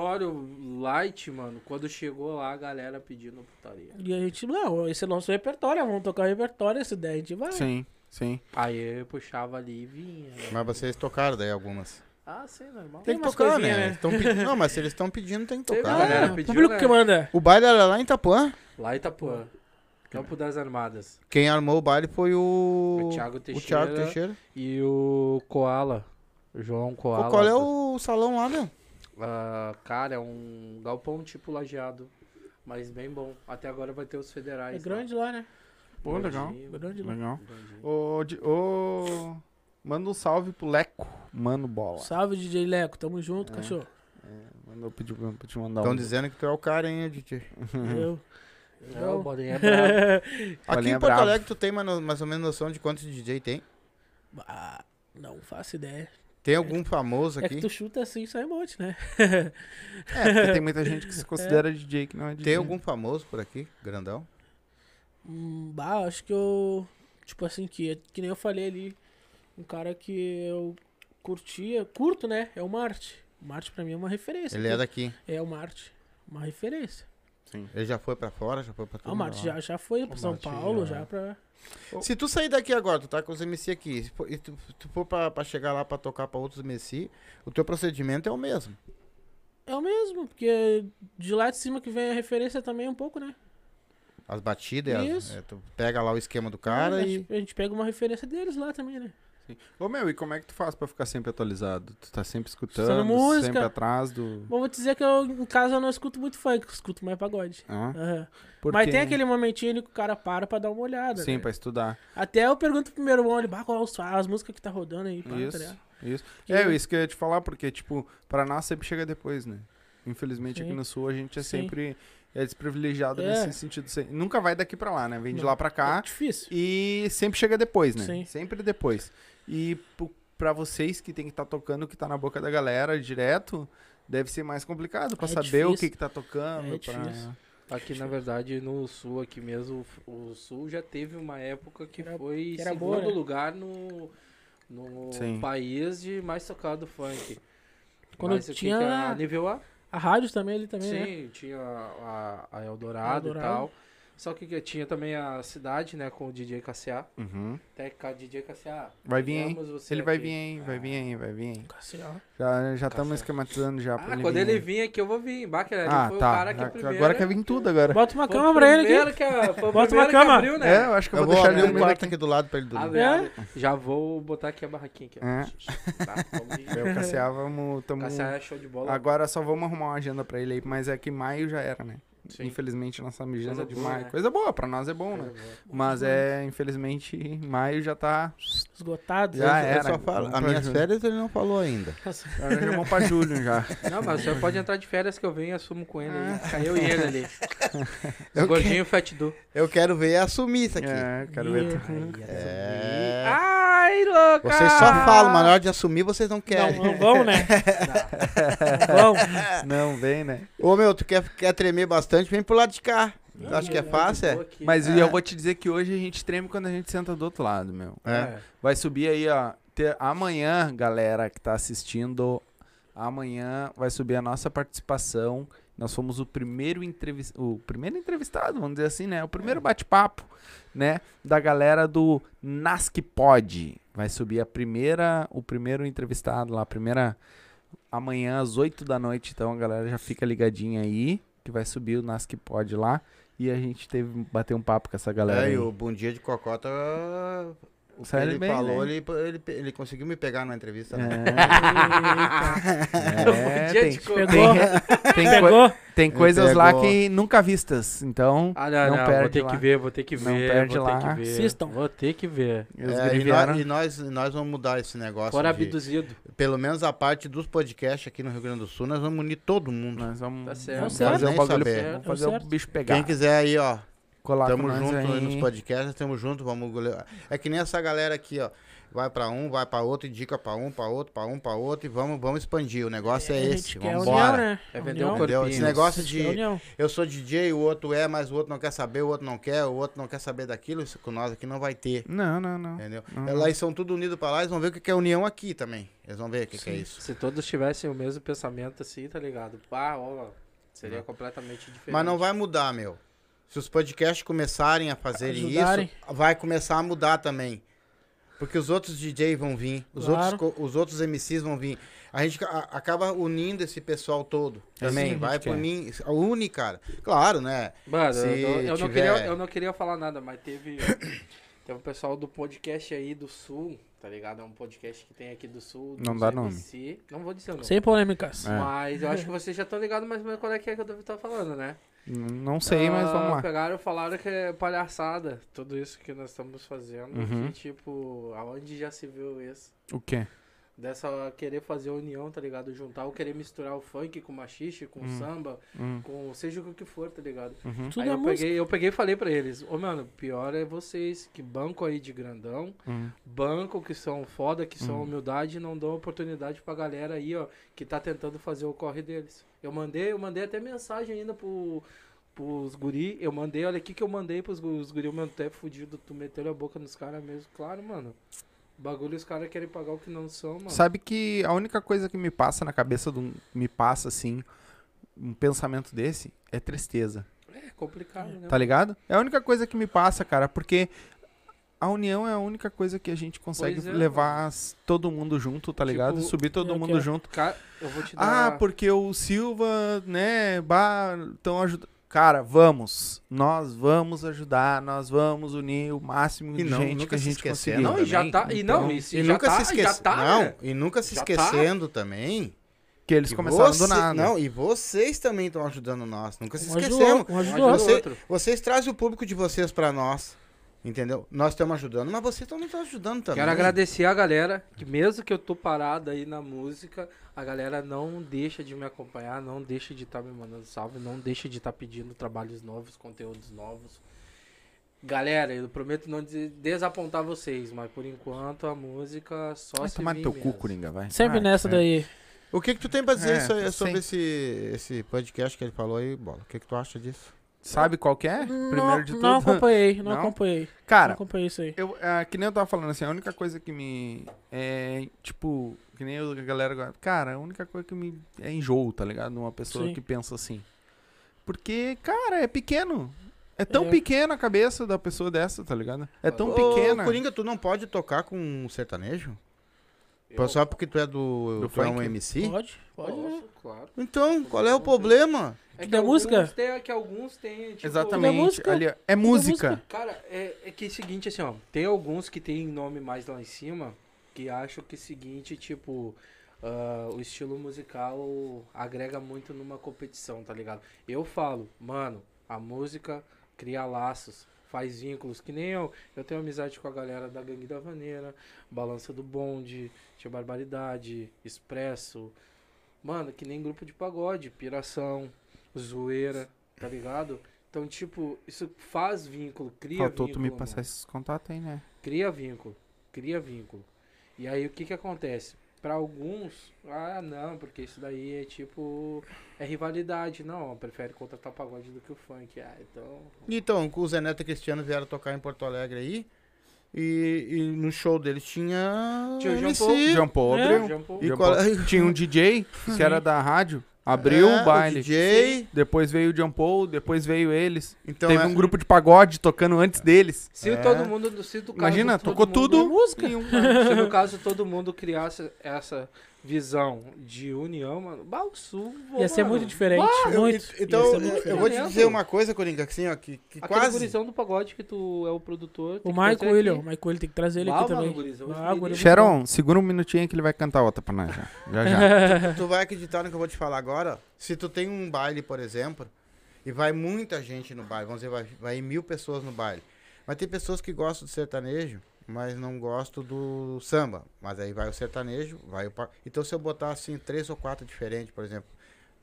S5: repertório light, mano. Quando chegou lá, a galera pedindo putaria.
S4: E a gente, não, esse é nosso repertório, vamos tocar o repertório, esse daí a gente vai.
S1: então, Sim, sim.
S5: Aí eu puxava ali e vinha. né?
S2: Mas vocês tocaram daí algumas.
S5: Ah, sim, normal.
S4: Tem
S2: que
S4: umas
S2: tocar,
S4: coisinhas,
S2: né?
S4: né?
S2: Eles tão pedi- Não, mas se eles estão pedindo, tem que
S5: Teve
S2: tocar.
S5: uma
S2: né?
S5: galera
S4: o
S5: pediu,
S4: público
S5: né?
S4: que manda.
S2: O baile era lá em Itapuã?
S5: Lá em Itapuã. Campo das Armadas.
S2: Quem armou o baile foi o...
S5: O Thiago
S2: O Thiago
S5: Teixeira.
S2: Teixeira.
S5: E o Koala. o João Koala.
S2: Pô, qual é o salão lá, né?
S5: Ah, cara, é um galpão tipo lajeado. Mas bem bom. Até agora vai ter os federais.
S4: É
S5: lá.
S4: grande lá, né? É
S1: Pô, legal.
S5: Grandinho,
S4: Grande lá.
S1: Legal.
S5: grandinho.
S1: Ô, Di- ô, manda um salve pro Leco. Mano, bola.
S4: Salve, DJ Leco, tamo
S5: Uhum.
S4: junto, cachorro.
S1: Mandou pedir pra pra te mandar
S2: Estão
S1: um.
S2: dizendo que tu é o cara, hein, DJ? Uhum.
S4: Eu.
S5: É, o Bolinha é brabo.
S2: Aqui
S1: Bolinha
S2: em
S1: é
S2: Porto
S1: bravo.
S2: Alegre, tu tem mano- mais ou menos noção de quantos DJ tem?
S4: Ah, não faço ideia.
S2: Tem algum famoso
S4: É que
S2: aqui?
S4: tu chuta assim, sai um monte, né?
S1: É, porque tem muita gente que se considera DJ que não é DJ.
S2: Tem algum famoso por aqui, grandão?
S4: Hum, bah, acho que eu. Tipo assim, que, que nem eu falei ali. Um cara que eu curtia, curto, né? É o Marte. O Marte pra mim é uma referência.
S2: Ele é daqui.
S4: É o Marte. Uma referência.
S2: Ele já foi pra fora, já foi pra
S4: Ah,
S2: todo
S4: o Marte já, já foi pra São
S2: Marte
S4: Paulo,
S2: já-
S4: já pra.
S2: Se tu sair daqui agora, tu tá com os MC aqui, se for- e tu, tu for pra, pra chegar lá pra tocar pra outros MC, o teu procedimento é o mesmo.
S4: É o mesmo, porque de lá de cima que vem a referência também um pouco, né?
S2: As batidas, as-
S4: Isso.
S2: é, tu pega lá o esquema do cara
S4: a,
S2: e...
S4: gente, a gente pega uma referência deles lá também, né?
S1: Ô meu, e como é que tu faz pra ficar sempre atualizado? Tu tá sempre escutando,
S4: Escutando música.
S1: sempre atrás do.
S4: Bom, vou dizer que eu, em casa eu não escuto muito funk, eu escuto mais pagode.
S1: Ah,
S4: Aham.
S1: porque...
S4: Mas tem aquele momentinho ali que o cara para pra dar uma olhada.
S1: Sim,
S4: né?
S1: pra estudar.
S4: Até eu pergunto pro meu irmão, ele, bah, qual as, as músicas que tá rodando aí, pá, tá
S1: Isso.
S4: ligado?
S1: Isso.
S4: Que-
S1: É, isso que eu ia te falar, porque, tipo, pra nós sempre chega depois, né? Infelizmente aqui
S4: Sim.
S1: no sul a gente é
S4: Sim.
S1: sempre é desprivilegiado
S4: É.
S1: nesse sentido. Se- Nunca vai daqui pra lá, né? Vem de
S4: Não.
S1: lá pra cá
S4: É difícil.
S1: e sempre chega depois, né?
S4: Sim.
S1: Sempre depois. E pu- pra vocês que tem que estar tocando o que tá na boca da galera direto, deve ser mais complicado pra
S4: É
S1: saber o que
S4: difícil.
S1: que tá tocando.
S4: É
S1: pra-
S4: difícil.
S5: Aqui, na verdade, no Sul, aqui mesmo, o Sul já teve uma época que
S4: Era-
S5: foi
S4: que era
S5: segundo
S4: boa, né?
S5: lugar no, no
S1: Sim.
S5: país de mais tocado funk.
S4: Quando
S5: Mas o que
S4: tinha-
S5: que era? nível A?
S4: A rádio também ali também, né?
S5: Sim, tinha a, a Eldorado,
S4: Eldorado.
S5: e tal. Só que que tinha também a cidade, né, com o DJ KCA.
S1: Uhum.
S5: Até que a DJ KCA.
S1: Vai vir, hein?
S5: queremos você
S1: Ele vai
S5: aqui.
S1: vir, hein? Vai vir, hein? Vai vir, hein?
S4: Assim, ó.
S1: Já já estamos
S5: Café.
S1: esquematizando já pra
S5: Ah,
S1: ele
S5: quando
S1: vir,
S5: ele
S1: hein?
S5: vir aqui, eu vou vir. Bah, que ele
S1: Ah,
S5: foi o
S1: tá.
S5: cara que é primeiro... né?
S1: Agora quer vir tudo agora.
S4: Bota uma
S5: Foi o
S4: cama pra ele
S5: primeiro
S4: aqui.
S5: que a- foi o
S4: Bota uma
S5: primeiro que
S4: cama.
S5: abriu, né?
S1: É, eu acho que eu
S2: Eu
S1: vou,
S2: vou
S1: deixar ele
S2: abrir um
S1: dormindo
S2: quarto
S1: aqui.
S2: aqui do lado pra ele
S5: Ah,
S2: dormir.
S5: velho,
S1: É?
S5: Já vou botar aqui a barraquinha aqui. ó. Tá,
S2: <laughs>
S5: vamos de-
S1: Eu, Cassia, É,
S5: <laughs>
S1: vamos. Tamo...
S5: KCA é show de bola.
S1: Agora só vamos arrumar uma agenda pra ele aí, mas é que maio já era, né?
S5: Sim.
S1: Infelizmente nossa agenda
S5: Coisa
S1: de
S5: boa,
S1: maio.
S5: né?
S1: Coisa boa, pra nós é bom, né? Mas é, infelizmente, maio já tá.
S4: Esgotado.
S1: Já
S2: Eu- eu
S1: Ah, era.
S2: só falo.
S1: Vamos
S2: As
S1: pra
S2: minhas
S1: junho.
S2: férias ele não falou ainda.
S1: Agora já vamos pra julho
S5: <laughs>
S1: já.
S5: Não, mas o senhor pode entrar de férias que eu venho e assumo com ele.
S1: Ah,
S5: aí. Caiu e
S1: <laughs>
S5: ele ali. Os gordinho fat do.
S2: Eu quero ver assumir
S5: Tá
S2: isso
S1: É,
S2: aqui.
S1: Ah, quero ver. tu-
S2: É.
S5: Ai, louca!
S2: Vocês só falam, mas na hora de assumir vocês não
S4: Não,
S2: querem.
S4: não
S1: <laughs>
S4: vão, né? Não vão.
S1: Não, vem, né?
S2: Ô meu, tu quer, quer tremer bastante? Vem pro lado de cá. Tu acha que é fácil? É?
S1: Mas eu vou te dizer que hoje a gente treme quando a gente senta do outro lado, meu.
S5: É.
S1: Vai subir aí, ó. Te- Amanhã, galera que tá assistindo, amanhã vai subir a nossa participação. Nós fomos o primeiro entrevistado, o primeiro entrevistado, vamos dizer assim, né? O primeiro bate-papo, né, da galera do Nasc Pod. Vai subir a primeira, o primeiro entrevistado lá, a primeira amanhã às 8 da noite, então a galera já fica ligadinha aí que vai subir o Nasc Pod lá e a gente teve bater um papo com essa galera
S2: É,
S1: aí.
S2: e o Bom Dia de Cocota. O que
S1: Sai
S2: ele
S1: bem,
S2: falou,
S1: né?
S2: ele, ele, ele conseguiu me pegar na entrevista. né?
S5: <laughs>
S1: É,
S5: Bom
S1: é,
S5: dia
S1: tem,
S5: de
S1: tem,
S5: cocô.
S1: re- tem coi-
S4: Pegou?
S1: tem coisas lá
S2: pegou.
S1: que nunca vistas, então
S5: Ah, não,
S1: não,
S5: não, vou
S1: perde
S5: ter
S1: lá.
S5: que ver, vou ter que ver.
S1: Não perde
S5: vou
S1: lá.
S5: Ter que ver.
S4: Assistam.
S5: Vou ter que ver.
S1: Eles
S2: É, e,
S1: vieram-
S2: nós, e nós- e nós vamos mudar esse negócio.
S5: Fora
S2: de-
S5: abduzido.
S2: pelo menos a parte dos podcasts aqui no Rio Grande do Sul, nós vamos unir todo mundo.
S1: nós vamos
S5: Tá certo.
S1: vamos
S4: Tá
S1: Né? fazer
S2: certo.
S1: um bagulho,
S2: Tá certo.
S5: É,
S1: vamos fazer
S4: Tá
S1: o
S4: certo.
S1: bicho pegar.
S2: Quem quiser aí, ó,
S1: Colar com
S2: tamo
S1: nós
S2: junto aí
S1: aí.
S2: nos podcasts, tamo junto, vamos golear. É que nem essa galera aqui, ó. Vai pra um, vai pra outro, indica pra um, pra outro, pra um, pra outro, e vamos, vamos expandir. O negócio é
S4: A
S2: esse,
S4: gente quer
S2: vamos
S4: união,
S2: embora.
S4: né?
S5: É vender
S4: União.
S5: o
S2: Entendeu? Esse
S5: corpinho.
S2: negócio
S4: Quer
S2: de
S4: união.
S2: eu sou DJ, o outro é, mas o outro não quer saber, o outro não quer, o outro não quer saber daquilo, isso com nós aqui não vai ter.
S1: Não, não, não.
S2: Entendeu?
S5: Uhum.
S2: Lá eles são tudo unidos pra lá, eles vão ver o que que é união aqui também. Eles vão ver o que, que é isso.
S5: Se todos tivessem o mesmo pensamento assim, tá ligado? Pá, ó, seria completamente diferente.
S2: Mas não vai mudar, meu. Se os podcasts começarem a fazerem
S4: Ajudarem.
S2: isso, vai começar a mudar também. Porque os outros DJ vão vir, os,
S4: Claro.
S2: outros, co- os outros MCs vão vir. A gente a- acaba unindo esse pessoal todo também.
S1: isso que a
S2: vai
S1: gente
S5: é.
S2: por
S1: quer.
S2: mim, une, cara. Claro, né?
S5: Mano,
S2: Se
S5: eu, não- eu não
S2: tiver-
S5: queria, eu não queria falar nada, mas teve, <coughs> teve um pessoal do podcast aí do Sul, tá ligado? É um podcast que tem aqui do Sul.
S1: Não
S5: dos
S1: dá nome. É.
S5: MC. Não vou dizer o nome.
S4: Sem polêmicas.
S5: Ah, Mas eu acho que vocês já estão ligados mais ou menos qual é que é que eu devo estar falando, né?
S1: N- Não sei, mas
S5: Ah,
S1: vamos lá.
S5: Pegaram e falaram que é palhaçada tudo isso que nós estamos fazendo.
S1: Uhum.
S5: Que, tipo, aonde já se viu isso?
S1: O quê?
S5: Dessa querer fazer a união, tá ligado? Juntar ou querer misturar o funk com o machixe, com o
S1: Hum.
S5: samba, com seja o que for, tá ligado?
S4: Tudo
S5: aí
S4: é
S5: eu
S4: música.
S5: peguei, eu peguei e falei pra eles, ô mano, pior é vocês que banco aí de grandão,
S2: Hum.
S5: banco que são foda, que são humildade, não dão oportunidade pra galera aí, ó, que tá tentando fazer o corre deles. Eu mandei, eu mandei até mensagem ainda pro, pros guri, eu mandei, olha aqui que eu mandei pros gu- os guri, o meu tempo fudido, tu meteu a boca nos caras mesmo, claro, mano. Bagulho, os caras querem pagar o que não são, mano.
S1: Sabe que a única coisa que me passa na cabeça, de um, me passa assim, um pensamento desse, é tristeza.
S5: É complicado, né?
S1: Tá ligado? É a única coisa que me passa, cara, porque a união é a única coisa que a gente consegue
S5: Pois é,
S1: levar s- todo mundo junto, tá ligado?
S5: Tipo,
S1: Subir todo
S4: eu
S1: mundo
S4: quero-
S1: junto.
S5: Cara, eu vou te
S1: Ah,
S5: dar...
S1: porque o Silva, né, bah, tão ajudando. Cara, vamos. Nós vamos ajudar, nós vamos unir o máximo de
S2: E não,
S1: gente
S2: nunca
S1: que a
S2: se
S1: gente
S2: esquecer,
S1: conseguir.
S5: Não, e já
S2: Também, Então,
S5: tá. E
S1: então.
S5: não, e, se
S2: E
S5: já
S2: nunca
S5: tá,
S2: se esquece-
S5: já tá,
S2: não,
S5: né?
S2: e nunca se
S5: Já tá.
S2: esquecendo também.
S1: Que eles
S2: que
S1: começaram
S2: você-
S1: do nada.
S2: Não, e vocês também estão ajudando nós. Nunca se
S4: Um ajudou,
S2: esquecemos.
S4: um ajudou.
S5: Ajuda o
S2: Você-
S5: outro.
S2: Vocês trazem o público de vocês pra nós. Entendeu? Nós estamos ajudando, mas vocês também estão ajudando também.
S5: Quero agradecer a galera, que mesmo que eu tô parado aí na música, a galera não deixa de me acompanhar, não deixa de estar me mandando salve, não deixa de estar pedindo trabalhos novos, conteúdos novos. Galera, eu prometo não des- desapontar vocês, mas por enquanto a música só
S1: Vai
S5: se
S1: tomar no
S5: vir
S1: teu
S5: mesmo.
S1: cu, Coringa, vai.
S4: Sempre
S1: Vai,
S4: nessa
S1: é.
S4: daí.
S2: O que que tu tem pra dizer
S1: É,
S2: isso aí- sobre
S1: sim.
S2: esse, esse podcast que ele falou aí, Bola? O que que tu acha disso?
S1: Sabe qual que é?
S4: não,
S1: Primeiro de
S4: Não
S1: tudo.
S4: acompanhei, não,
S1: Não?
S4: acompanhei. não
S1: Cara,
S4: acompanhei isso aí.
S1: eu, ah, que nem eu tava falando assim, a única coisa que me. É, tipo, que nem eu- a galera agora. Cara, a única coisa que me. É enjoo, tá ligado? Uma pessoa
S4: Sim.
S1: que pensa assim. Porque, cara, é pequeno. É tão
S4: É.
S1: pequena a cabeça da pessoa dessa, tá ligado? É tão
S2: Ô,
S1: pequena.
S2: Coringa, tu não pode tocar com um sertanejo?
S5: Eu-
S2: Só porque tu é do.
S1: Do
S2: tu é um
S1: funk.
S2: MC?
S4: Pode, pode. né?
S5: Posso, claro.
S2: Então, qual é o problema?
S5: É
S4: Da música?
S5: alguns Tem, que alguns têm, tipo,
S1: Exatamente.
S4: música.
S1: Ali, ó, é música.
S5: Cara, é, é que é o seguinte, assim, ó. Tem alguns que tem nome mais lá em cima que acham que é o seguinte, tipo. ah, o estilo musical agrega muito numa competição, tá ligado? Eu falo, mano, a música cria laços, faz vínculos, que nem eu. Eu tenho amizade com a galera da Gangue da Vaneira, Balança do Bonde, Tia Barbaridade, Expresso. Mano, que nem grupo de pagode, piração, zoeira, tá ligado? Então, tipo, isso faz vínculo, cria
S1: Faltou tu
S5: vínculo.
S1: me passar
S5: mano.
S1: esses contatos aí, né?
S5: Cria vínculo, cria vínculo. E aí o que que acontece? Para alguns, ah, não, porque isso daí é tipo é rivalidade, não, prefere contratar o pagode do que o funk. Ah, então,
S2: Então, o Zé Neto e Cristiano vieram tocar em Porto Alegre aí. E, e no show deles tinha.
S5: Tinha o Jean
S2: MC.
S5: Paul.
S1: João Paul
S4: É.
S1: abriu.
S5: Jean Paul-
S2: E
S1: Jean
S2: qual-
S1: Paul- Tinha um DJ que era da rádio. Abriu
S2: É,
S1: o baile.
S2: DJ.
S1: Depois veio o John Paul, depois veio eles.
S2: Então,
S1: Teve
S2: é-
S1: um grupo de pagode tocando antes deles.
S5: se todo mundo, do- se do caso,
S1: É. Imagina,
S5: todo
S1: tocou
S5: mundo-
S2: é
S1: tudo.
S4: Música.
S1: em um-
S5: Se no caso todo mundo criasse essa visão de união, mano, bah, o sul,
S4: Ia ser muito diferente.
S2: Eu-
S4: muito.
S2: então,
S4: Ia ser
S2: eu,
S4: muito
S2: eu vou te
S5: diferente.
S2: dizer uma coisa, Coringa, que assim, ó, que, que
S5: Aquele
S2: quase.
S5: gurizão do pagode que tu é o produtor.
S4: O
S5: tem que trazer
S4: Michael
S5: aqui.
S4: William. O Michael William tem que trazer ele
S5: Bah,
S4: aqui
S5: mano,
S4: também.
S5: gurizão, hoje
S4: Ah,
S5: me
S2: né?
S4: gurizão.
S1: Sharon, segura um minutinho que ele vai cantar outra pra nós já. Já já. <laughs>
S2: <laughs> Tu vai acreditar no que eu vou te falar agora? Se tu tem um baile, por exemplo, e vai muita gente no baile, vamos dizer, vai, vai mil pessoas no baile. Mas tem pessoas que gostam do sertanejo, mas não gostam do samba. Mas aí vai o sertanejo, vai o. pa- Então se eu botar assim, três ou quatro diferentes, por exemplo,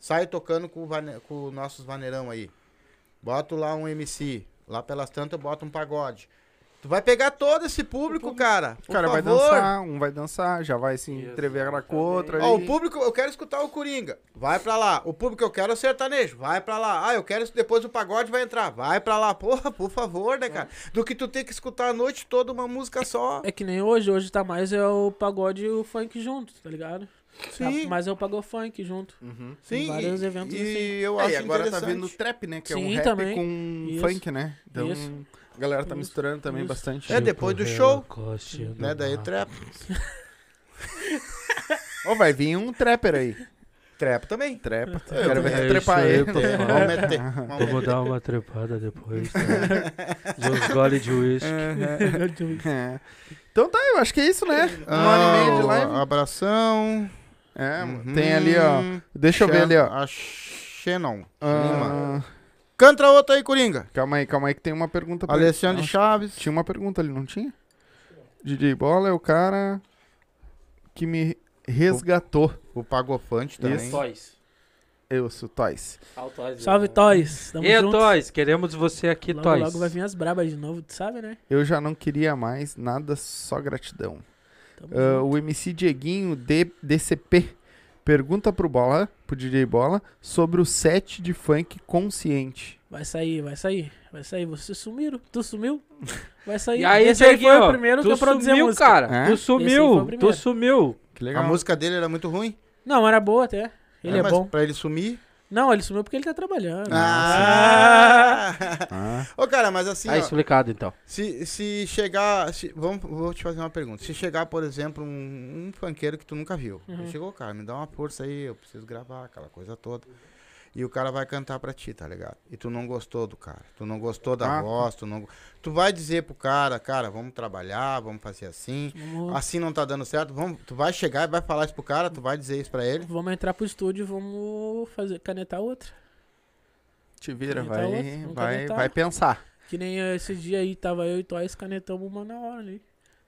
S2: saio tocando com, o vane- com os nossos vaneirão aí. Boto lá um MC. Lá pelas tantas eu boto um pagode. Tu vai pegar todo esse público, cara.
S1: O
S2: Por
S1: cara vai
S2: favor.
S1: dançar, um vai dançar, já vai se entrever com a outra.
S2: Ó,
S1: ali.
S2: o público, eu quero escutar o Coringa. Vai pra lá. O público, eu quero é o sertanejo. Vai pra lá. Ah, eu quero isso- depois o pagode vai entrar. Vai pra lá. Porra, por favor, né, cara? Do que tu ter que escutar a noite toda uma
S1: <laughs>
S2: música só.
S4: É que nem hoje, hoje tá mais é o pagode e o funk junto, tá ligado?
S2: Sim,
S4: Tá mais é o pagode funk junto.
S2: sim.
S4: vários
S2: e,
S4: eventos
S2: e
S4: assim.
S2: eu
S1: É, e
S2: acho
S1: agora tá
S2: interessante.
S1: vindo trap, né? Que é um
S4: Sim,
S1: rap
S4: também.
S1: com
S4: Isso.
S1: funk, né? Então
S4: Isso.
S1: a galera tá
S4: Isso.
S1: misturando também
S4: Isso.
S1: bastante.
S2: É, depois do show, né? Daí o trap.
S1: Ô, vai vir um trapper aí.
S2: Trap também.
S1: Trapa.
S2: Eu
S1: Quero
S10: É
S2: também.
S1: ver trepar ele. <laughs>
S2: Vamos meter. Vamos
S10: Eu vou dar né? uma trepada depois. Tá? De uns gole de uísque.
S1: É. Então tá, eu acho que é isso, né?
S2: meter.
S1: Uma hora e meia de live.
S2: Abração.
S1: É,
S2: Uhum.
S1: tem ali, ó. Deixa eu ver ali, ó.
S2: A Xenon. Lima.
S1: Ah,
S2: Canta outra aí, Coringa.
S1: calma aí, calma aí que tem uma pergunta pra
S2: Alexandre
S1: Não,
S2: Chaves.
S1: Tinha uma pergunta ali, não tinha? DJ Bola é o cara que me resgatou.
S2: O Pagofante também.
S5: Toys.
S1: Eu sou Toys.
S5: Ah, o
S4: <laughs>
S5: Toys,
S4: Salve,
S5: né?
S4: Toys. Tamo
S10: E
S4: junto.
S10: Toys, queremos você aqui,
S4: logo,
S10: Toys.
S4: logo vai vir as brabas de novo, tu sabe, né?
S1: Eu já não queria mais nada, só gratidão.
S4: Tamo
S1: Ah,
S4: junto.
S1: o MC Dieguinho, D- DCP, pergunta pro Bola, pro DJ Bola, sobre o set de funk consciente.
S4: Vai sair, vai sair. Vai sair. Vocês sumiram. Tu sumiu? Vai sair.
S10: E aí,
S4: Esse aí foi
S10: Dieguinho,
S4: o primeiro
S10: tu
S4: que eu produzi a
S10: sumiu,
S4: música.
S10: cara.
S1: É?
S10: Tu
S4: foi o
S10: sumiu,
S4: primeiro.
S10: tu sumiu.
S1: Que
S2: A música dele era muito ruim.
S4: Não, era boa até. Ele é,
S2: mas
S4: bom.
S2: Pra ele sumir.
S4: Não, ele sumiu porque ele tá trabalhando.
S2: Ah!
S1: Ah,
S2: Ô, cara, mas assim,
S10: Tá
S2: ó,
S10: explicado, então.
S2: se, se chegar. se- vamos, vou te fazer uma pergunta. Se chegar, por exemplo,
S4: Uhum.
S2: um, um funkeiro que tu nunca viu. Chegou, cara, me dá uma força aí, eu preciso gravar, aquela coisa toda. e o cara vai cantar pra ti, tá ligado? E tu não gostou do cara, tu não gostou
S4: Ah.
S2: da voz, tu não. Tu vai dizer pro cara, cara, vamos trabalhar, vamos fazer assim,
S4: Vamos-
S2: assim não tá dando certo, vamos, tu vai chegar e vai falar isso pro cara, tu vai dizer isso pra ele.
S4: Vamos entrar pro estúdio e vamos fazer canetar outra.
S1: Te vira,
S4: Canetar
S1: vai,
S4: outro, vamos
S1: vai,
S4: canetar.
S1: vai pensar.
S4: Que nem eh, esse dia aí, tava eu e Toys canetamos uma na hora ali.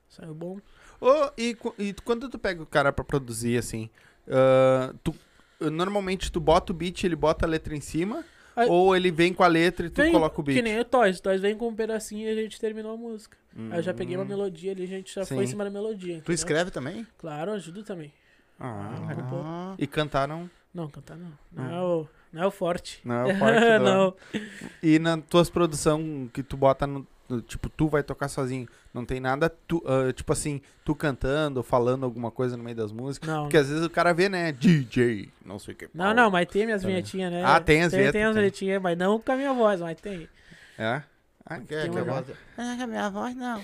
S4: Saiu bom.
S1: Ô, e, qu- e tu- quando tu pega o cara pra produzir, assim, ah, tu, normalmente tu bota o beat, ele bota a letra em cima,
S4: Aí-
S1: ou ele vem com a letra e tu
S4: Vem-
S1: coloca o beat?
S4: Que nem o Toys. O Toys vem com um pedacinho e a gente terminou a música. Aí eu já peguei uma melodia ali, a gente já foi em
S1: Hum. Sim.
S4: cima da melodia.
S2: Tu
S4: entendeu?
S2: escreve também?
S4: Claro, ajudo também.
S1: Ah,
S4: Ajudo um pouco.
S1: E cantaram...
S4: Não, cantar não. Não, é, o, não é o forte.
S1: Não
S4: <laughs>
S1: é o forte do-
S4: não.
S1: E nas tuas produções que tu bota no... no- Tipo, tu vai tocar sozinho. Não tem nada, tu, ah, tipo assim, tu cantando, falando alguma coisa no meio das músicas.
S4: Não.
S1: Porque às vezes o cara vê, né? DJ, não sei o que.
S4: Não,
S1: pau.
S4: não, mas tem minhas
S1: Também.
S4: vinhetinhas, né?
S1: Ah, tem as
S4: tem, Tem
S1: vinhetas,
S4: as
S1: tem.
S4: vinhetinhas, mas não com a minha voz, mas tem.
S1: É? Ah,
S2: Que é,
S4: Tem um
S2: que eu,
S4: uma-
S2: gosto-
S3: Não é a minha voz, não.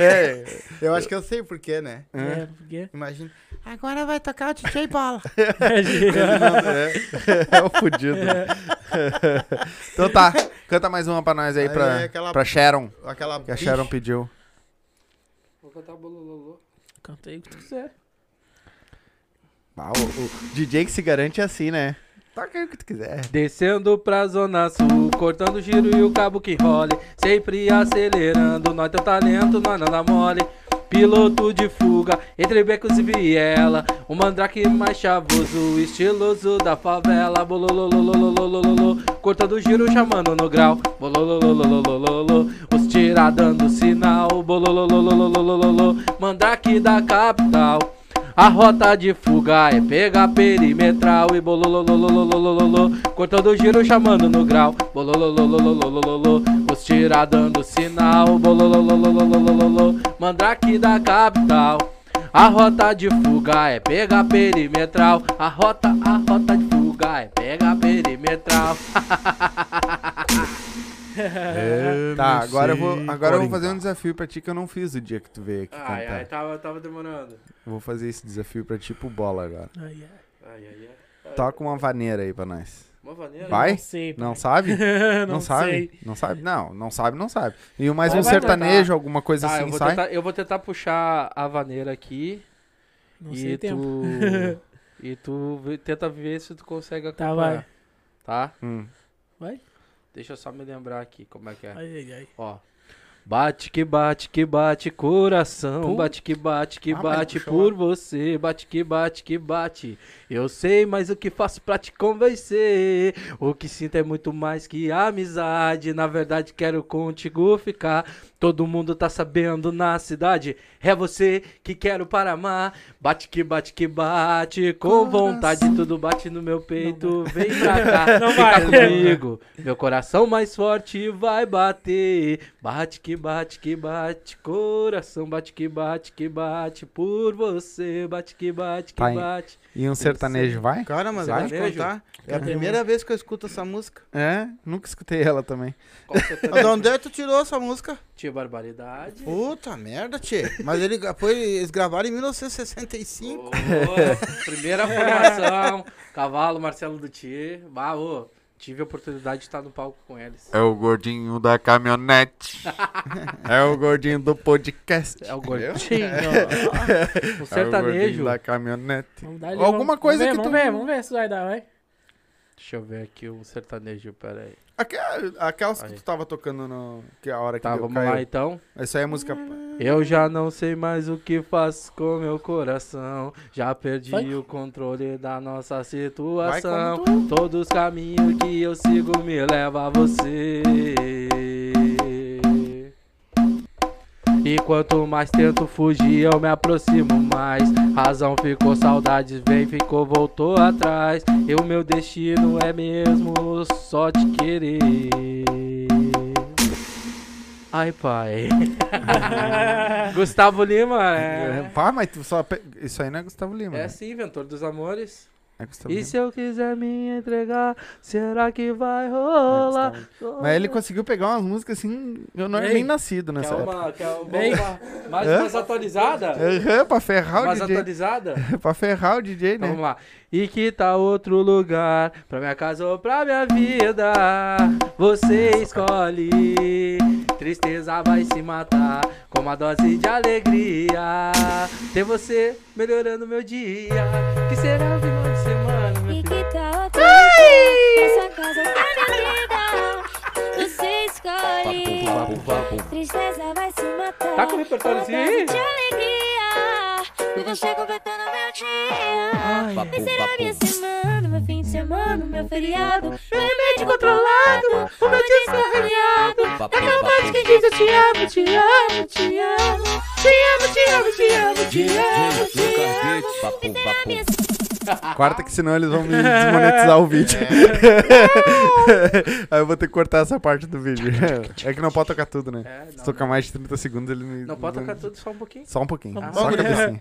S2: É, eu acho que eu sei porquê, né?
S4: É, porque...
S2: Imagina.
S3: Agora vai tocar o DJ Bola.
S1: É, é o fudido. <laughs> então tá, canta mais uma pra nós aí,
S2: Aí
S1: pra,
S2: é aquela-
S1: pra Sharon.
S2: Aquela.
S1: Que a Sharon pediu.
S5: Vou cantar bololô.
S4: Canta aí o que tu quiser.
S1: Ah, o, o DJ que se garante é assim, né? Toca aí o que tu quiser.
S5: Descendo pra zona sul, cortando o giro e o cabo que role. Sempre acelerando, nós teu talento, nós nada mole. Piloto de fuga, entre becos e viela. O mandrake mais chavoso, estiloso da favela. Bololololololololô, cortando o giro, chamando no grau. Bololololololololô, os tira dando sinal. Bololololololololô, mandrake da capital. A rota de fuga é pegar perimetral e bololololololololô Cortando o giro, chamando no grau Bololololololololô Os tira dando sinal Bololololololololô Mandrake da capital A rota de fuga é pegar perimetral A rota, a rota de fuga é pegar perimetral
S1: Tá, agora eu vou, agora eu vou fazer um desafio pra ti que eu não fiz o dia que tu veio aqui cantar.
S5: tava, tava demorando
S1: Vou fazer esse desafio pra ti pro bola agora.
S4: Ai, ai.
S5: Ai, ai, ai
S1: Toca uma vaneira aí pra nós.
S5: Uma vaneira
S1: Vai?
S4: Não sei.
S1: Não
S4: pai.
S5: <laughs>
S1: sabe?
S4: não,
S1: Não
S4: sei.
S1: sabe? Não sabe? Não, não sabe, não sabe. E mais
S5: Vai,
S1: um
S5: vai tentar.
S1: sertanejo, alguma coisa
S5: Tá, eu
S1: assim,
S5: vou,
S1: sai?
S5: tentar, eu vou tentar puxar a vaneira aqui
S4: Não
S5: e
S4: sei o tempo.
S5: tu. <laughs> e tu vê- tenta ver se tu consegue
S4: Tá,
S5: acompanhar. Tá,
S1: Hum.
S5: Deixa eu só me lembrar aqui como é que é.
S4: Ai, ai, ai.
S5: Ó. Bate que bate que bate coração, bate que bate que
S1: Ah, mas
S5: bate
S1: puxou
S5: por você, bate que bate que bate. Eu sei, mas o que faço pra te convencer? O que sinto é muito mais que amizade. Na verdade, quero contigo ficar. Todo mundo tá sabendo na cidade. É você que quero para amar. Bate que bate que bate, com vontade tudo bate no meu peito. Vem pra
S4: <laughs>
S5: cá,
S4: Não
S5: fica
S4: vai.
S5: comigo. Meu coração mais forte vai bater. Bate que bate que bate, coração bate que bate que bate por você. Bate que bate que
S1: Tá, hein?
S5: bate.
S1: E um sertanejo vai?
S2: Cara, mas eu vou te
S5: Sertanejo?
S2: contar. É a
S4: Cadê,
S2: primeira vez que eu escuto essa música.
S1: É, nunca escutei ela também.
S5: Qual você
S2: Mas
S5: <laughs>
S2: de
S5: tá
S2: onde é que tu tirou essa música?
S5: Tia Barbaridade.
S2: Puta merda, tchê. Mas ele, foi, eles gravaram em 1965.
S5: Ô, <laughs> primeira formação. Cavalo, Marcelo do Tier. Bah, ô, tive a oportunidade de estar no palco com eles.
S1: É o gordinho da caminhonete. <laughs> é o gordinho do podcast.
S5: É o
S1: Entendeu?
S5: <laughs> gordinho. O
S1: É o
S5: sertanejo.
S1: gordinho da caminhonete.
S4: Vamos dar ali,
S1: Alguma
S4: vamos-
S1: coisa
S4: vamos
S1: que
S4: ver,
S1: tu-
S4: Vamos ver, vamos ver se vai dar, vai.
S5: Deixa eu ver aqui o sertanejo, peraí.
S1: Aque- ah, Aquelas que
S5: Aí.
S1: tu tava tocando no. Que a hora que
S5: Tá,
S1: deu,
S5: vamos
S1: caiu.
S5: lá então.
S1: Isso aí é música.
S5: Eu já não sei mais o que faço com meu coração. Já perdi
S4: Vai.
S5: o controle da nossa situação. Todos os caminhos que eu sigo me levam a você. E quanto mais tento fugir, eu me aproximo mais. Razão ficou, saudades vem, ficou, voltou atrás. E o meu destino é mesmo só te querer. Ai, <laughs> pai. Gustavo é. Lima é.
S1: Pá, mas tu só. pe- Isso aí não é Gustavo Lima.
S5: É
S1: né?
S5: sim, Ventor dos Amores.
S1: É Gustavo
S5: E
S1: Lima.
S5: se eu quiser me entregar, será que vai
S1: É,
S5: rolar?
S1: Mas ele conseguiu pegar umas músicas assim. Eu não era
S5: Ei,
S1: nem nascido nessa
S5: Quer
S1: época.
S5: uma, quer uma,
S4: Ei.
S5: uma- mais,
S1: Hã?
S5: mais atualizada?
S1: Aham, pra ferrar
S5: mais
S1: o DJ. <laughs>
S5: atualizada?
S1: pra ferrar o DJ, né?
S5: Então vamos lá. E que tal outro lugar? Pra minha casa ou pra minha vida? Você escolhe. Tristeza vai se matar com uma dose de alegria. Ter você melhorando meu dia. Que será o final de semana, meu
S10: E
S5: filho?
S10: que tal a festa? Essa casa tá na vida. Você escolhe. Tristeza vai se matar.
S5: Tá com o repertóriozinho aí?
S10: Uma dose de alegria. E você completando meu dia. E será minha semana, meu fim de semana, meu feriado. Meu remédio controlado. O meu dia escorreado. Aquela parte que diz eu te amo, te amo, te amo. Te amo, te amo, te amo, te amo. Te amo. E será minha
S1: Corta que senão eles vão me desmonetizar o vídeo. <laughs> Aí eu vou ter que cortar essa parte do vídeo. É que não pode tocar tudo, né?
S5: É,
S1: Se
S5: não,
S1: tocar mais de 30 segundos, ele me.
S5: Não pode tocar tudo só um pouquinho.
S1: Só um pouquinho.
S5: Ah,
S1: só a
S2: bom.
S1: cabecinha.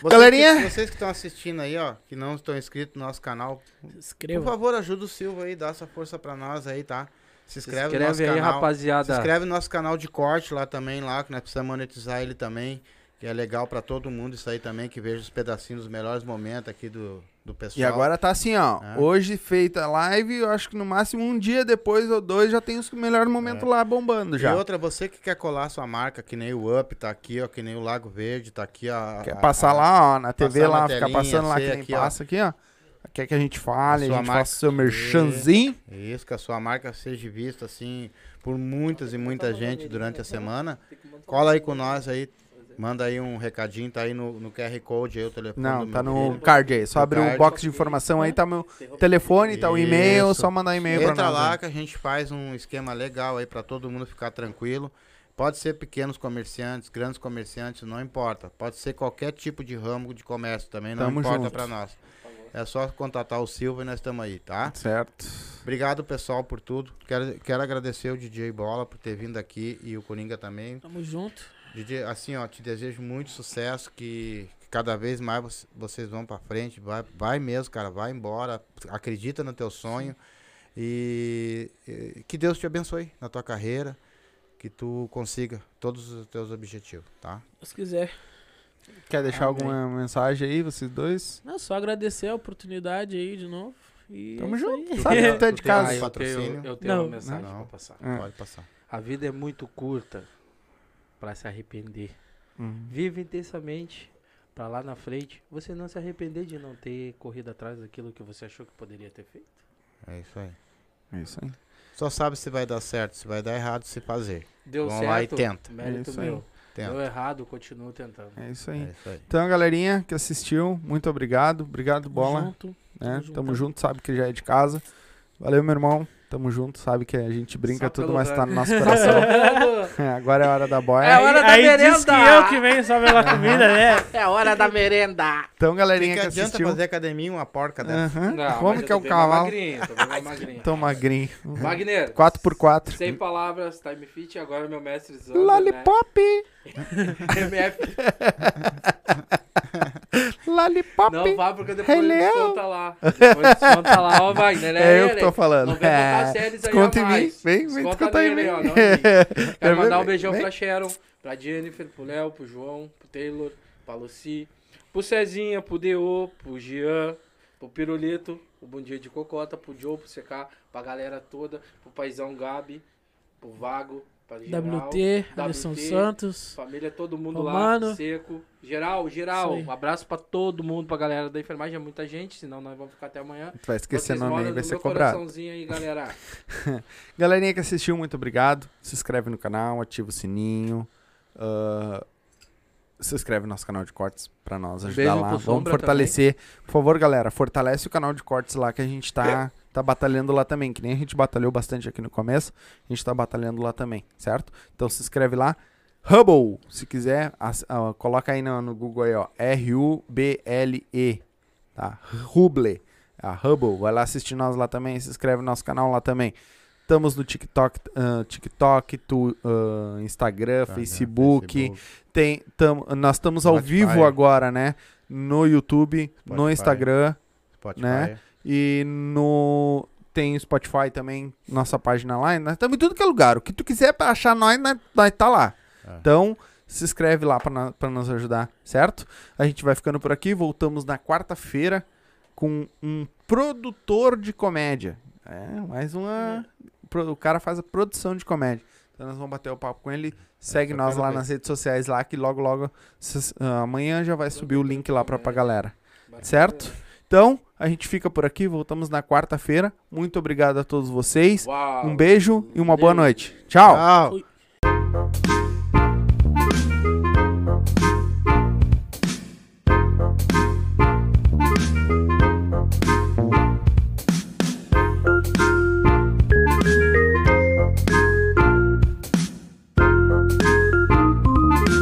S2: Vocês
S1: Galerinha!
S2: que- vocês que estão assistindo aí, ó, que não estão inscritos no nosso canal, por
S4: Escreva.
S2: favor, ajuda o Silva aí, dá essa força pra nós aí, tá? Se inscreve,
S5: Se
S2: no nosso
S5: inscreve aí,
S2: canal.
S5: rapaziada.
S2: Se inscreve no nosso canal de corte lá também, lá, que nós precisamos monetizar ele também. Que é legal pra todo mundo isso aí também, que veja os pedacinhos dos melhores momentos aqui do, do pessoal.
S1: E agora tá assim, ó. Hoje feita a live, eu acho que no máximo um dia depois ou dois já tem os melhores momentos lá bombando
S2: E
S1: já.
S2: outra, você que quer colar sua marca, que nem o Up, tá aqui, ó, que nem o Lago Verde, tá aqui, ó.
S1: Quer
S2: a-
S1: passar
S2: a-
S1: lá, ó, na TV
S2: passar na
S1: lá, ficar
S2: telinha,
S1: passando lá
S2: sei
S1: que nem
S2: aqui, ó.
S1: passa aqui, ó. Quer que a gente fale, a,
S2: sua
S1: gente
S2: marca-
S1: faça o seu merchanzinho.
S2: Isso, que a sua marca seja vista, assim, por muitas e muita gente durante a semana. Cola aí com nós aí, manda aí um recadinho, tá aí no, no QR Code aí o telefone do
S1: Não,
S2: meu
S1: tá no
S2: filho.
S1: card aí. Só
S2: No
S1: abrir o
S2: card.
S1: box de informação aí, tá meu telefone, tá o e-mail,
S2: Isso.
S1: só mandar e-mail pra
S2: Entra
S1: nós.
S2: lá
S1: aí.
S2: que a gente faz um esquema legal aí pra todo mundo ficar tranquilo. Pode ser pequenos comerciantes, grandes comerciantes, não importa. Pode ser qualquer tipo de ramo de comércio também, não
S1: Tamo
S2: importa
S1: junto.
S2: pra nós. É só contatar o Silva e nós estamos
S1: <laughs>
S2: aí, tá?
S1: Certo.
S2: Obrigado, pessoal, por tudo. Quero, quero agradecer o DJ Bola por ter vindo aqui e o Coringa também.
S4: Tamo junto.
S2: DJ, assim, ó, te desejo muito sucesso, que cada vez mais vo- vocês vão pra frente. Vai, vai mesmo, cara, vai embora. Acredita no teu sonho. E, e que Deus te abençoe na tua carreira. Que tu consiga todos os teus objetivos, tá?
S4: Se quiser.
S1: Quer deixar
S4: Amém.
S1: alguma mensagem aí, vocês dois?
S4: Não, só agradecer a oportunidade aí de novo. E
S1: Tamo
S4: é isso
S1: junto,
S4: aí.
S1: sabe?
S2: tem-
S1: que tu é de
S2: tu tem
S1: casa.
S2: mais
S5: eu
S2: patrocínio?
S5: tenho, eu tenho
S4: Não.
S5: uma mensagem
S2: Não.
S5: pra passar.
S1: É.
S2: Pode passar.
S5: A vida é muito curta pra se arrepender.
S1: Uhum.
S5: Vive intensamente pra lá na frente você não se arrepender de não ter corrido atrás daquilo que você achou que poderia ter feito.
S2: É isso aí.
S1: É isso aí.
S2: Só sabe se vai dar certo, se vai dar errado, se fazer.
S5: Deu
S2: Vão
S5: certo.
S2: lá e tenta.
S5: Mérito
S1: isso aí.
S5: meu.
S2: Tenta.
S5: Deu errado, continuo tentando.
S1: É isso aí.
S2: É isso aí.
S1: Então, galerinha que assistiu, muito obrigado. Obrigado,
S4: Tamo
S1: Bola.
S4: junto.
S1: né?
S4: Tamo
S1: Tamo,
S4: junto.
S1: junto, sabe que já é de casa. Valeu, meu irmão. Tamo junto, sabe que a gente brinca
S5: Só
S1: tudo,
S5: pelo
S1: mas tá
S5: velho.
S1: no nosso
S4: <laughs>
S1: coração.
S5: <laughs>
S1: É, Agora é a hora da boia.
S5: É a hora da
S4: aí diz que
S5: merenda.
S4: eu que venho só pela comida, né?
S5: É hora da merenda.
S1: Então,
S2: Que
S1: galerinha que,
S2: que adianta
S1: assistiu.
S2: fazer academia uma porca dessa?
S1: Aham.
S5: Não, mas
S1: Como
S5: eu
S1: que é
S5: tô
S1: o
S5: bem
S1: cavalo?
S5: magrinho, tô bem mais
S1: <laughs>
S5: magrinho.
S1: Tão magrinho.
S5: Wagner,
S1: 4x4.
S5: sem palavras, time fit, agora meu mestre Zona,
S1: Lollipop!
S5: Né? <laughs> MF,
S1: Lollipop!
S5: não vá porque depois
S1: Rei
S5: ele
S1: Leão.
S5: desconta lá. Depois desconta lá, ó Wagner, né?
S1: É eu que
S5: ele?
S1: tô falando.
S5: Não vem botar
S1: É,
S5: séries aí a
S1: desconta em mim.
S5: mais.
S1: Vem, vem, desconta em
S5: nele,
S1: mim. <laughs>
S5: ó, não em mim.
S1: Quer
S5: Quero
S1: ver?
S5: mandar um
S1: Vem,
S5: beijão
S1: é vem.
S5: pra Sharon, pra Jennifer, pro Léo, pro João, pro Taylor, pra Lucy, pro Cezinha, pro Deo, pro Jean, pro Pirulito, pro Bom Dia de Cocota, pro Joe, pro CK, pra galera toda, pro Paizão Gabi, pro Vago, pra geral,
S4: WT, Anderson Santos.
S5: Família, todo mundo lá,
S4: Romano.
S5: seco. Geral, geral,
S4: Isso aí.
S5: um abraço pra todo mundo, pra galera da enfermagem, é muita gente, senão nós vamos ficar até amanhã.
S1: Tu vai esquecer
S5: Vocês
S1: nome
S5: moram
S1: aí,
S5: no
S1: vai ser
S5: meu
S1: cobrado.
S5: coraçãozinho aí, galera.
S1: Galerinha que assistiu, muito obrigado. Se inscreve no canal, ativa o sininho. ah, se inscreve no nosso canal de cortes pra nós
S5: Um
S1: ajudar
S5: beijo
S1: lá.
S5: pro
S1: Vamos
S5: Sombra
S1: fortalecer. Por favor, galera, fortalece o canal de cortes lá que a gente tá, tá batalhando lá também. Que nem a gente batalhou bastante aqui no começo, a gente tá batalhando lá também, certo? Então se inscreve lá. Hubble, se quiser, as- ah, coloca aí no, no Google aí, ó. R-U-B-L-E. Tá? Ruble. A Hubble. Vai lá assistir nós lá também. Se inscreve no nosso canal lá também. Estamos no TikTok, ah, TikTok tu, ah, Instagram,
S2: Tá,
S1: Facebook.
S2: né?
S1: Tem, tamo- nós estamos ao
S2: Spotify.
S1: vivo agora, né? No YouTube, no
S2: Spotify.
S1: Instagram.
S2: Spotify.
S1: né? E no tem Spotify também, nossa página lá, e nós estamos em tudo que é lugar. O que tu quiser pra achar nós, nós, nós tá lá. Então, se inscreve lá pra, na- pra nos ajudar, certo? A gente vai ficando por aqui, voltamos na quarta-feira com um produtor de comédia. É, mais uma... pro- O cara faz a produção de comédia. Então nós vamos bater o papo com ele. Segue nós lá nas redes sociais lá, que logo, logo, cês- ah, amanhã já vai subir o link lá pra, pra galera. Certo? Então, a gente fica por aqui, voltamos na quarta-feira. Muito obrigado a todos vocês. Um beijo e uma boa noite. Tchau.
S2: Tchau.
S11: Fui.